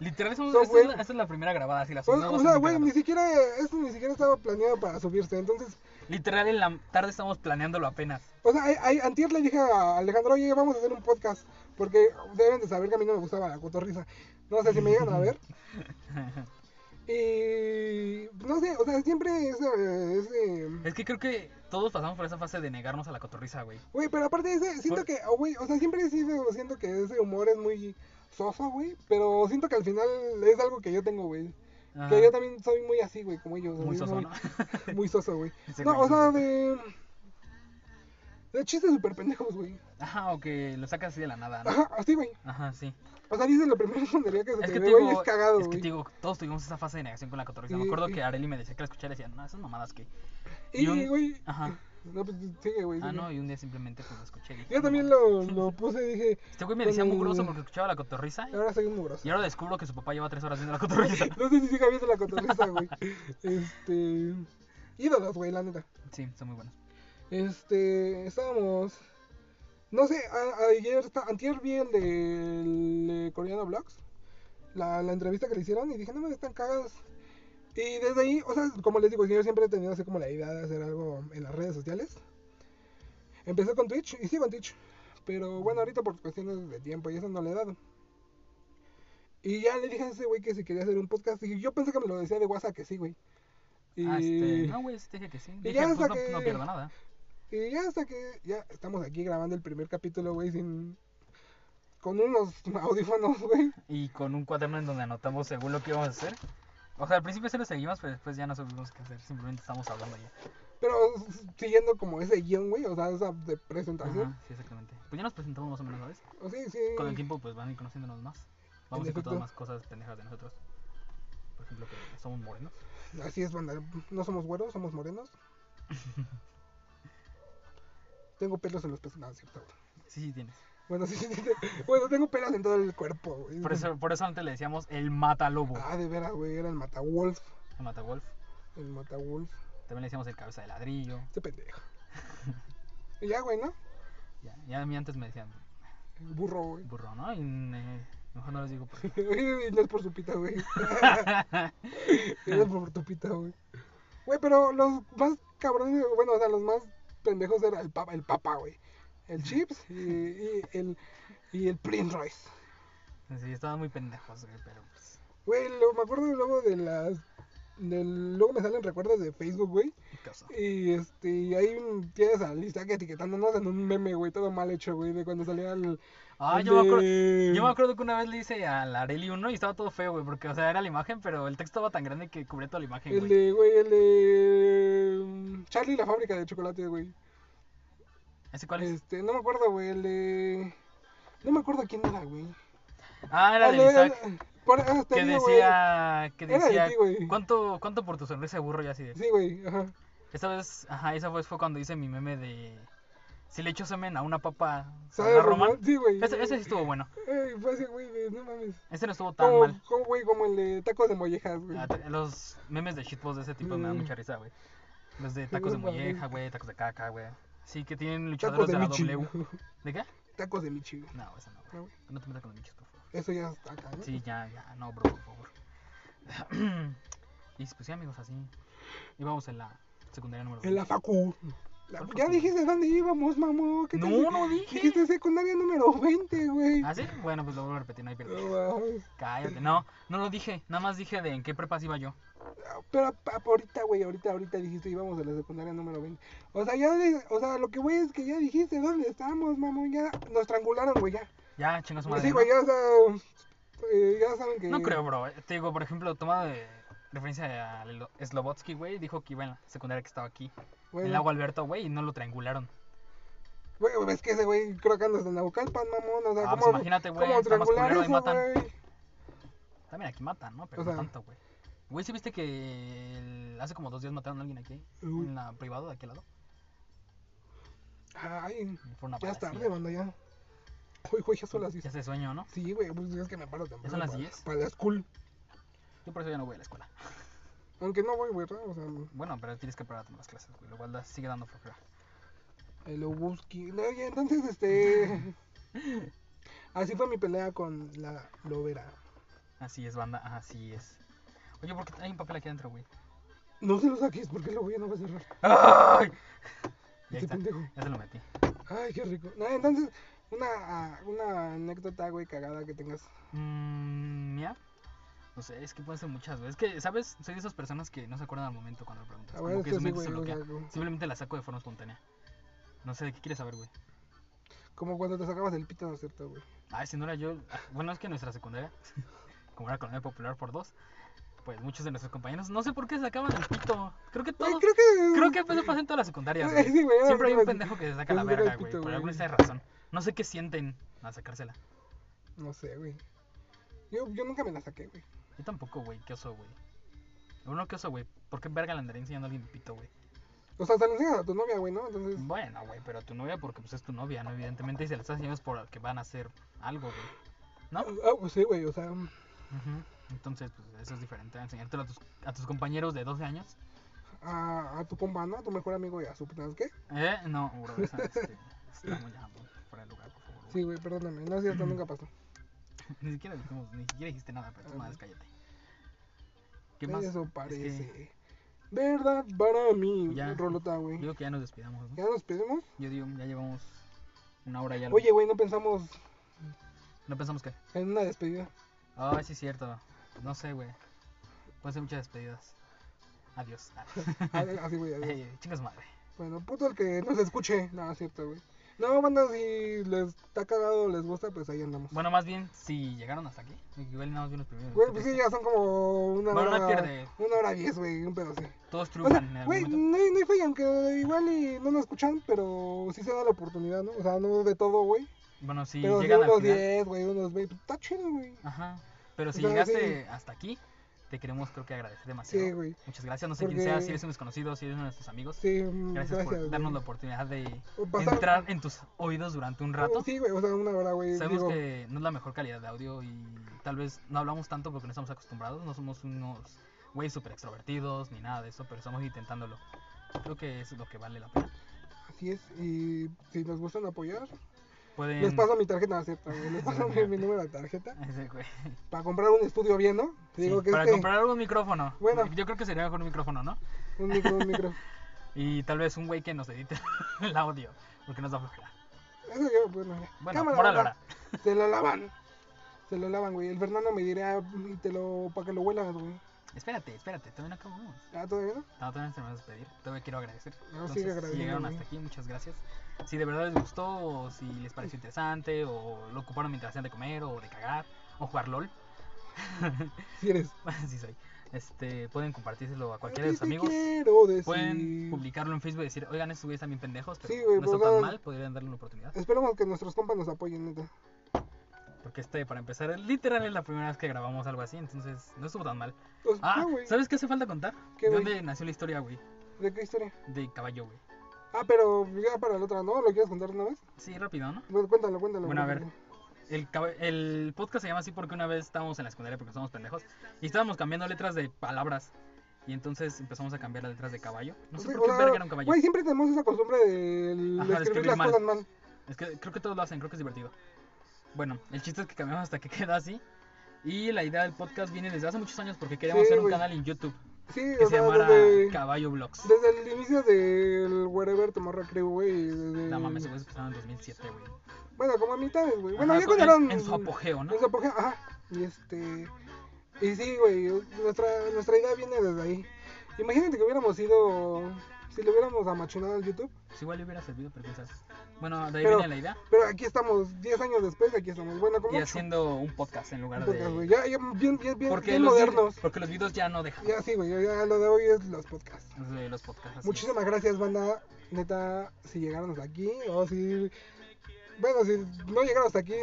S1: Literal, somos,
S2: so,
S1: esta,
S2: güey. Pues,
S1: es la, esta es la primera grabada, así la
S2: O,
S1: subimos.
S2: o sea, güey, ni siquiera. Esto ni siquiera estaba planeado para subirse. Entonces,
S1: Literal, en la tarde estamos planeándolo apenas.
S2: O sea, ay- ay, antier le dije a Alejandro, oye, vamos a hacer un podcast. Porque deben de saber que a mí no me gustaba la cotorriza. No sé si me llegan
S1: <laughs>
S2: a ver. Y. No sé, o sea, siempre es. eh, es, eh,
S1: Es que creo que todos pasamos por esa fase de negarnos a la cotorriza, güey.
S2: Güey, pero aparte de ese, siento
S1: Por-
S2: que. oh, güey, o sea, siempre he sido- siento que ese humor es muy soso, güey. Pero siento que al final es algo que yo tengo, güey.
S1: Ajá.
S2: Que yo también soy muy así, güey, como ellos.
S1: Muy
S2: soy
S1: soso, ¿no?
S2: <laughs> Muy soso, güey.
S1: <laughs> Sí,
S2: No,
S1: güey.
S2: o sea, de. De chistes súper pendejos, güey.
S1: Ajá, o que lo sacas así de la nada, ¿no?
S2: Ajá, así, güey.
S1: Ajá, sí.
S2: O sea, dices lo primero <laughs> tontería que se
S1: Es
S2: te
S1: que,
S2: ve,
S1: te
S2: güey,
S1: digo,
S2: es cagado,
S1: es que
S2: güey.
S1: te digo, todos tuvimos esa fase de negación con la cotorriza. Me
S2: Y-
S1: acuerdo
S2: y-
S1: que Areli me decía que la escuchara y decía, no, esas mamadas que...
S2: Y,
S1: y un-
S2: güey,
S1: Ajá.
S2: no, pues sigue, güey.
S1: Ah,
S2: sigue.
S1: no, y un día simplemente pues lo escuché. y dije,
S2: Yo
S1: "No
S2: también
S1: mames".
S2: lo, lo puse y dije,
S1: Este güey me decía
S2: con el-
S1: mugroso porque escuchaba la cotorriza
S2: ahora soy un mugroso. <laughs>
S1: y ahora descubro que su papá lleva tres horas viendo la cotorriza.
S2: No sé si sigue viendo la
S1: <laughs>
S2: cotorriza, güey. Este. Ídolos, güey, la neta.
S1: Sí, son muy buenos.
S2: Este. Estábamos. No sé, a- ayer, está, antier vi el del eh, Coreano Vlogs. La, la entrevista que le hicieron y dije, no me están cagadas. Y desde ahí, o sea, como les digo, yo siempre he tenido así como la idea de hacer algo en las redes sociales. Empecé con Twitch y sigo en Twitch. Pero bueno, ahorita por cuestiones de tiempo y eso no le he dado. Y ya le dije a ese güey que si quería hacer un podcast. Y yo pensé que me lo decía de WhatsApp que sí, güey. Y,
S1: Ah, este, no, güey, sí te dije que sí. Dije,
S2: ya
S1: pues
S2: hasta
S1: no,
S2: que-
S1: no pierdo nada.
S2: y ya hasta que ya estamos aquí grabando el primer capítulo, güey, sin. Con unos <laughs> audífonos, güey.
S1: Y con un cuaderno en donde anotamos según lo que íbamos a hacer. O sea, al principio se lo seguimos, pero después ya no supimos qué hacer. Simplemente estamos hablando ya.
S2: Pero s- siguiendo como ese guión, güey, o sea, esa de presentación.
S1: Ajá, sí, exactamente. Pues ya nos presentamos más o menos, ¿sabes?
S2: O sí, sí.
S1: Con el tiempo, pues van a ir conociéndonos más. Vamos a ir
S2: efecto.
S1: contando más cosas pendejas de nosotros. Por ejemplo, que somos morenos.
S2: Así es, banda. No somos güeros,
S1: <laughs>
S2: somos morenos. tengo pelos en los pezones. No, es cierto, güey.
S1: Sí, sí, tienes.
S2: Bueno, sí, sí, sí, Bueno, tengo pelos en todo el cuerpo, güey.
S1: Por eso, por eso antes le decíamos el matalobo
S2: Ah, de veras, güey, era el matawolf.
S1: el matawolf.
S2: El matawolf.
S1: También le decíamos el cabeza de ladrillo. <laughs>
S2: Este pendejo. y ya, güey, ¿no?
S1: Ya, ya a mí antes me decían
S2: Burro, güey. <laughs>
S1: burro, ¿no? Y eh, mejor no les digo por qué. <laughs>
S2: Y no es por su pita, güey. <laughs> Y no es por tu pita, güey. Güey, pero los más cabrones, bueno, o sea, los más pendejos era el papa, el papa, güey. El Chips y, y el, y el Prince Royce.
S1: Sí, estaban muy pendejos, güey, pero pues.
S2: Güey, lo- me acuerdo luego de las... del- luego me salen recuerdos de Facebook, güey.
S1: ¿Qué oso.
S2: Y este, y ahí tienes a Listac etiquetándonos en un meme, güey, todo mal hecho, güey, de cuando salía el.
S1: Ah,
S2: el
S1: yo me, acuerdo,
S2: de-
S1: yo me acuerdo que una vez le hice al Areli uno y estaba todo feo, güey, porque, o sea, era la imagen, pero el texto estaba tan grande que cubría toda la imagen,
S2: El
S1: güey.
S2: de, güey, el de. mm, Charlie y la fábrica de chocolates, güey.
S1: ¿Ese cuál es?
S2: Este, no me acuerdo, güey, el de. No me acuerdo quién era, güey.
S1: Ah, era
S2: Ah,
S1: de
S2: no,
S1: Isaac.
S2: por- ah, te
S1: Que
S2: digo, güey.
S1: decía, que
S2: Era de
S1: decía,
S2: ti, güey.
S1: ¿cuánto, ¿cuánto por tu sonrisa burro y así de?
S2: Sí, güey, ajá.
S1: Esa vez, ajá, esa vez fue cuando hice mi meme de, si le echo semen a una papa,
S2: ¿Sabe
S1: ¿sabrá
S2: Román?
S1: Román?
S2: Sí, güey.
S1: Ese, ese sí estuvo bueno,
S2: Ey, fue ese, güey, de, no mames.
S1: ese no estuvo tan
S2: Como,
S1: mal.
S2: como, güey, como el de tacos de mollejas, güey.
S1: Ah, ta- Los memes de shitpost de ese tipo me dan
S2: Mm.
S1: mucha risa, güey. Los de tacos de
S2: No mames.
S1: molleja, güey, tacos de caca, güey. Sí, que tienen
S2: Tacos
S1: luchadores
S2: de
S1: de la
S2: Michi.
S1: W. ¿De qué?
S2: <laughs> Tacos de Michi, güey.
S1: No, eso no, güey.
S2: No, güey.
S1: No te metas con los bichos, por favor.
S2: Eso ya está acá, ¿no?
S1: Sí, ya, ya, no, bro, por favor. <clears throat> y pues sí, amigos, así. Íbamos en la secundaria número
S2: En la
S1: 20.
S2: facu. La-
S1: ¿Cuál
S2: ya
S1: facu?
S2: dijiste dónde íbamos, mamón. ¿qué
S1: No, no dije.
S2: Dijiste secundaria número 20, güey.
S1: ¿Ah, sí? Bueno, pues lo vuelvo a repetir, no hay
S2: No
S1: pierde.
S2: mames.
S1: Cállate, no, no lo dije, nada más dije de en qué prepas iba yo.
S2: Ah, Pero a- a- ahorita, güey, ahorita, ahorita dijiste íbamos a la secundaria número 20. O sea, ya, de- o sea, lo que güey es que ya dijiste dónde estamos, mamón. Ya nos estrangularon, güey, ya.
S1: Ya, chinga su madre.
S2: Sí,
S1: ¿no?
S2: güey, ya, o sea, eh, ya saben que.
S1: No creo, bro. eh, Te digo, por ejemplo, tomado de referencia a Lo- Slobotsky, güey, dijo que iba en la secundaria que estaba aquí.
S2: Bueno,
S1: El lago Alberto, güey, y no lo triangularon.
S2: Güey, es que ese güey creo que andas en Naucalpan, mamón. O sea,
S1: Ah,
S2: ¿cómo,
S1: pues imagínate, güey,
S2: ¿cómo
S1: está más
S2: estrangular
S1: culero, ahí
S2: eso,
S1: matan.
S2: güey?
S1: También aquí matan, ¿no? Pero
S2: O
S1: no
S2: sea.
S1: tanto, güey. Güey, ¿sí viste que el- hace como dos días mataron a alguien aquí?
S2: Uy.
S1: En la privada de aquel lado.
S2: Ay,
S1: Fue una
S2: ya es
S1: balacera.
S2: tarde, banda, ya. Uy, güey, ya son las 10.
S1: Ya se sueño, ¿no?
S2: Sí, güey, pues es que me paro temprano.
S1: son las
S2: para-
S1: 10?
S2: Para la school.
S1: Yo por eso ya no voy a la escuela.
S2: Aunque no voy, güey, ¿verdad? o sea,
S1: Bueno, pero tienes que pararte en las clases, güey. Lo cual da- sigue dando flojera.
S2: el Obuski. No, ya, entonces,
S1: <laughs>
S2: este. Así fue mi pelea con la lobera.
S1: Así es, banda, así es. Oye, ¿por qué hay un papel aquí adentro, güey?
S2: No se lo saques porque lo voy a no va a cerrar.
S1: <laughs> ¡Ay! Ya
S2: Este
S1: está,
S2: pendejo.
S1: ya se lo metí.
S2: Ay, qué rico. No, entonces, una, ah, una anécdota, güey, cagada que tengas.
S1: Mmm, mía. No sé, es que pueden ser muchas, güey. Es que, ¿sabes? Soy de esas personas que no se acuerdan al momento cuando lo preguntas.
S2: A
S1: Como
S2: ver,
S1: que
S2: esto
S1: su
S2: Ah,
S1: mente
S2: sí, güey.
S1: se
S2: o sea,
S1: bloquea.
S2: como-
S1: Simplemente la saco de forma espontánea. No sé, ¿de qué quieres saber, güey?
S2: Como cuando te sacabas el pito, ¿no es cierto, güey?
S1: Ah, si no era yo. ah, Bueno, es que en nuestra secundaria, <laughs> como era colonia popular por dos, pues muchos de nuestros compañeros, no sé por qué se sacaban el pito. Creo que
S2: Güey,
S1: todos.
S2: creo que.
S1: Creo que eso pasa en todas las secundarias,
S2: Ay,
S1: güey.
S2: <laughs> sí, güey, ahora
S1: Siempre hay un
S2: me iba a decir,
S1: pendejo que se saca
S2: que
S1: la
S2: se saca el
S1: verga, güey,
S2: pito,
S1: por
S2: güey.
S1: alguna extraña razón. No sé qué sienten al sacársela.
S2: No sé, güey. Yo, yo nunca me la saqué, güey.
S1: Yo tampoco, güey, qué oso, güey. Bueno, qué oso, güey. ¿Por qué verga le andaré enseñando a alguien el pito, güey?
S2: O sea, se lo enseñas a tu novia, güey, ¿no? Entonces.
S1: Bueno, güey, pero a tu novia, porque pues es tu novia, ¿no? Evidentemente, y se la estás enseñando es porque van a hacer algo, güey. ¿No?
S2: Ah, pues sí, güey, o sea.
S1: Ujú. Entonces, pues eso es diferente. Enseñártelo a tus, a tus compañeros de 12 años.
S2: A, a tu compa, ¿no? A tu mejor amigo y a su. ¿Sabes qué?
S1: Eh, no, bro, esa, este, está muy ya, muy fuera de lugar, por favor.
S2: Sí,
S1: güey.
S2: güey, perdóname. No es cierto, nunca pasó.
S1: Ni siquiera dijimos, ni siquiera dijiste nada, pero tú
S2: Ajá.
S1: más cállate. ¿Qué más?
S2: Eso
S1: Es que
S2: parece. Verdad para mí,
S1: Ya.
S2: Rolota, güey.
S1: Digo que ya nos despidamos, ¿no?
S2: Ya nos pedimos.
S1: Yo digo, ya llevamos una hora ya.
S2: Oye, güey, no pensamos
S1: No pensamos que.
S2: en una
S1: <laughs>
S2: despedida.
S1: Ah, sí, es cierto. No sé, güey. Pueden ser muchas despedidas. Adiós. <laughs> Ah.
S2: Así, güey, adiós.
S1: Ey, chicas madre.
S2: Bueno, puto el que nos escuche. No, es cierto, güey. No, banda, si les está cagado, les gusta, pues ahí andamos.
S1: Bueno, más bien, si llegaron hasta aquí, igual nada más bien los primeros.
S2: Güey,
S1: qué
S2: pues sí,
S1: triste.
S2: ya son como una
S1: Bueno, no
S2: hora.
S1: pierde.
S2: Una hora diez, güey, un pedo así.
S1: Todos
S2: O sea,
S1: triunfan en algún
S2: güey,
S1: momento.
S2: no, hay- no hay falla, aunque igual y no nos escuchan, pero sí se da la oportunidad, ¿no? O sea, no de todo, güey.
S1: Bueno, si
S2: pero sí
S1: llegan al
S2: unos
S1: final.
S2: 10, güey, unos 20. Está chido, güey.
S1: Ajá. Pero si
S2: O sea,
S1: llegaste hasta aquí, te queremos, creo que agradecer demasiado.
S2: Sí, güey.
S1: Muchas gracias. No sé quién
S2: Porque-
S1: seas, si eres un desconocido, si eres uno de nuestros amigos.
S2: Sí, mm,
S1: Gracias,
S2: gracias.
S1: por
S2: güey.
S1: darnos la oportunidad de
S2: O pasar- Oh,
S1: entrar en tus oídos durante un rato.
S2: Sí, güey, o sea, una hora, güey.
S1: Sabemos
S2: digo,
S1: que no es la mejor calidad de audio y tal vez no hablamos tanto porque no estamos acostumbrados, no somos unos güeyes súper extrovertidos ni nada de eso, pero estamos intentándolo. Creo que eso es lo que vale la pena.
S2: Así es, y si nos gustan apoyar,
S1: Pueden...
S2: les paso mi tarjeta, ¿no? ¿cierto? güey? Les paso mi, mi número de tarjeta.
S1: <laughs> Ese güey.
S2: Para comprar un estudio bien, ¿no? Te Digo
S1: Sí,
S2: que
S1: para
S2: este,
S1: comprar un micrófono.
S2: Bueno.
S1: Yo creo que sería mejor un micrófono, ¿no?
S2: un micro,
S1: <laughs>
S2: un micro.
S1: Y tal vez un güey que nos edite <laughs> el audio, porque nos da flojera.
S2: Eso yo, bueno, ya.
S1: Bueno,
S2: Cámara,
S1: moral
S2: banda.
S1: ahora.
S2: Se lo lavan. Se lo lavan, güey. El Fernando me dirá, "Mm, te lo, para que lo huelas, güey.
S1: Espérate, espérate, todavía no acabamos.
S2: Ah, todavía no.
S1: No, todavía nos tenemos que despedir. Todavía quiero agradecer.
S2: No,
S1: Entonces,
S2: sigue
S1: si
S2: agradeciendo,
S1: llegaron
S2: güey.
S1: hasta aquí, muchas gracias. Si de verdad les gustó, o si les pareció interesante, o lo ocuparon mientras hacían de comer, o de cagar, o jugar LOL. <laughs>
S2: Si eres.
S1: sí soy. Este, pueden compartírselo a cualquiera de
S2: "A ti
S1: sus
S2: te
S1: amigos.
S2: Quiero decir.
S1: Pueden publicarlo en Facebook y decir, oigan, estos güeyes están bien pendejos, pero
S2: Sí, güey,
S1: no están
S2: pues,
S1: tan
S2: no.
S1: mal, podrían darle una oportunidad.
S2: Esperamos que nuestros compas nos apoyen, neta.
S1: Porque este, para empezar, literal es la primera vez que grabamos algo así, entonces no estuvo tan mal.
S2: Pues,
S1: Ah,
S2: no, güey.
S1: ¿sabes qué hace falta contar?
S2: ¿Qué,
S1: ¿De
S2: güey?
S1: dónde nació la historia, güey?
S2: ¿De qué historia?
S1: De caballo, güey.
S2: Ah, pero ya para la otra, ¿no? ¿Lo quieres contar una vez?
S1: Sí, rápido, ¿no?
S2: Bueno, cuéntalo, cuéntalo.
S1: Bueno, a
S2: cuéntalo.
S1: El, caba- el podcast se llama así porque una vez estábamos en la secundaria porque somos pendejos y estábamos cambiando letras de palabras y entonces empezamos a cambiar las letras de caballo. No sé
S2: Sí,
S1: por qué
S2: o sea,
S1: verga era un caballo.
S2: Güey, siempre tenemos esa costumbre de el-
S1: Ajá, de
S2: escribir,
S1: escribir
S2: las
S1: mal.
S2: cosas mal.
S1: Es que creo que todos lo hacen, creo que es divertido. Bueno, el chiste es que cambiamos hasta que <laughs> queda así. Y la idea del podcast viene desde hace muchos años porque queríamos
S2: Sí,
S1: hacer un
S2: güey.
S1: canal en YouTube
S2: Sí,
S1: que
S2: o
S1: se
S2: sea,
S1: llamara
S2: desde,
S1: Caballo Vlogs.
S2: desde el inicio del Wherever Tomorrow Crew, güey. y Desde...
S1: No mames, eso empezaron en 2007, güey.
S2: Bueno, como a mitades, güey. Bueno,
S1: Ajá,
S2: ya
S1: con- en-
S2: contaron.
S1: en su apogeo, ¿no?
S2: En su apogeo, ajá. Y este. Y sí, güey. Nuestra, nuestra idea viene desde ahí. Imagínate que hubiéramos ido. Si le hubiéramos amachinado al YouTube.
S1: Pues igual le hubiera servido, pero quizás. Bueno, de ahí
S2: Pero-
S1: viene la idea.
S2: Pero aquí estamos, 10 años después, aquí estamos. Bueno, como.
S1: Y
S2: ocho.
S1: haciendo un podcast en lugar
S2: Podcast,
S1: de.
S2: güey. Ya, ya, bien, bien, bien,
S1: porque,
S2: bien
S1: los vi-
S2: modernos.
S1: porque los videos ya no dejan
S2: Ya sí, güey, ya- ya lo de hoy es los podcasts.
S1: de los podcasts. así
S2: Muchísimas gracias, banda. Neta, si llegaron hasta aquí, o si. Bueno, si no llegaron hasta aquí,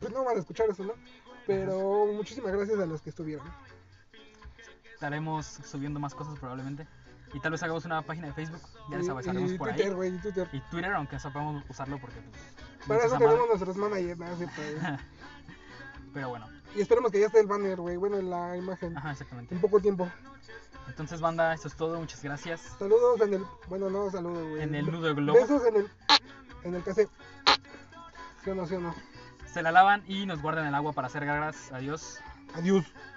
S2: pues no van a escuchar eso, ¿no? Pero muchísimas gracias a los que estuvieron.
S1: es. Estaremos subiendo más cosas probablemente. Y tal vez hagamos una página de Facebook. Ya les
S2: Y-
S1: avisaremos
S2: y
S1: por
S2: Twitter,
S1: ahí.
S2: güey, y Twitter.
S1: Y Twitter, aunque sepamos usarlo porque. pues, mucha
S2: Para eso
S1: esa madre.
S2: tenemos nuestros managers, ¿no? Sí, pues.
S1: Pero bueno,
S2: Y esperemos que ya esté el banner, güey. Bueno, la imagen.
S1: ajá, exactamente.
S2: En poco tiempo.
S1: Entonces, banda, esto es todo. Muchas gracias.
S2: Saludos en el. Bueno, no saludos, güey.
S1: En el nudo del globo.
S2: Besos en el. En el café. ¿Sí o no, sí o no?
S1: Se la lavan y nos guardan el agua para hacer garras. Adiós.
S2: Adiós.